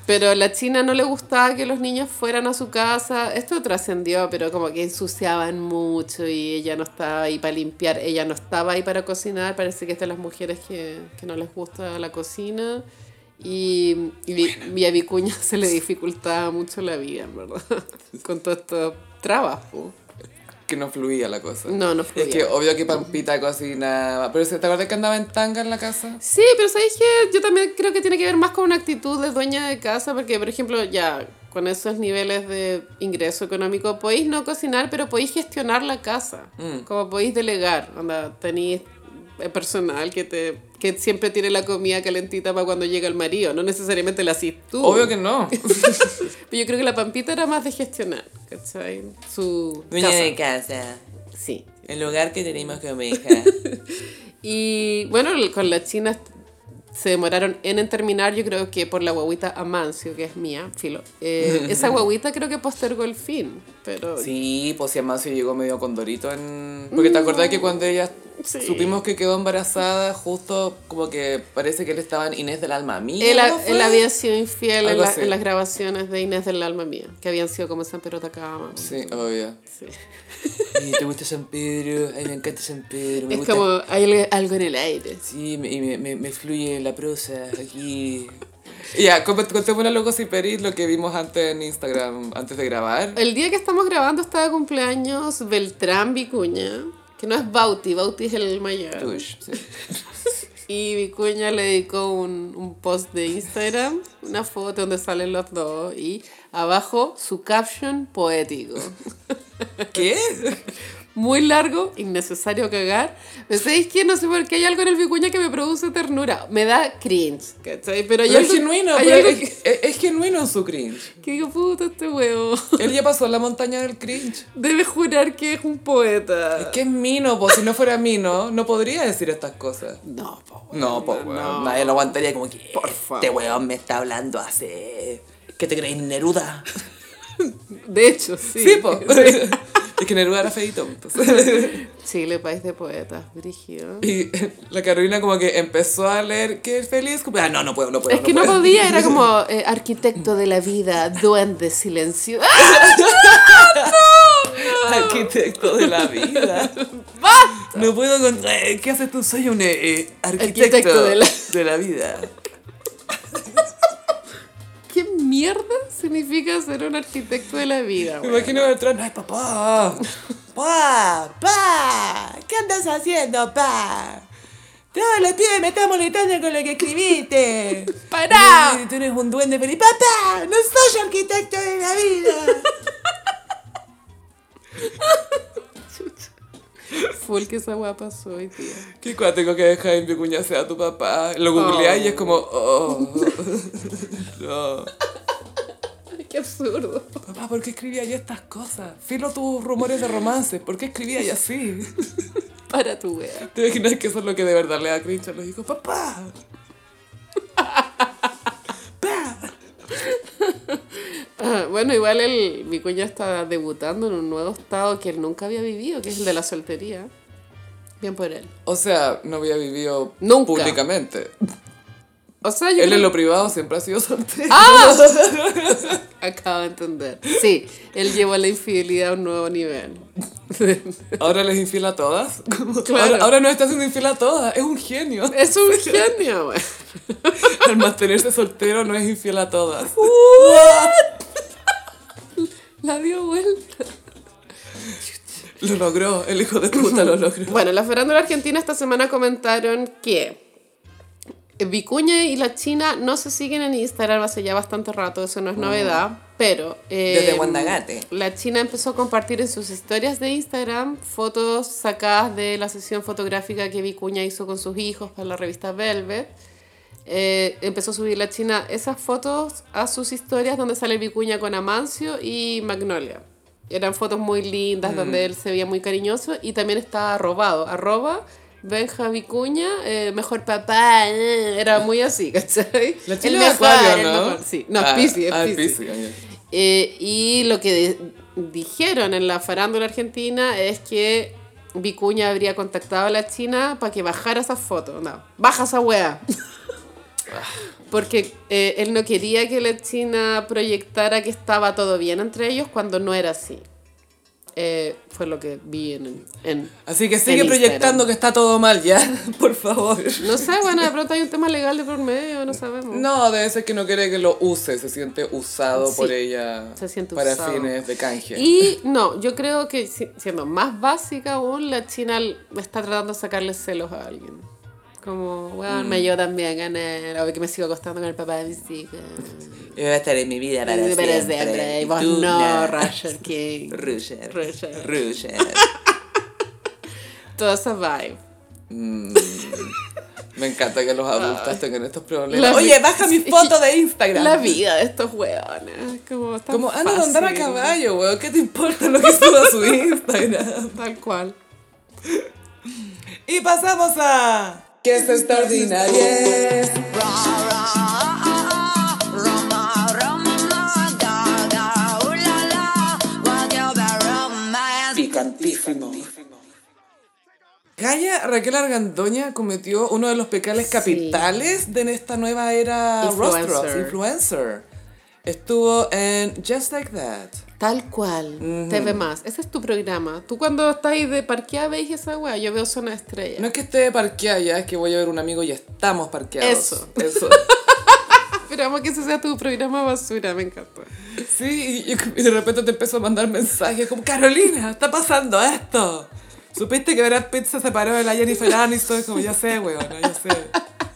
[SPEAKER 2] Pero a la China no le gustaba que los niños fueran a su casa. Esto trascendió, pero como que ensuciaban mucho y ella no estaba ahí para limpiar, ella no estaba ahí para cocinar. Parece que estas las mujeres que, que no les gusta la cocina. Y, y, Vi- y a Vicuña se le dificultaba mucho la vida, en verdad, con todo estos trabajo.
[SPEAKER 1] que no fluía la cosa.
[SPEAKER 2] No, no fluía.
[SPEAKER 1] Es que obvio que Pampita cocinaba. Pero ¿se- ¿te acuerdas que andaba en tanga en la casa?
[SPEAKER 2] Sí, pero sabéis que yo también creo que tiene que ver más con una actitud de dueña de casa, porque por ejemplo, ya con esos niveles de ingreso económico podéis no cocinar, pero podéis gestionar la casa, como podéis delegar, onda, tenéis eh, personal que te que siempre tiene la comida calentita para cuando llega el marido, no necesariamente la haces tú.
[SPEAKER 1] Obvio que no.
[SPEAKER 2] Pero yo creo que la Pampita era más de gestionar, ¿cachai? Su
[SPEAKER 3] Dueña
[SPEAKER 2] casa.
[SPEAKER 3] de casa.
[SPEAKER 2] Sí.
[SPEAKER 3] El lugar que tenemos que oveja.
[SPEAKER 2] Y bueno, el- con la China se demoraron en, en terminar, yo creo que por la guaguita Amancio, que es mía, filo. Eh, esa guaguita creo que postergó el fin, pero...
[SPEAKER 1] Sí, pues si Amancio llegó medio condorito en... Porque te acordás que cuando ella...
[SPEAKER 2] Sí.
[SPEAKER 1] Supimos que quedó embarazada justo como que parece que él estaba en Inés del Alma Mía.
[SPEAKER 2] Él,
[SPEAKER 1] ¿no
[SPEAKER 2] ha-
[SPEAKER 1] fue?
[SPEAKER 2] él había sido infiel en,
[SPEAKER 1] Algo
[SPEAKER 2] la-
[SPEAKER 1] así.
[SPEAKER 2] en las grabaciones de Inés del Alma Mía, que habían sido como San Pedro Atacama.
[SPEAKER 1] Sí, obvio.
[SPEAKER 2] Sí.
[SPEAKER 3] Ay, ¿Te gusta San Pedro? Ay, me encanta San Pedro. Me
[SPEAKER 2] Es
[SPEAKER 3] gusta.
[SPEAKER 2] como, hay algo- algo en el aire.
[SPEAKER 3] Sí, me, y me, me, me fluye la prosa aquí.
[SPEAKER 1] Ya, cont- contémosle a Locos y Peris lo que vimos antes en Instagram, antes de grabar.
[SPEAKER 2] El día que estamos grabando está de cumpleaños Beltrán Vicuña, que no es Bauti, Bauti es el mayor.
[SPEAKER 1] Tush, sí.
[SPEAKER 2] Y Vicuña le dedicó un, un post de Instagram, una foto donde salen los dos y abajo su caption poético.
[SPEAKER 1] ¿Qué?
[SPEAKER 2] Muy largo, innecesario cagar. Pero ¿sabéis qué? No sé por qué hay algo en el Vicuña que me produce ternura. Me da cringe, ¿cachai? Pero, hay
[SPEAKER 1] Pero es
[SPEAKER 2] algo-
[SPEAKER 1] genuino,
[SPEAKER 2] hay
[SPEAKER 1] pero
[SPEAKER 2] algo
[SPEAKER 1] es, es- es genuino en su cringe.
[SPEAKER 2] que- que digo, puta, este huevo.
[SPEAKER 1] Él ya pasó la montaña del cringe.
[SPEAKER 2] Debe jurar que es un poeta.
[SPEAKER 1] Es que es Mino, pues si no fuera Mino, no podría decir estas cosas.
[SPEAKER 2] No, po.
[SPEAKER 1] No, pues
[SPEAKER 2] no.
[SPEAKER 3] Nadie lo aguantaría como que.
[SPEAKER 2] Por
[SPEAKER 3] Este
[SPEAKER 2] favor.
[SPEAKER 3] weón me está hablando hace. ¿Qué te crees, Neruda?
[SPEAKER 2] De hecho, sí.
[SPEAKER 1] Sí, pues. Es que Neruda era feito. entonces.
[SPEAKER 2] Chile, país de poetas, brígido.
[SPEAKER 1] Y la Carolina como que empezó a leer que es feliz. como, Ah, no, no puedo, no puedo.
[SPEAKER 2] Es que no
[SPEAKER 1] puedo.
[SPEAKER 2] podía, era como eh, arquitecto de la vida, duende silencio. ¡Ah!
[SPEAKER 1] Arquitecto de la vida. No puedo con... eh, ¿Qué haces tú? Soy un eh, eh, arquitecto,
[SPEAKER 2] Arquitecto de
[SPEAKER 1] de
[SPEAKER 2] la-
[SPEAKER 1] la... vida.
[SPEAKER 2] ¿Qué mierda significa ser un arquitecto de la vida?
[SPEAKER 1] Me
[SPEAKER 2] weón?
[SPEAKER 1] imagino a Beltrán, ay papá.
[SPEAKER 3] ¡Pa! ¡Pa! ¿Qué andas haciendo, pa? Todos los pibes me están molestando con lo que escribiste.
[SPEAKER 2] ¡Pará!
[SPEAKER 3] Tú eres un duende feliz. ¡Papá! ¡No soy arquitecto de la vida!
[SPEAKER 2] Full que esa weá pasó hoy día.
[SPEAKER 1] Qué cuático que deja en Vicuña sea tu papá. Lo googleás y es como... Oh, no.
[SPEAKER 2] Ay, Qué absurdo.
[SPEAKER 1] Papá, ¿por qué escribía ya estas cosas? Filo tus rumores de romances, ¿por qué escribía ya así?
[SPEAKER 2] Para tu weá.
[SPEAKER 1] ¿Te imaginas que eso es lo que de verdad le da cringe a los hijos? ¡Papá!
[SPEAKER 2] Ah, Bueno, igual el Vicuña está debutando en un nuevo estado que él nunca había vivido, que es el de la soltería. Bien por él.
[SPEAKER 1] O sea, no había vivido
[SPEAKER 2] Nunca.
[SPEAKER 1] públicamente.
[SPEAKER 2] O sea, yo
[SPEAKER 1] Él
[SPEAKER 2] creo-
[SPEAKER 1] en lo privado siempre ha sido soltero.
[SPEAKER 2] Ah. acabo de entender. Sí, él llevó la infidelidad a un nuevo nivel.
[SPEAKER 1] Ahora les infiel a todas.
[SPEAKER 2] Claro.
[SPEAKER 1] Ahora, ahora no está haciendo infiel a todas. Es un genio.
[SPEAKER 2] Es un genio, güey.
[SPEAKER 1] Al mantenerse soltero no es infiel a todas.
[SPEAKER 2] La dio vuelta.
[SPEAKER 1] Lo logró. El hijo de puta lo logró.
[SPEAKER 2] Bueno, la farándula argentina esta semana comentaron que Vicuña y la China no se siguen en Instagram hace ya bastante rato, eso no es novedad, pero... eh,
[SPEAKER 1] Mm. Desde Guandagate.
[SPEAKER 2] La China empezó a compartir en sus historias de Instagram fotos sacadas de la sesión fotográfica que Vicuña hizo con sus hijos para la revista Velvet. Eh, empezó a subir la China esas fotos a sus historias donde sale Vicuña con Amancio y Magnolia. Eran fotos muy lindas
[SPEAKER 1] Mm.
[SPEAKER 2] donde él se veía muy cariñoso y también estaba robado. Arroba Benja Vicuña, eh, mejor papá. eh, Era muy así, ¿cachai?
[SPEAKER 1] La
[SPEAKER 2] El
[SPEAKER 1] china de
[SPEAKER 2] mejor,
[SPEAKER 1] acuario,
[SPEAKER 2] el
[SPEAKER 1] ¿no?
[SPEAKER 2] mejor, Sí, no, es
[SPEAKER 1] Ah,
[SPEAKER 2] Piscis, es
[SPEAKER 1] ah,
[SPEAKER 2] Piscis.
[SPEAKER 1] Piscis, ok.
[SPEAKER 2] Eh, y lo que de- dijeron en la farándula argentina es que Vicuña habría contactado a la China para que bajara esa foto. No, baja esa wea. Porque eh, él no quería que la China proyectara que estaba todo bien entre ellos cuando no era así. Eh, fue lo que vi en... en-
[SPEAKER 1] Así que
[SPEAKER 2] en
[SPEAKER 1] sigue
[SPEAKER 2] Instagram.
[SPEAKER 1] proyectando que está todo mal ya, por favor.
[SPEAKER 2] No sé, bueno, de pronto hay un tema legal de por medio, no sabemos.
[SPEAKER 1] No, debe ser que no quiere que lo use, se siente usado
[SPEAKER 2] Sí,
[SPEAKER 1] por ella
[SPEAKER 2] se siente
[SPEAKER 1] para
[SPEAKER 2] usado.
[SPEAKER 1] fines de canje.
[SPEAKER 2] Y no, yo creo que si- siendo más básica aún, la China l- está tratando de sacarle celos a alguien. Como, weón, me yo también gané, o que me sigo acostando con el papá de mis hijas.
[SPEAKER 3] Yo voy a estar en mi vida para,
[SPEAKER 2] Y para
[SPEAKER 3] siempre.
[SPEAKER 2] siempre, Y vos
[SPEAKER 3] tú
[SPEAKER 2] no,
[SPEAKER 3] nada.
[SPEAKER 2] Roger King.
[SPEAKER 3] Roger.
[SPEAKER 2] Roger.
[SPEAKER 3] Roger.
[SPEAKER 2] Toda esa vibe.
[SPEAKER 1] Mm, Me encanta que los adultos tengan estos
[SPEAKER 2] La-
[SPEAKER 1] problemas.
[SPEAKER 3] Oye, baja mi foto de Instagram.
[SPEAKER 2] La vida de estos weones. Como, tan
[SPEAKER 1] Como anda a andar a
[SPEAKER 2] fácil.
[SPEAKER 1] caballo, weón. ¿Qué te importa lo que suba a su Instagram?
[SPEAKER 2] Tal cual.
[SPEAKER 3] Y pasamos a...
[SPEAKER 1] Que es extraordinaria.
[SPEAKER 3] Picantísimo.
[SPEAKER 1] Gaya Raquel Argandoña cometió uno de los pecales capitales de esta nueva era
[SPEAKER 2] Influencer.
[SPEAKER 1] Rostros, influencer. Estuvo en Just Like That.
[SPEAKER 2] Tal cual. TV Más. Ese es tu programa. Tú cuando estás ahí de parqueada veis esa wea. Yo veo Zona Estrella.
[SPEAKER 1] No es que esté parqueada ya, es que voy a ver un amigo y estamos parqueados.
[SPEAKER 2] Eso.
[SPEAKER 1] Eso.
[SPEAKER 2] Esperamos que ese sea tu programa basura, me encanta.
[SPEAKER 1] Sí, y, y de repente te empezó a mandar mensajes como, Carolina, está pasando esto. Supiste que Brad Pitt se separó de la Jennifer Aniston, Es como, ya sé, weón, ya sé.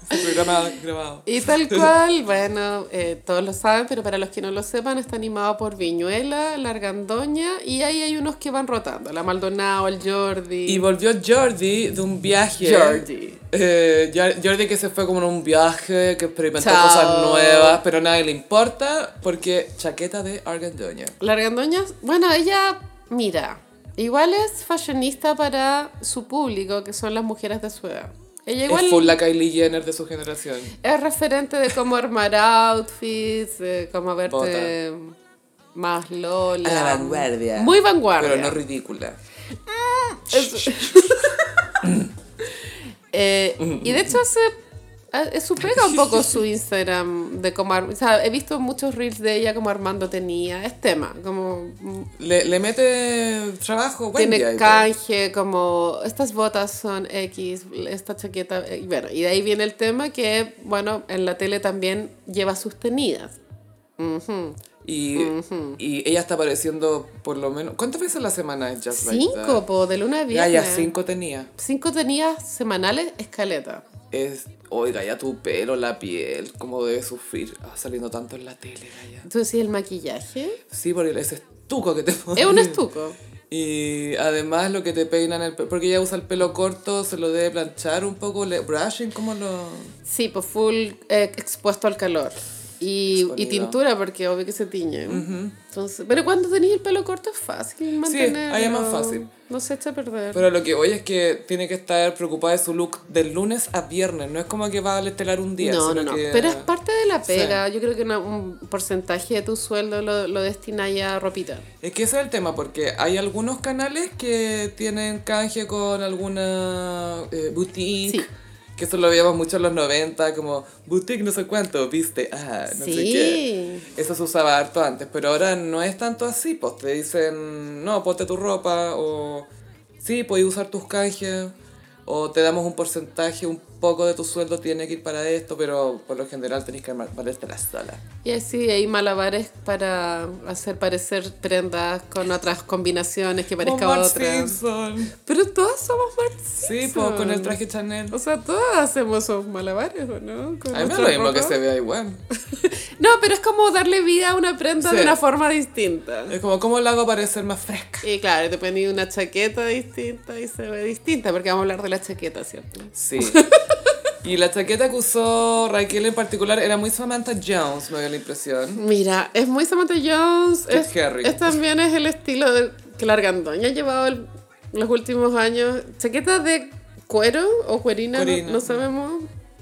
[SPEAKER 1] Es un programa grabado.
[SPEAKER 2] Y tal cual, bueno, eh, todos lo saben, pero para los que no lo sepan, está animado por Viñuela, Largandoña, y ahí hay unos que van rotando, la Maldonado, el Jordi.
[SPEAKER 1] Y volvió Jordi de un viaje.
[SPEAKER 2] Jordi.
[SPEAKER 1] Eh, Jor- Jordi que se fue como en un viaje, que experimentó
[SPEAKER 2] Chao.
[SPEAKER 1] cosas nuevas, pero a nadie le importa porque chaqueta de Argandoña.
[SPEAKER 2] Largandoña, bueno, ella, mira, igual es fashionista para su público, que son las mujeres de su edad. Ella igual
[SPEAKER 1] Es full la Kylie Jenner de su generación.
[SPEAKER 2] es referente de cómo armar outfits, eh, cómo verte más lola.
[SPEAKER 3] A la vanguardia.
[SPEAKER 2] Muy vanguardia.
[SPEAKER 1] Pero no ridícula.
[SPEAKER 2] Eso. Eh, y de hecho hace es su pega un poco su Instagram de cómo ar- o sea, he visto muchos reels de ella como Armando tenía es tema como mm,
[SPEAKER 1] Le, le mete trabajo, buen día
[SPEAKER 2] tiene
[SPEAKER 1] y todo.
[SPEAKER 2] canje como estas botas son X esta chaqueta eh, y bueno y de ahí viene el tema que bueno en la tele también lleva sostenidas
[SPEAKER 1] Y, y ella está apareciendo por lo menos. ¿Cuántas veces a la semana es Just Like That?
[SPEAKER 2] cinco po, de luna a
[SPEAKER 1] Ya,
[SPEAKER 2] viernes
[SPEAKER 1] ya cinco tenía.
[SPEAKER 2] cinco tenidas semanales escaleta
[SPEAKER 1] Es, oiga, ya tu pelo, la piel, cómo debe sufrir ah, saliendo tanto en la tele, Gaya.
[SPEAKER 2] entonces el maquillaje
[SPEAKER 1] Sí, porque ese estuco que te ponen.
[SPEAKER 2] es un estuco
[SPEAKER 1] Y además lo que te peinan el pelo, porque ella usa el pelo corto, se lo debe planchar un poco, le brushing como lo...
[SPEAKER 2] Sí, pues full eh, expuesto al calor. Y, y
[SPEAKER 1] Sonido.
[SPEAKER 2] tintura, porque obvio que se tiñe. Entonces, pero cuando tenéis el pelo corto es fácil mantenerlo.
[SPEAKER 1] ahí es más fácil.
[SPEAKER 2] No se echa a perder.
[SPEAKER 1] Pero lo que voy es que tiene que estar preocupada de su look del lunes a viernes. No es como que va a estelar un día.
[SPEAKER 2] no,
[SPEAKER 1] sino
[SPEAKER 2] no, no.
[SPEAKER 1] que-
[SPEAKER 2] Pero es parte de la
[SPEAKER 1] Sí.
[SPEAKER 2] pega. Yo creo que una- un porcentaje de tu sueldo lo, lo destina ya a ropita.
[SPEAKER 1] Es que ese es el tema, porque hay algunos canales que tienen canje con alguna eh, boutique.
[SPEAKER 2] Sí.
[SPEAKER 1] Que eso lo veíamos mucho en los 90, como boutique no sé cuánto, viste, ah, no sé
[SPEAKER 2] Sí.
[SPEAKER 1] qué. Eso se usaba harto antes, pero ahora no es tanto así, pues te dicen, no, ponte tu ropa, o sí, podés usar tus canjes, o te damos un porcentaje, un poco de tu sueldo tiene que ir para esto, pero por lo general tenés que valerte la sola.
[SPEAKER 2] Y así hay malabares para hacer parecer prendas con otras combinaciones que parezca
[SPEAKER 1] Como Mark
[SPEAKER 2] otra.
[SPEAKER 1] Simpson.
[SPEAKER 2] Pero todas somos Mark
[SPEAKER 1] Sí, pues
[SPEAKER 2] Simpson.
[SPEAKER 1] con el traje Chanel.
[SPEAKER 2] O sea, todas hacemos esos malabares, ¿o no? Con
[SPEAKER 1] A mí me da lo
[SPEAKER 2] nuestra
[SPEAKER 1] mismo que
[SPEAKER 2] ropa.
[SPEAKER 1] se vea igual.
[SPEAKER 2] No, pero es como darle vida a una prenda
[SPEAKER 1] Sí.
[SPEAKER 2] de una forma distinta.
[SPEAKER 1] Es como, ¿cómo la hago parecer más fresca?
[SPEAKER 2] Y claro, te ponen una chaqueta distinta y se ve distinta, porque vamos a hablar de la chaqueta, ¿cierto?
[SPEAKER 1] Sí. Y la chaqueta que usó Raquel en particular era muy Samantha Jones, me dio la impresión.
[SPEAKER 2] Mira, es muy Samantha Jones.
[SPEAKER 1] Qué
[SPEAKER 2] Es,
[SPEAKER 1] Harry.
[SPEAKER 2] es también es el estilo de- que la Argandoña ha llevado el- los últimos años. Chaquetas de cuero o cuerina, no-
[SPEAKER 1] Cuerina.
[SPEAKER 2] No, sabemos.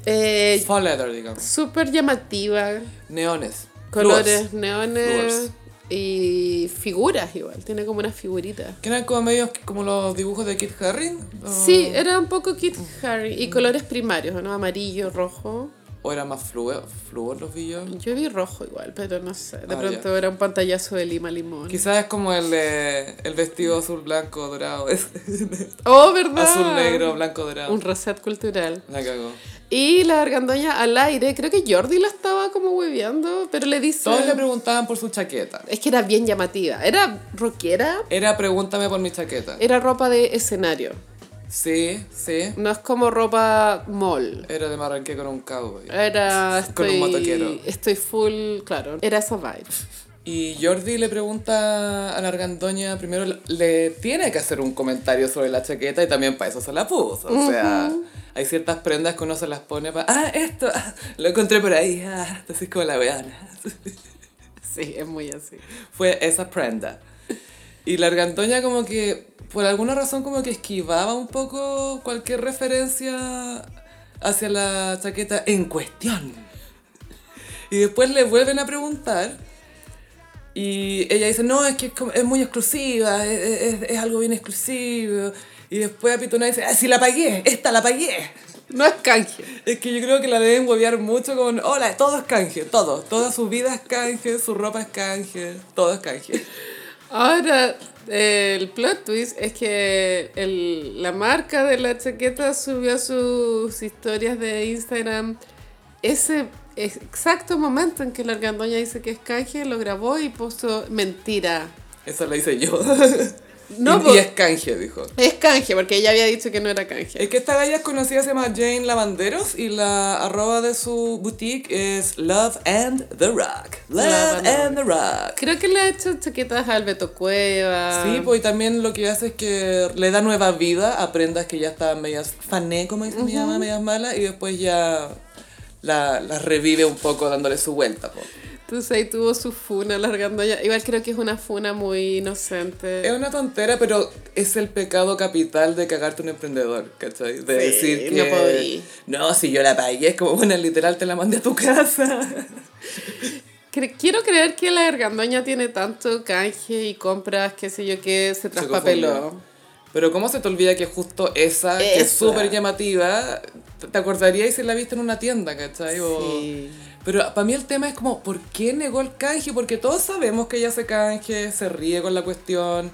[SPEAKER 2] Eh,
[SPEAKER 1] Fall leather, digamos.
[SPEAKER 2] Súper llamativa.
[SPEAKER 1] Neones.
[SPEAKER 2] Colores,
[SPEAKER 1] Flúors.
[SPEAKER 2] neones
[SPEAKER 1] Flúors.
[SPEAKER 2] y figuras igual. Tiene como unas figuritas.
[SPEAKER 1] Que eran como medios como los dibujos de Kit Haring.
[SPEAKER 2] Sí, era un poco Kit Harry. Y colores primarios, ¿no? Amarillo, rojo.
[SPEAKER 1] O eran más fluo, fluor los vi yo.
[SPEAKER 2] Yo vi rojo igual, pero no sé. De
[SPEAKER 1] Ah,
[SPEAKER 2] pronto
[SPEAKER 1] ya.
[SPEAKER 2] era un pantallazo de lima limón.
[SPEAKER 1] Quizás es como el, eh, el vestido azul, blanco, dorado. ese.
[SPEAKER 2] Oh, ¿verdad?
[SPEAKER 1] azul, negro, blanco, dorado.
[SPEAKER 2] Un reset cultural.
[SPEAKER 1] La cagó.
[SPEAKER 2] Y la argandoña al aire, creo que Jordi la estaba como hueveando, pero le dice...
[SPEAKER 1] Todos le preguntaban por su chaqueta.
[SPEAKER 2] Es que era bien llamativa. Era rockera,
[SPEAKER 1] Era pregúntame por mi chaqueta.
[SPEAKER 2] era ropa de escenario.
[SPEAKER 1] Sí, sí.
[SPEAKER 2] No es como ropa mall.
[SPEAKER 1] Era de me arranqué con un cowboy.
[SPEAKER 2] Era...
[SPEAKER 1] Con un
[SPEAKER 2] Estoy,
[SPEAKER 1] motoquero.
[SPEAKER 2] estoy full, claro. Era esa vibe.
[SPEAKER 1] Y Jordi le pregunta a la argandoña, primero le tiene que hacer un comentario sobre la chaqueta y también para eso se la puso. O sea, hay ciertas prendas que uno se las pone para, ah, esto, ah, lo encontré por ahí, ah, así es como la veana.
[SPEAKER 2] Sí, es muy así.
[SPEAKER 1] Fue esa prenda. Y la argandoña como que, por alguna razón como que esquivaba un poco cualquier referencia hacia la chaqueta en cuestión. Y después le vuelven a preguntar y ella dice, no, es que es, como- es muy exclusiva, es, es- es algo bien exclusivo. Y después Apitona dice, ah, sí la pagué, esta la pagué.
[SPEAKER 2] No es canje.
[SPEAKER 1] Es que yo creo que la deben huevear mucho con, hola, todo es canje, todo, toda su vida es canje, su ropa es canje, todo es canje.
[SPEAKER 2] Ahora, eh, el plot twist es que el- la marca de la chaqueta subió a sus historias de Instagram ese exacto momento en que la argandoña dice que es canje, lo grabó y puso mentira.
[SPEAKER 1] Eso lo hice yo.
[SPEAKER 2] No,
[SPEAKER 1] y,
[SPEAKER 2] po-
[SPEAKER 1] y es canje, dijo.
[SPEAKER 2] Es canje, porque ella había dicho que no era canje.
[SPEAKER 1] Es que esta galla es conocida, se llama Jane Lavanderos y la arroba de su boutique es Love and the Rock. Love,
[SPEAKER 2] Love
[SPEAKER 1] and
[SPEAKER 2] and
[SPEAKER 1] the Rock.
[SPEAKER 2] Creo que le ha hecho chaquetas al Beto Cueva.
[SPEAKER 1] Sí, pues y también lo que hace es que le da nueva vida a prendas que ya estaban medias fané, como dice mi mamá, medias malas, y después ya la- las revive un poco dándole su vuelta. po.
[SPEAKER 2] Entonces ahí tuvo su funa la argandoña. Igual creo que es una funa muy inocente.
[SPEAKER 1] Es una tontera, pero es el pecado capital de cagarte un emprendedor, ¿cachai? De
[SPEAKER 2] Sí,
[SPEAKER 1] decir
[SPEAKER 2] no
[SPEAKER 1] que...
[SPEAKER 2] podí.
[SPEAKER 1] No, si yo la pagué, es como, bueno, literal, te la mandé a tu casa.
[SPEAKER 2] Cre- Quiero creer que la argandoña tiene tanto canje y compras, qué sé yo, que se
[SPEAKER 1] Se
[SPEAKER 2] traspapeló.
[SPEAKER 1] confundió. Pero ¿cómo se te olvida que justo esa, que es
[SPEAKER 2] Esa.
[SPEAKER 1] súper llamativa, te- te acordarías si la viste en una tienda, ¿cachai? O-
[SPEAKER 2] Sí.
[SPEAKER 1] Pero para mí el tema es como, ¿por qué negó el canje? Porque todos sabemos que ella se canje, se ríe con la cuestión.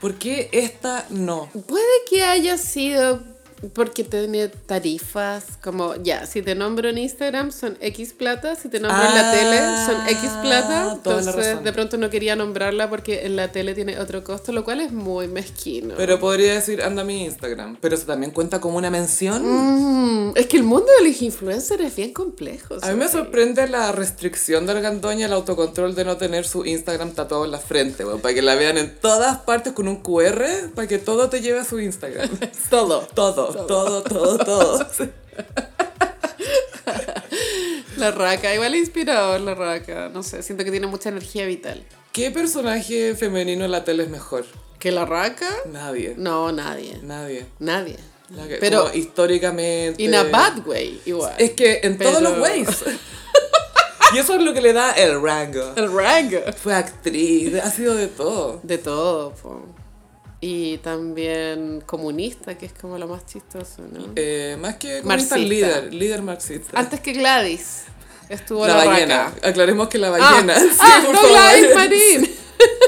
[SPEAKER 1] ¿Por qué esta no?
[SPEAKER 2] Puede que haya sido porque tiene tarifas, como ya, si te nombro en Instagram son X plata, si te nombro en
[SPEAKER 1] Ah,
[SPEAKER 2] la tele son X plata,
[SPEAKER 1] toda la
[SPEAKER 2] entonces
[SPEAKER 1] razón.
[SPEAKER 2] de pronto no quería nombrarla porque en la tele tiene otro costo, lo cual es muy mezquino.
[SPEAKER 1] Pero podría decir, anda a mi Instagram. Pero eso también cuenta como una mención.
[SPEAKER 2] Mm, es que el mundo de los influencers es bien complejo.
[SPEAKER 1] A mí me
[SPEAKER 2] ¿sabes?
[SPEAKER 1] sorprende la restricción de Argandoña el autocontrol de no tener su Instagram tatuado en la frente, weón, para que la vean en todas partes con un QR, para que todo te lleve a su Instagram. todo, todo, todo, todo, todo.
[SPEAKER 2] La raca, igual inspirador la raca. No sé, siento que tiene mucha energía vital.
[SPEAKER 1] ¿Qué personaje femenino en la tele es mejor?
[SPEAKER 2] ¿Que la raca?
[SPEAKER 1] Nadie.
[SPEAKER 2] No, nadie.
[SPEAKER 1] Nadie.
[SPEAKER 2] Nadie.
[SPEAKER 1] La que-
[SPEAKER 2] Pero-
[SPEAKER 1] como históricamente.
[SPEAKER 2] In a bad way, igual.
[SPEAKER 1] Es que en todos
[SPEAKER 2] Pero-
[SPEAKER 1] los ways. y eso es lo que le da el rango.
[SPEAKER 2] El rango.
[SPEAKER 1] Fue actriz, ha sido de todo.
[SPEAKER 2] De todo, po. Y también comunista, que es como lo más chistoso, ¿no?
[SPEAKER 1] Eh, más que como
[SPEAKER 2] Marxista.
[SPEAKER 1] esta líder, líder marxista.
[SPEAKER 2] Antes que Gladys estuvo
[SPEAKER 1] la
[SPEAKER 2] la,
[SPEAKER 1] ballena.
[SPEAKER 2] raca.
[SPEAKER 1] Aclaremos que la
[SPEAKER 2] Ah,
[SPEAKER 1] ballena. sí,
[SPEAKER 2] ah,
[SPEAKER 1] por
[SPEAKER 2] no
[SPEAKER 1] favor.
[SPEAKER 2] Gladys Marín.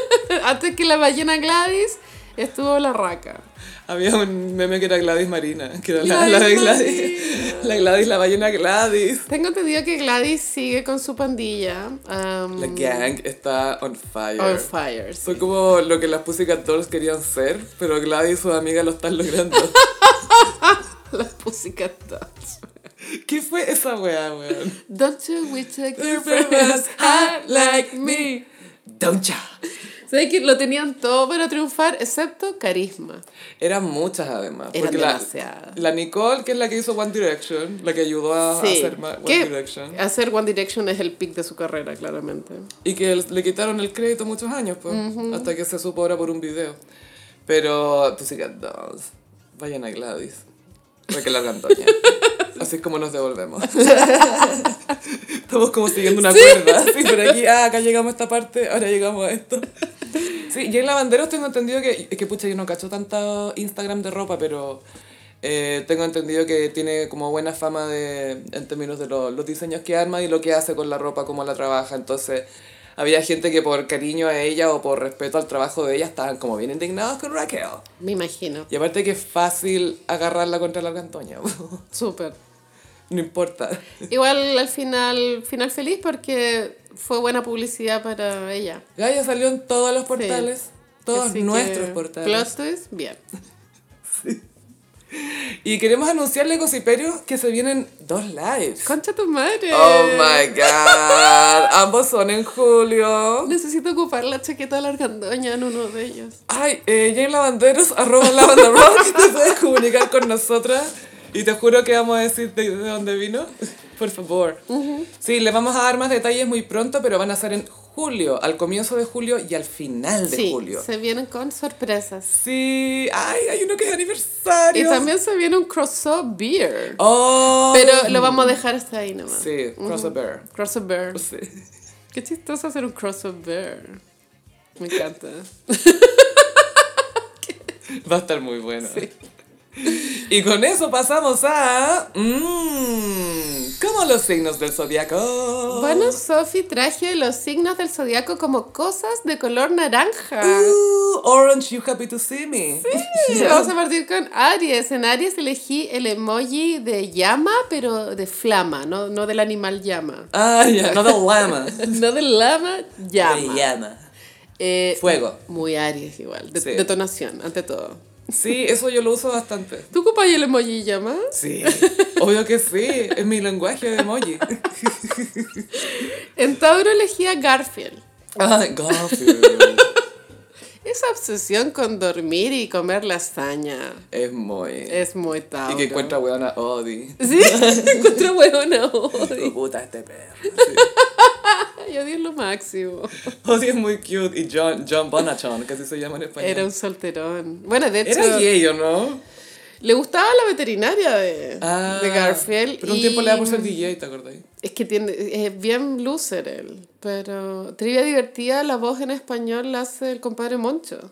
[SPEAKER 2] Antes que la ballena Gladys estuvo la raca.
[SPEAKER 1] Había un meme que era Gladys Marina, que era la,
[SPEAKER 2] Gladys
[SPEAKER 1] la de Gladys.
[SPEAKER 2] Marina.
[SPEAKER 1] La Gladys, la ballena Gladys.
[SPEAKER 2] Tengo entendido que Gladys sigue con su pandilla. um,
[SPEAKER 1] La gang está on fire.
[SPEAKER 2] On fire. sí.
[SPEAKER 1] Son como lo que las Pussycat Dolls querían ser, pero Gladys y sus amigas lo están logrando.
[SPEAKER 2] Las Pussycat Dolls.
[SPEAKER 1] ¿Qué fue esa weá, weón?
[SPEAKER 2] Don't you Ah, wish I
[SPEAKER 1] Your
[SPEAKER 2] could
[SPEAKER 1] famous
[SPEAKER 2] famous
[SPEAKER 1] heart
[SPEAKER 2] like me.
[SPEAKER 1] Doncha.
[SPEAKER 2] ¿Sabes que lo tenían todo para triunfar excepto carisma?
[SPEAKER 1] Eran muchas además.
[SPEAKER 2] Eran
[SPEAKER 1] porque la,
[SPEAKER 2] demasiadas.
[SPEAKER 1] la Nicole, que es la que hizo One Direction, la que ayudó a
[SPEAKER 2] Sí.
[SPEAKER 1] Ah, hacer ma- One
[SPEAKER 2] Que
[SPEAKER 1] Direction.
[SPEAKER 2] Hacer One Direction es el pic de su carrera, claramente.
[SPEAKER 1] Y que el- le quitaron el crédito muchos años, pues, hasta que se supo ahora por un video. Pero Pussycat Dolls, vayan a Gladys. Porque la Antonia. Así es como nos devolvemos. Estamos como siguiendo una cuerda. Sí, pero aquí, ah, acá llegamos a esta parte, ahora llegamos a esto. Sí, y en Lavanderos tengo entendido que, es que pucha, yo no cacho tanto Instagram de ropa, pero eh, tengo entendido que tiene como buena fama de, en términos de lo- los diseños que arma y lo que hace con la ropa, cómo la trabaja. Entonces, había gente que por cariño a ella o por respeto al trabajo de ella estaban como bien indignados con Raquel.
[SPEAKER 2] Me imagino.
[SPEAKER 1] Y aparte que es fácil agarrarla contra la cantoña,
[SPEAKER 2] Súper.
[SPEAKER 1] no importa.
[SPEAKER 2] Igual al final, final feliz porque fue buena publicidad para ella.
[SPEAKER 1] Gaia salió en todos los
[SPEAKER 2] Sí.
[SPEAKER 1] portales, todos
[SPEAKER 2] Así que,
[SPEAKER 1] nuestros portales.
[SPEAKER 2] Plot twist, bien.
[SPEAKER 1] Y queremos anunciarle, Gossiperio, que se vienen dos lives.
[SPEAKER 2] Concha tu madre.
[SPEAKER 1] Oh my god. Ambos son en julio.
[SPEAKER 2] Necesito ocupar la chaqueta de la argandoña en uno de ellos.
[SPEAKER 1] Ay, eh, Jane Lavanderos, arroba lavanderos, te puedes comunicar con nosotras. Y te juro que vamos a decir de, de dónde vino. Por favor. Sí, les vamos a dar más detalles muy pronto, pero van a ser en julio, al comienzo de julio y al final de
[SPEAKER 2] sí,
[SPEAKER 1] julio.
[SPEAKER 2] se vienen con sorpresas.
[SPEAKER 1] Sí, ay, hay uno que es
[SPEAKER 2] Y
[SPEAKER 1] aniversario.
[SPEAKER 2] también se viene un crossover beer.
[SPEAKER 1] Oh,
[SPEAKER 2] Pero lo vamos a dejar hasta ahí nomás.
[SPEAKER 1] Sí, Pues- crossover.
[SPEAKER 2] Crossover.
[SPEAKER 1] Sí.
[SPEAKER 2] Qué chistoso hacer un crossover. Me encanta.
[SPEAKER 1] Va a estar muy bueno. Y con eso pasamos a. Mmm, ¿Cómo los signos del zodiaco?
[SPEAKER 2] Bueno, Sophie traje los signos del zodiaco como cosas de color naranja.
[SPEAKER 1] Ooh, orange, you happy to see me.
[SPEAKER 2] Vamos a partir con Aries. En Aries elegí el emoji de llama, pero de flama, no, no del animal llama.
[SPEAKER 1] Ah, ya, no del llama.
[SPEAKER 2] No del lama,
[SPEAKER 1] De
[SPEAKER 2] llama.
[SPEAKER 1] llama.
[SPEAKER 2] Eh,
[SPEAKER 1] Fuego.
[SPEAKER 2] Muy Aries igual. de-
[SPEAKER 1] Sí.
[SPEAKER 2] Detonación, ante todo.
[SPEAKER 1] Sí, eso yo lo uso bastante.
[SPEAKER 2] ¿Tú ocupas el emoji llama?
[SPEAKER 1] Sí, obvio que sí, es mi lenguaje de emoji.
[SPEAKER 2] En Tauro elegí a Garfield.
[SPEAKER 1] Ah, Garfield.
[SPEAKER 2] Esa obsesión con dormir y comer lasaña
[SPEAKER 1] Es muy.
[SPEAKER 2] es muy Tauro.
[SPEAKER 1] Y que encuentra weona Odi.
[SPEAKER 2] Sí, encuentra huevona Odi.
[SPEAKER 1] Puta este perro.
[SPEAKER 2] Ay, Odi es lo máximo.
[SPEAKER 1] Odi es muy cute. Y John, John Bonachon, que así se llama en español.
[SPEAKER 2] Era un solterón. Bueno, de hecho,
[SPEAKER 1] Era gay, ¿o no?
[SPEAKER 2] le gustaba la veterinaria de,
[SPEAKER 1] Ah,
[SPEAKER 2] de Garfield.
[SPEAKER 1] Pero un
[SPEAKER 2] y-
[SPEAKER 1] tiempo le da por ser DJ, ¿te acordás?
[SPEAKER 2] Es que tiene, es bien loser él. Pero trivia divertida, la voz en español la hace el compadre Moncho.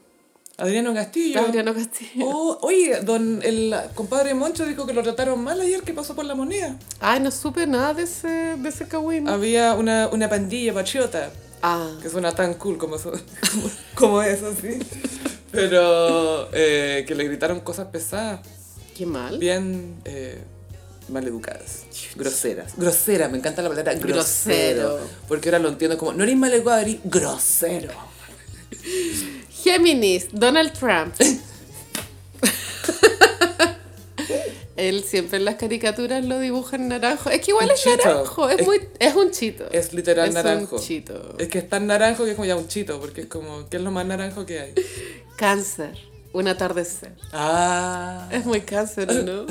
[SPEAKER 1] Adriano Castillo.
[SPEAKER 2] Adriano Castillo.
[SPEAKER 1] Oh, oye, don, el compadre Moncho dijo que lo trataron mal ayer que pasó por la moneda.
[SPEAKER 2] Ay, no supe nada de ese, de ese cahuín.
[SPEAKER 1] Había una, una pandilla patriota,
[SPEAKER 2] Ah.
[SPEAKER 1] que suena tan cool como eso, como, como eso, sí. Pero eh, que le gritaron cosas pesadas,
[SPEAKER 2] Qué mal.
[SPEAKER 1] bien eh, maleducadas, groseras. Groseras, me encanta la palabra grosero.
[SPEAKER 2] Grosero.
[SPEAKER 1] Porque ahora lo entiendo como, no eres maleducado, eres grosero.
[SPEAKER 2] Géminis, Donald Trump. Él siempre en las caricaturas lo dibuja en naranjo. Es que igual
[SPEAKER 1] Un
[SPEAKER 2] es
[SPEAKER 1] chito.
[SPEAKER 2] naranjo, es,
[SPEAKER 1] Es-
[SPEAKER 2] muy, es un chito.
[SPEAKER 1] Es literal
[SPEAKER 2] Es un
[SPEAKER 1] naranjo.
[SPEAKER 2] chito.
[SPEAKER 1] Es que es tan naranjo que es como ya un chito, porque es como, ¿qué es lo más naranjo que hay?
[SPEAKER 2] Cáncer, un atardecer.
[SPEAKER 1] Ah.
[SPEAKER 2] Es muy cáncer, ¿no?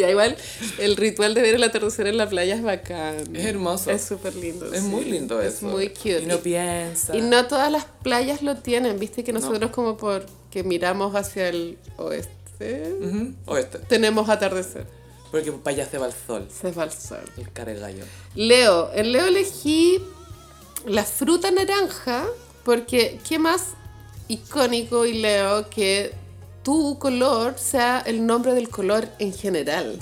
[SPEAKER 2] ya igual, el ritual de ver el atardecer en la playa es bacán.
[SPEAKER 1] Es hermoso.
[SPEAKER 2] Es súper lindo.
[SPEAKER 1] Es
[SPEAKER 2] sí.
[SPEAKER 1] muy lindo
[SPEAKER 2] Es
[SPEAKER 1] eso.
[SPEAKER 2] muy cute.
[SPEAKER 1] Y no piensa.
[SPEAKER 2] Y no todas las playas lo tienen, viste que nosotros como porque miramos hacia el oeste,
[SPEAKER 1] Ujú, O este.
[SPEAKER 2] tenemos atardecer.
[SPEAKER 1] Porque para allá se va el sol.
[SPEAKER 2] Se va el sol.
[SPEAKER 1] El caregallo.
[SPEAKER 2] Leo, en Leo elegí la fruta naranja porque qué más icónico y Leo que tu color sea el nombre del color en general.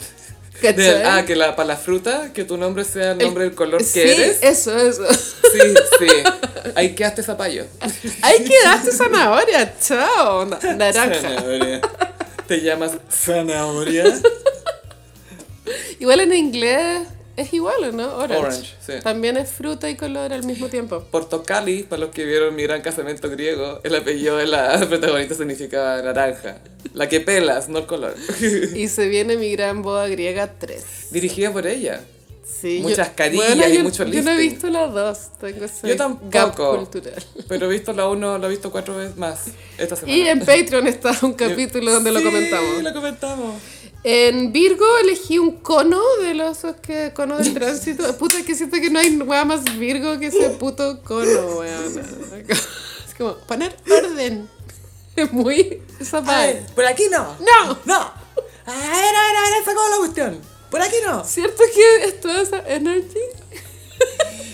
[SPEAKER 2] ¿Cachai?
[SPEAKER 1] De- ah, que la, para la fruta, que tu nombre sea el nombre del color que
[SPEAKER 2] Sí,
[SPEAKER 1] eres.
[SPEAKER 2] Eso, eso.
[SPEAKER 1] Sí, sí. Ahí quedaste zapallo.
[SPEAKER 2] Ahí quedaste zanahoria, chao. na- Naranja.
[SPEAKER 1] Zanahoria. Te llamas zanahoria.
[SPEAKER 2] Igual en inglés es igual, ¿o ¿no? Orange.
[SPEAKER 1] Orange, sí.
[SPEAKER 2] También es fruta y color al mismo tiempo.
[SPEAKER 1] Portocali, para los que vieron mi gran casamiento griego, el apellido de la protagonista significa naranja. La que pelas, no el color.
[SPEAKER 2] Y se viene mi gran boda griega 3.
[SPEAKER 1] Dirigida por ella.
[SPEAKER 2] Sí,
[SPEAKER 1] Muchas carillas y
[SPEAKER 2] yo-
[SPEAKER 1] mucho
[SPEAKER 2] Yo no he
[SPEAKER 1] lifting.
[SPEAKER 2] visto las dos, tengo ese
[SPEAKER 1] Yo
[SPEAKER 2] gap
[SPEAKER 1] tampoco.
[SPEAKER 2] cultural.
[SPEAKER 1] Pero he visto la uno, la he visto cuatro veces más esta semana.
[SPEAKER 2] Y en Patreon está un capítulo donde lo
[SPEAKER 1] Sí,
[SPEAKER 2] comentamos.
[SPEAKER 1] lo comentamos.
[SPEAKER 2] En Virgo elegí un cono de los esos que cono del tránsito. Puta, es que siento que no hay nada más Virgo que ese puto cono, weón. Es como poner orden. Es muy esa
[SPEAKER 3] A
[SPEAKER 2] vibe.
[SPEAKER 3] ver, por aquí no.
[SPEAKER 2] No,
[SPEAKER 3] No. A ver, a ver, a ver, sacó la cuestión. Por aquí no.
[SPEAKER 2] cierto que es toda esa energy.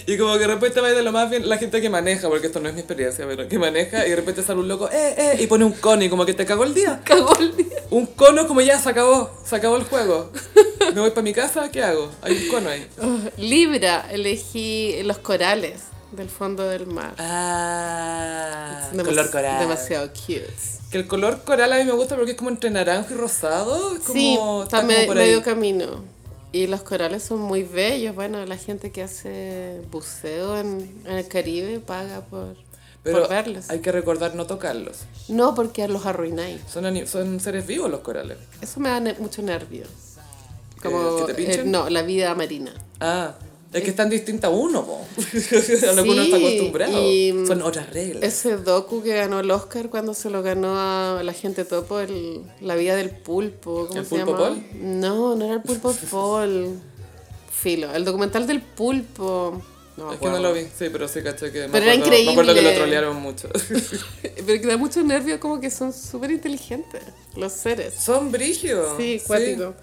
[SPEAKER 1] Y como que de repente va de lo más bien la gente que maneja, porque esto no es mi experiencia, pero que maneja y de repente sale un loco, eh, eh, y pone un cono y como que te cagó el día.
[SPEAKER 2] Cagó el día.
[SPEAKER 1] Un cono como ya se acabó, se acabó el juego. Me voy para mi casa, ¿qué hago? Hay un cono ahí.
[SPEAKER 2] Oh, Libra elegí los corales del fondo del mar.
[SPEAKER 1] Ah,
[SPEAKER 2] Demas- Demasiado cute.
[SPEAKER 1] Que el color coral a mí me gusta porque es como entre naranjo y rosado. es Como,
[SPEAKER 2] sí,
[SPEAKER 1] está
[SPEAKER 2] está
[SPEAKER 1] como
[SPEAKER 2] me-
[SPEAKER 1] por ahí.
[SPEAKER 2] medio camino. Y los corales son muy bellos. Bueno, la gente que hace buceo en, en el Caribe paga por,
[SPEAKER 1] Pero
[SPEAKER 2] por verlos.
[SPEAKER 1] hay que recordar no tocarlos.
[SPEAKER 2] No, porque los arruináis.
[SPEAKER 1] Son, ani- son seres vivos los corales.
[SPEAKER 2] Eso me da ne- mucho nervio. Como,
[SPEAKER 1] Eh,
[SPEAKER 2] eh,
[SPEAKER 1] ¿que te pinchen?
[SPEAKER 2] no, la vida marina.
[SPEAKER 1] Ah, es que es tan distinta a uno, po. a lo que uno
[SPEAKER 2] Sí,
[SPEAKER 1] está acostumbrado.
[SPEAKER 2] y- mm,
[SPEAKER 1] Son otras reglas.
[SPEAKER 2] Ese docu que ganó el Oscar cuando se lo ganó a la gente topo, el, la vida del pulpo. ¿cómo
[SPEAKER 1] ¿El
[SPEAKER 2] se
[SPEAKER 1] pulpo
[SPEAKER 2] llamaba?
[SPEAKER 1] Paul?
[SPEAKER 2] No, no era el pulpo Paul. Filo, el documental del pulpo. No, me
[SPEAKER 1] Es que no
[SPEAKER 2] acuerdo.
[SPEAKER 1] lo vi, sí, pero sí caché que me
[SPEAKER 2] Pero era
[SPEAKER 1] acuerdo- Me acuerdo que lo
[SPEAKER 2] increíble.
[SPEAKER 1] trolearon mucho.
[SPEAKER 2] Pero que da mucho nervio, como que son súper inteligentes los seres.
[SPEAKER 1] Son brígidos.
[SPEAKER 2] Sí, cuático.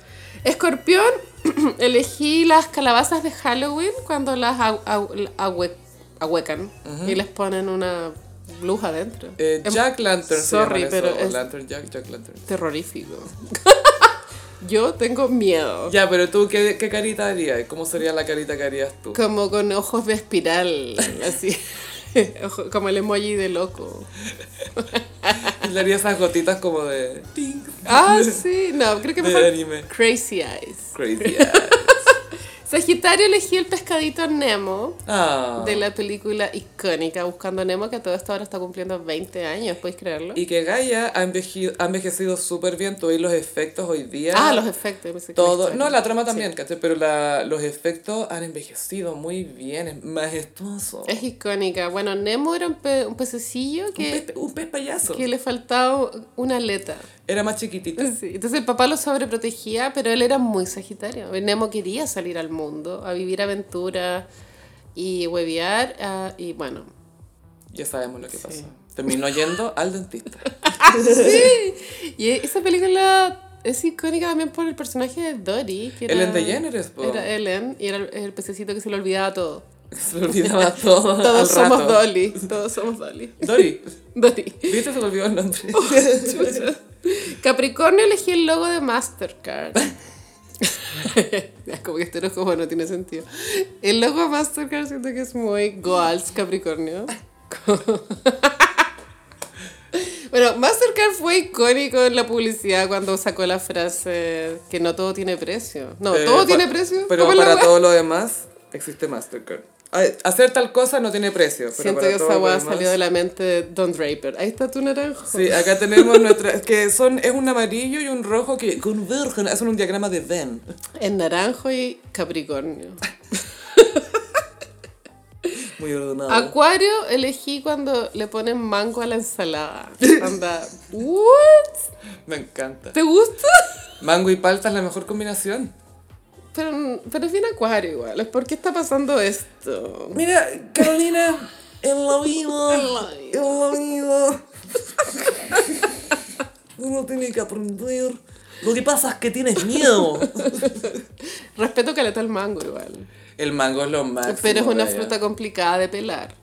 [SPEAKER 2] Escorpión, elegí las calabazas de Halloween cuando las ahue- ahue- ahue- ahuecan y les ponen una luz adentro.
[SPEAKER 1] Eh,
[SPEAKER 2] Es
[SPEAKER 1] Jack Lantern se
[SPEAKER 2] Em, Sorry,
[SPEAKER 1] llaman
[SPEAKER 2] pero
[SPEAKER 1] eso, o
[SPEAKER 2] es-
[SPEAKER 1] Lantern Jack, Jack Lantern.
[SPEAKER 2] terrorífico. Yo tengo miedo.
[SPEAKER 1] Ya, pero tú, ¿qué, qué carita harías? ¿Cómo sería la carita que harías tú?
[SPEAKER 2] Como con ojos de espiral, así. Ojo- Como el emoji de loco.
[SPEAKER 1] Le haría esas gotitas como de... ting,
[SPEAKER 2] Ah, sí. No, creo que
[SPEAKER 1] De
[SPEAKER 2] mejor
[SPEAKER 1] anime.
[SPEAKER 2] Crazy Eyes.
[SPEAKER 1] Crazy eyes.
[SPEAKER 2] Sagitario elegí el pescadito Nemo
[SPEAKER 1] Ah.
[SPEAKER 2] de la película icónica Buscando Nemo, que a todo esto ahora está cumpliendo 20 años, ¿puedes creerlo?
[SPEAKER 1] Y que Gaia ha envejecido, ha envejecido súper bien, tú veis los efectos hoy día.
[SPEAKER 2] Ah, los efectos. pensé que
[SPEAKER 1] Todo,
[SPEAKER 2] historia.
[SPEAKER 1] no, la trama también, ¿cachai? Pero la- los efectos han envejecido muy bien, es majestuoso.
[SPEAKER 2] Es icónica. Bueno, Nemo era un, pe- un pececillo
[SPEAKER 1] un,
[SPEAKER 2] que,
[SPEAKER 1] pez, un pez payaso.
[SPEAKER 2] que le faltaba una aleta.
[SPEAKER 1] Era más chiquitito.
[SPEAKER 2] Sí, Entonces el papá lo sobreprotegía, pero él era muy sagitario. Nemo quería salir al mundo, a vivir aventuras y huevear. ah, y bueno,
[SPEAKER 1] Ya sabemos lo que pasó. Terminó yendo al dentista.
[SPEAKER 2] Sí. Y esa película es icónica también por el personaje de Dory. Que era-
[SPEAKER 1] Ellen DeGeneres, po.
[SPEAKER 2] Era Ellen, y era el, el pececito que se le olvidaba todo.
[SPEAKER 1] Se le olvidaba todo. al
[SPEAKER 2] Todos somos
[SPEAKER 1] rato.
[SPEAKER 2] Dolly. Todos somos Dolly.
[SPEAKER 1] Dory.
[SPEAKER 2] Dory.
[SPEAKER 1] ¿Viste? Se le olvidó el nombre.
[SPEAKER 2] Chucha. Capricornio elegí el logo de Mastercard. Ya, como que este ojo no tiene sentido. El logo de Mastercard siento que es muy Goals Capricornio. bueno, Mastercard fue icónico en la publicidad cuando sacó la frase que no todo tiene precio. No,
[SPEAKER 1] Eh,
[SPEAKER 2] todo
[SPEAKER 1] pa-
[SPEAKER 2] tiene precio.
[SPEAKER 1] Pero
[SPEAKER 2] ¿Cómo es la
[SPEAKER 1] para
[SPEAKER 2] wea?
[SPEAKER 1] todo lo demás existe Mastercard. Ay, Hacer tal cosa no tiene precio. Pero
[SPEAKER 2] Siento
[SPEAKER 1] para
[SPEAKER 2] que
[SPEAKER 1] todo
[SPEAKER 2] esa
[SPEAKER 1] lo
[SPEAKER 2] hueá
[SPEAKER 1] demás-
[SPEAKER 2] salió de la mente de Don Draper. Ahí está tu naranjo.
[SPEAKER 1] Sí, acá tenemos nuestra... Que son, es un amarillo y un rojo que convergen. Hacen un diagrama de Venn.
[SPEAKER 2] En naranjo y Capricornio.
[SPEAKER 1] Muy ordenado.
[SPEAKER 2] Acuario elegí cuando le ponen mango a la ensalada. Anda, ¿what?
[SPEAKER 1] Me encanta.
[SPEAKER 2] ¿Te gusta?
[SPEAKER 1] Mango y palta es la mejor combinación.
[SPEAKER 2] Pero, pero es bien acuario igual. ¿Por qué está pasando esto?
[SPEAKER 1] Mira, Carolina, es lo mismo.
[SPEAKER 2] Es lo mismo.
[SPEAKER 1] Es lo mismo. Uno tiene que aprender. Lo que pasa es que tienes miedo.
[SPEAKER 2] Respeto que le está el mango igual.
[SPEAKER 1] El mango es lo máximo.
[SPEAKER 2] pero es una
[SPEAKER 1] vaya.
[SPEAKER 2] fruta complicada de pelar.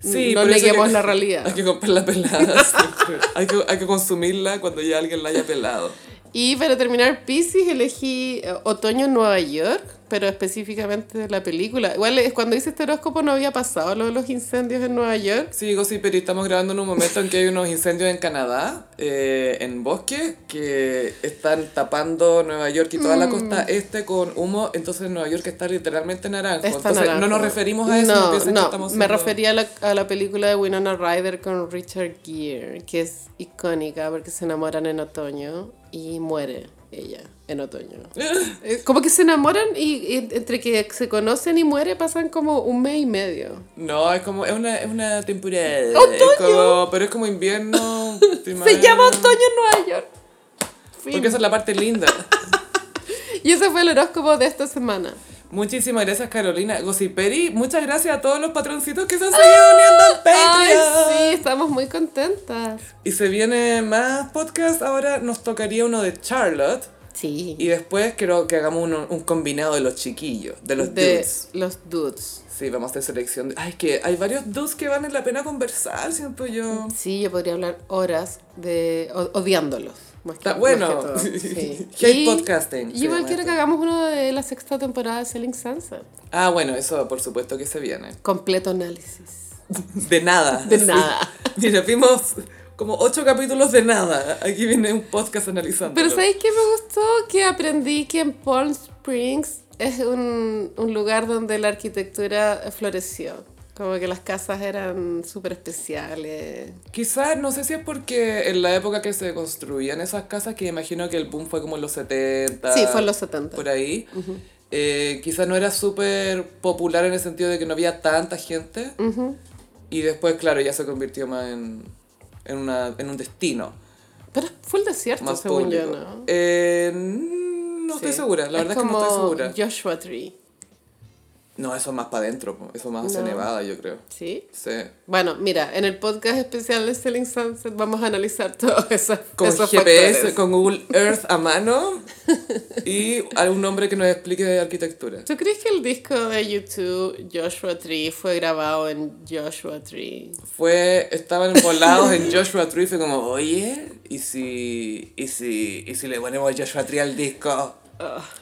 [SPEAKER 1] Sí,
[SPEAKER 2] no
[SPEAKER 1] por eso
[SPEAKER 2] neguemos
[SPEAKER 1] hay que-
[SPEAKER 2] la realidad.
[SPEAKER 1] Hay que comprarla pelada. siempre. hay, que, hay que consumirla cuando ya alguien la haya pelado.
[SPEAKER 2] Y para terminar, Pisces elegí eh, Otoño en Nueva York, pero específicamente de la película. Igual es cuando hice este horóscopo no había pasado lo de los incendios en Nueva York.
[SPEAKER 1] Sí, Gossip, pero estamos grabando en un momento en que hay unos incendios en Canadá, eh, en bosques, que están tapando Nueva York y
[SPEAKER 2] Mm.
[SPEAKER 1] toda la costa este con humo. Entonces Nueva York está literalmente naranjo.
[SPEAKER 2] Está
[SPEAKER 1] entonces
[SPEAKER 2] naranjo.
[SPEAKER 1] no nos referimos a eso.
[SPEAKER 2] No,
[SPEAKER 1] piensen que
[SPEAKER 2] no,
[SPEAKER 1] estamos
[SPEAKER 2] me
[SPEAKER 1] siendo-
[SPEAKER 2] refería a la, a la película de Winona Ryder con Richard Gere, que es icónica porque se enamoran en otoño y muere ella en otoño. Eh, Como que se enamoran y, y entre que se conocen y muere pasan como un mes y medio.
[SPEAKER 1] No, es como, es una, es una temporada. es
[SPEAKER 2] ¡Otoño!
[SPEAKER 1] como- pero es como invierno.
[SPEAKER 2] Se
[SPEAKER 1] primavera.
[SPEAKER 2] llama Otoño en Nueva York. Fin.
[SPEAKER 1] Porque esa es la parte linda.
[SPEAKER 2] Y ese fue el horóscopo de esta semana.
[SPEAKER 1] Muchísimas gracias, Carolina. Gosiperi, muchas gracias a todos los patroncitos que se han seguido uniendo al Patreon.
[SPEAKER 2] Ay, sí, estamos muy contentas.
[SPEAKER 1] Y se viene más podcast. Ahora nos tocaría uno de Charlotte.
[SPEAKER 2] Sí.
[SPEAKER 1] Y después creo que hagamos uno- un combinado de los chiquillos, de los
[SPEAKER 2] de
[SPEAKER 1] dudes.
[SPEAKER 2] los dudes.
[SPEAKER 1] Sí, vamos a hacer selección. de- Ay, que hay varios dudes que valen la pena conversar, siento yo.
[SPEAKER 2] Sí, yo podría hablar horas de o- odiándolos. Más que-
[SPEAKER 1] Está
[SPEAKER 2] más
[SPEAKER 1] bueno.
[SPEAKER 2] que todo, sí.
[SPEAKER 1] Hate
[SPEAKER 2] Y-
[SPEAKER 1] podcasting.
[SPEAKER 2] Y igual
[SPEAKER 1] Sí,
[SPEAKER 2] quiero que
[SPEAKER 1] bueno.
[SPEAKER 2] hagamos uno de la sexta temporada de Selling Sunset.
[SPEAKER 1] Ah, bueno, eso por supuesto que se viene.
[SPEAKER 2] Completo análisis.
[SPEAKER 1] De nada.
[SPEAKER 2] De nada.
[SPEAKER 1] Mira, vimos como ocho capítulos de nada. Aquí viene un podcast analizando.
[SPEAKER 2] Pero ¿sabéis qué me gustó? Que aprendí que en Palm Springs es un, un lugar donde la arquitectura floreció. Como que las casas eran súper especiales.
[SPEAKER 1] Quizás, no sé si es porque en la época que se construían esas casas, que imagino que el boom fue como en los 70.
[SPEAKER 2] Sí, fue en los 70.
[SPEAKER 1] Por ahí. eh, quizás no era súper popular en el sentido de que no había tanta gente. Y después, claro, ya se convirtió más en, en, una- en un destino
[SPEAKER 2] Pero fue el desierto,
[SPEAKER 1] más
[SPEAKER 2] según
[SPEAKER 1] público.
[SPEAKER 2] yo, ¿no?
[SPEAKER 1] Eh, no estoy
[SPEAKER 2] Sí.
[SPEAKER 1] segura, la verdad es, que no
[SPEAKER 2] como
[SPEAKER 1] estoy segura.
[SPEAKER 2] Joshua Tree,
[SPEAKER 1] No, eso es más para adentro, po. eso es más hacia
[SPEAKER 2] No.
[SPEAKER 1] Nevada, yo creo.
[SPEAKER 2] ¿sí?
[SPEAKER 1] Sí.
[SPEAKER 2] Bueno, mira, en el podcast especial de Selling Sunset vamos a analizar todos esos,
[SPEAKER 1] Con
[SPEAKER 2] esos
[SPEAKER 1] GPS,
[SPEAKER 2] factores.
[SPEAKER 1] con Google Earth a mano y algún hombre que nos explique de arquitectura.
[SPEAKER 2] ¿Tú crees que el disco de YouTube, Joshua Tree, fue grabado en Joshua Tree?
[SPEAKER 1] fue, estaban volados en Joshua Tree, fue como, oye, ¿y si, y si, y si le ponemos Joshua Tree al disco?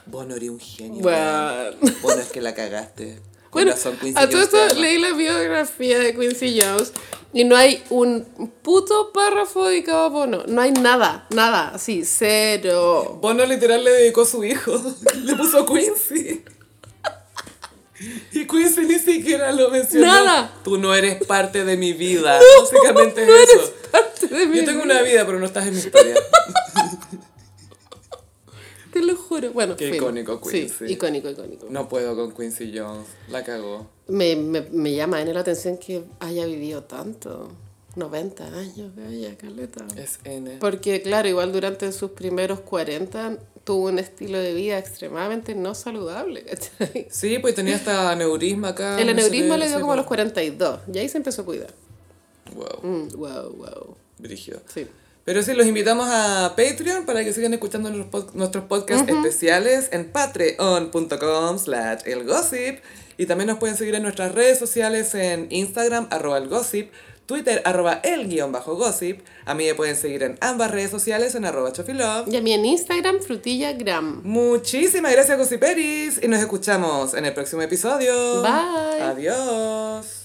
[SPEAKER 1] Vos no eres un genio.
[SPEAKER 2] Ah. Bueno.
[SPEAKER 1] weón. Vos no es que la cagaste. Con
[SPEAKER 2] Bueno,
[SPEAKER 1] razón, Quincy
[SPEAKER 2] a todo
[SPEAKER 1] Jones te
[SPEAKER 2] esto
[SPEAKER 1] ama.
[SPEAKER 2] leí la biografía de Quincy Jones y no hay un puto párrafo dedicado a Bono. No hay nada, nada, así, cero.
[SPEAKER 1] Bono literal le dedicó a su hijo. Le puso Quincy. Y Quincy ni siquiera lo mencionó.
[SPEAKER 2] Nada.
[SPEAKER 1] Tú no eres parte de mi vida. Básicamente es
[SPEAKER 2] No
[SPEAKER 1] eso.
[SPEAKER 2] eres parte de mi
[SPEAKER 1] Yo tengo una vida, pero no estás en mi historia.
[SPEAKER 2] Te lo juro. Bueno,
[SPEAKER 1] Qué
[SPEAKER 2] fin.
[SPEAKER 1] icónico Queen, sí.
[SPEAKER 2] Sí, icónico, icónico.
[SPEAKER 1] No puedo con Quincy Jones. La cagó.
[SPEAKER 2] Me, me, me llama en la atención que haya vivido tanto. 90 años, vaya, Caleta.
[SPEAKER 1] Es N.
[SPEAKER 2] Porque, claro, igual durante sus primeros 40 tuvo un estilo de vida extremadamente no saludable, ¿cachai?
[SPEAKER 1] Sí, pues tenía hasta aneurisma acá.
[SPEAKER 2] El
[SPEAKER 1] Ah, no sé
[SPEAKER 2] aneurisma
[SPEAKER 1] qué,
[SPEAKER 2] le
[SPEAKER 1] no
[SPEAKER 2] dio
[SPEAKER 1] sé
[SPEAKER 2] como a los
[SPEAKER 1] cómo.
[SPEAKER 2] 42 y ahí se empezó a cuidar.
[SPEAKER 1] Wow,
[SPEAKER 2] Mm, wow, wow.
[SPEAKER 1] brígido.
[SPEAKER 2] Sí.
[SPEAKER 1] Pero sí, los invitamos a Patreon para que sigan escuchando nuestros, pod- nuestros podcasts especiales en patreon.com slash elgossip. Y también nos pueden seguir en nuestras redes sociales en Instagram, arroba elgossip, Twitter, arroba el guión bajo gossip. A mí me pueden seguir en ambas redes sociales en arroba chofilove.
[SPEAKER 2] Y a mí en Instagram, frutillagram.
[SPEAKER 1] Muchísimas gracias, Gossiperis. Y nos escuchamos en el próximo episodio.
[SPEAKER 2] Bye.
[SPEAKER 1] Adiós.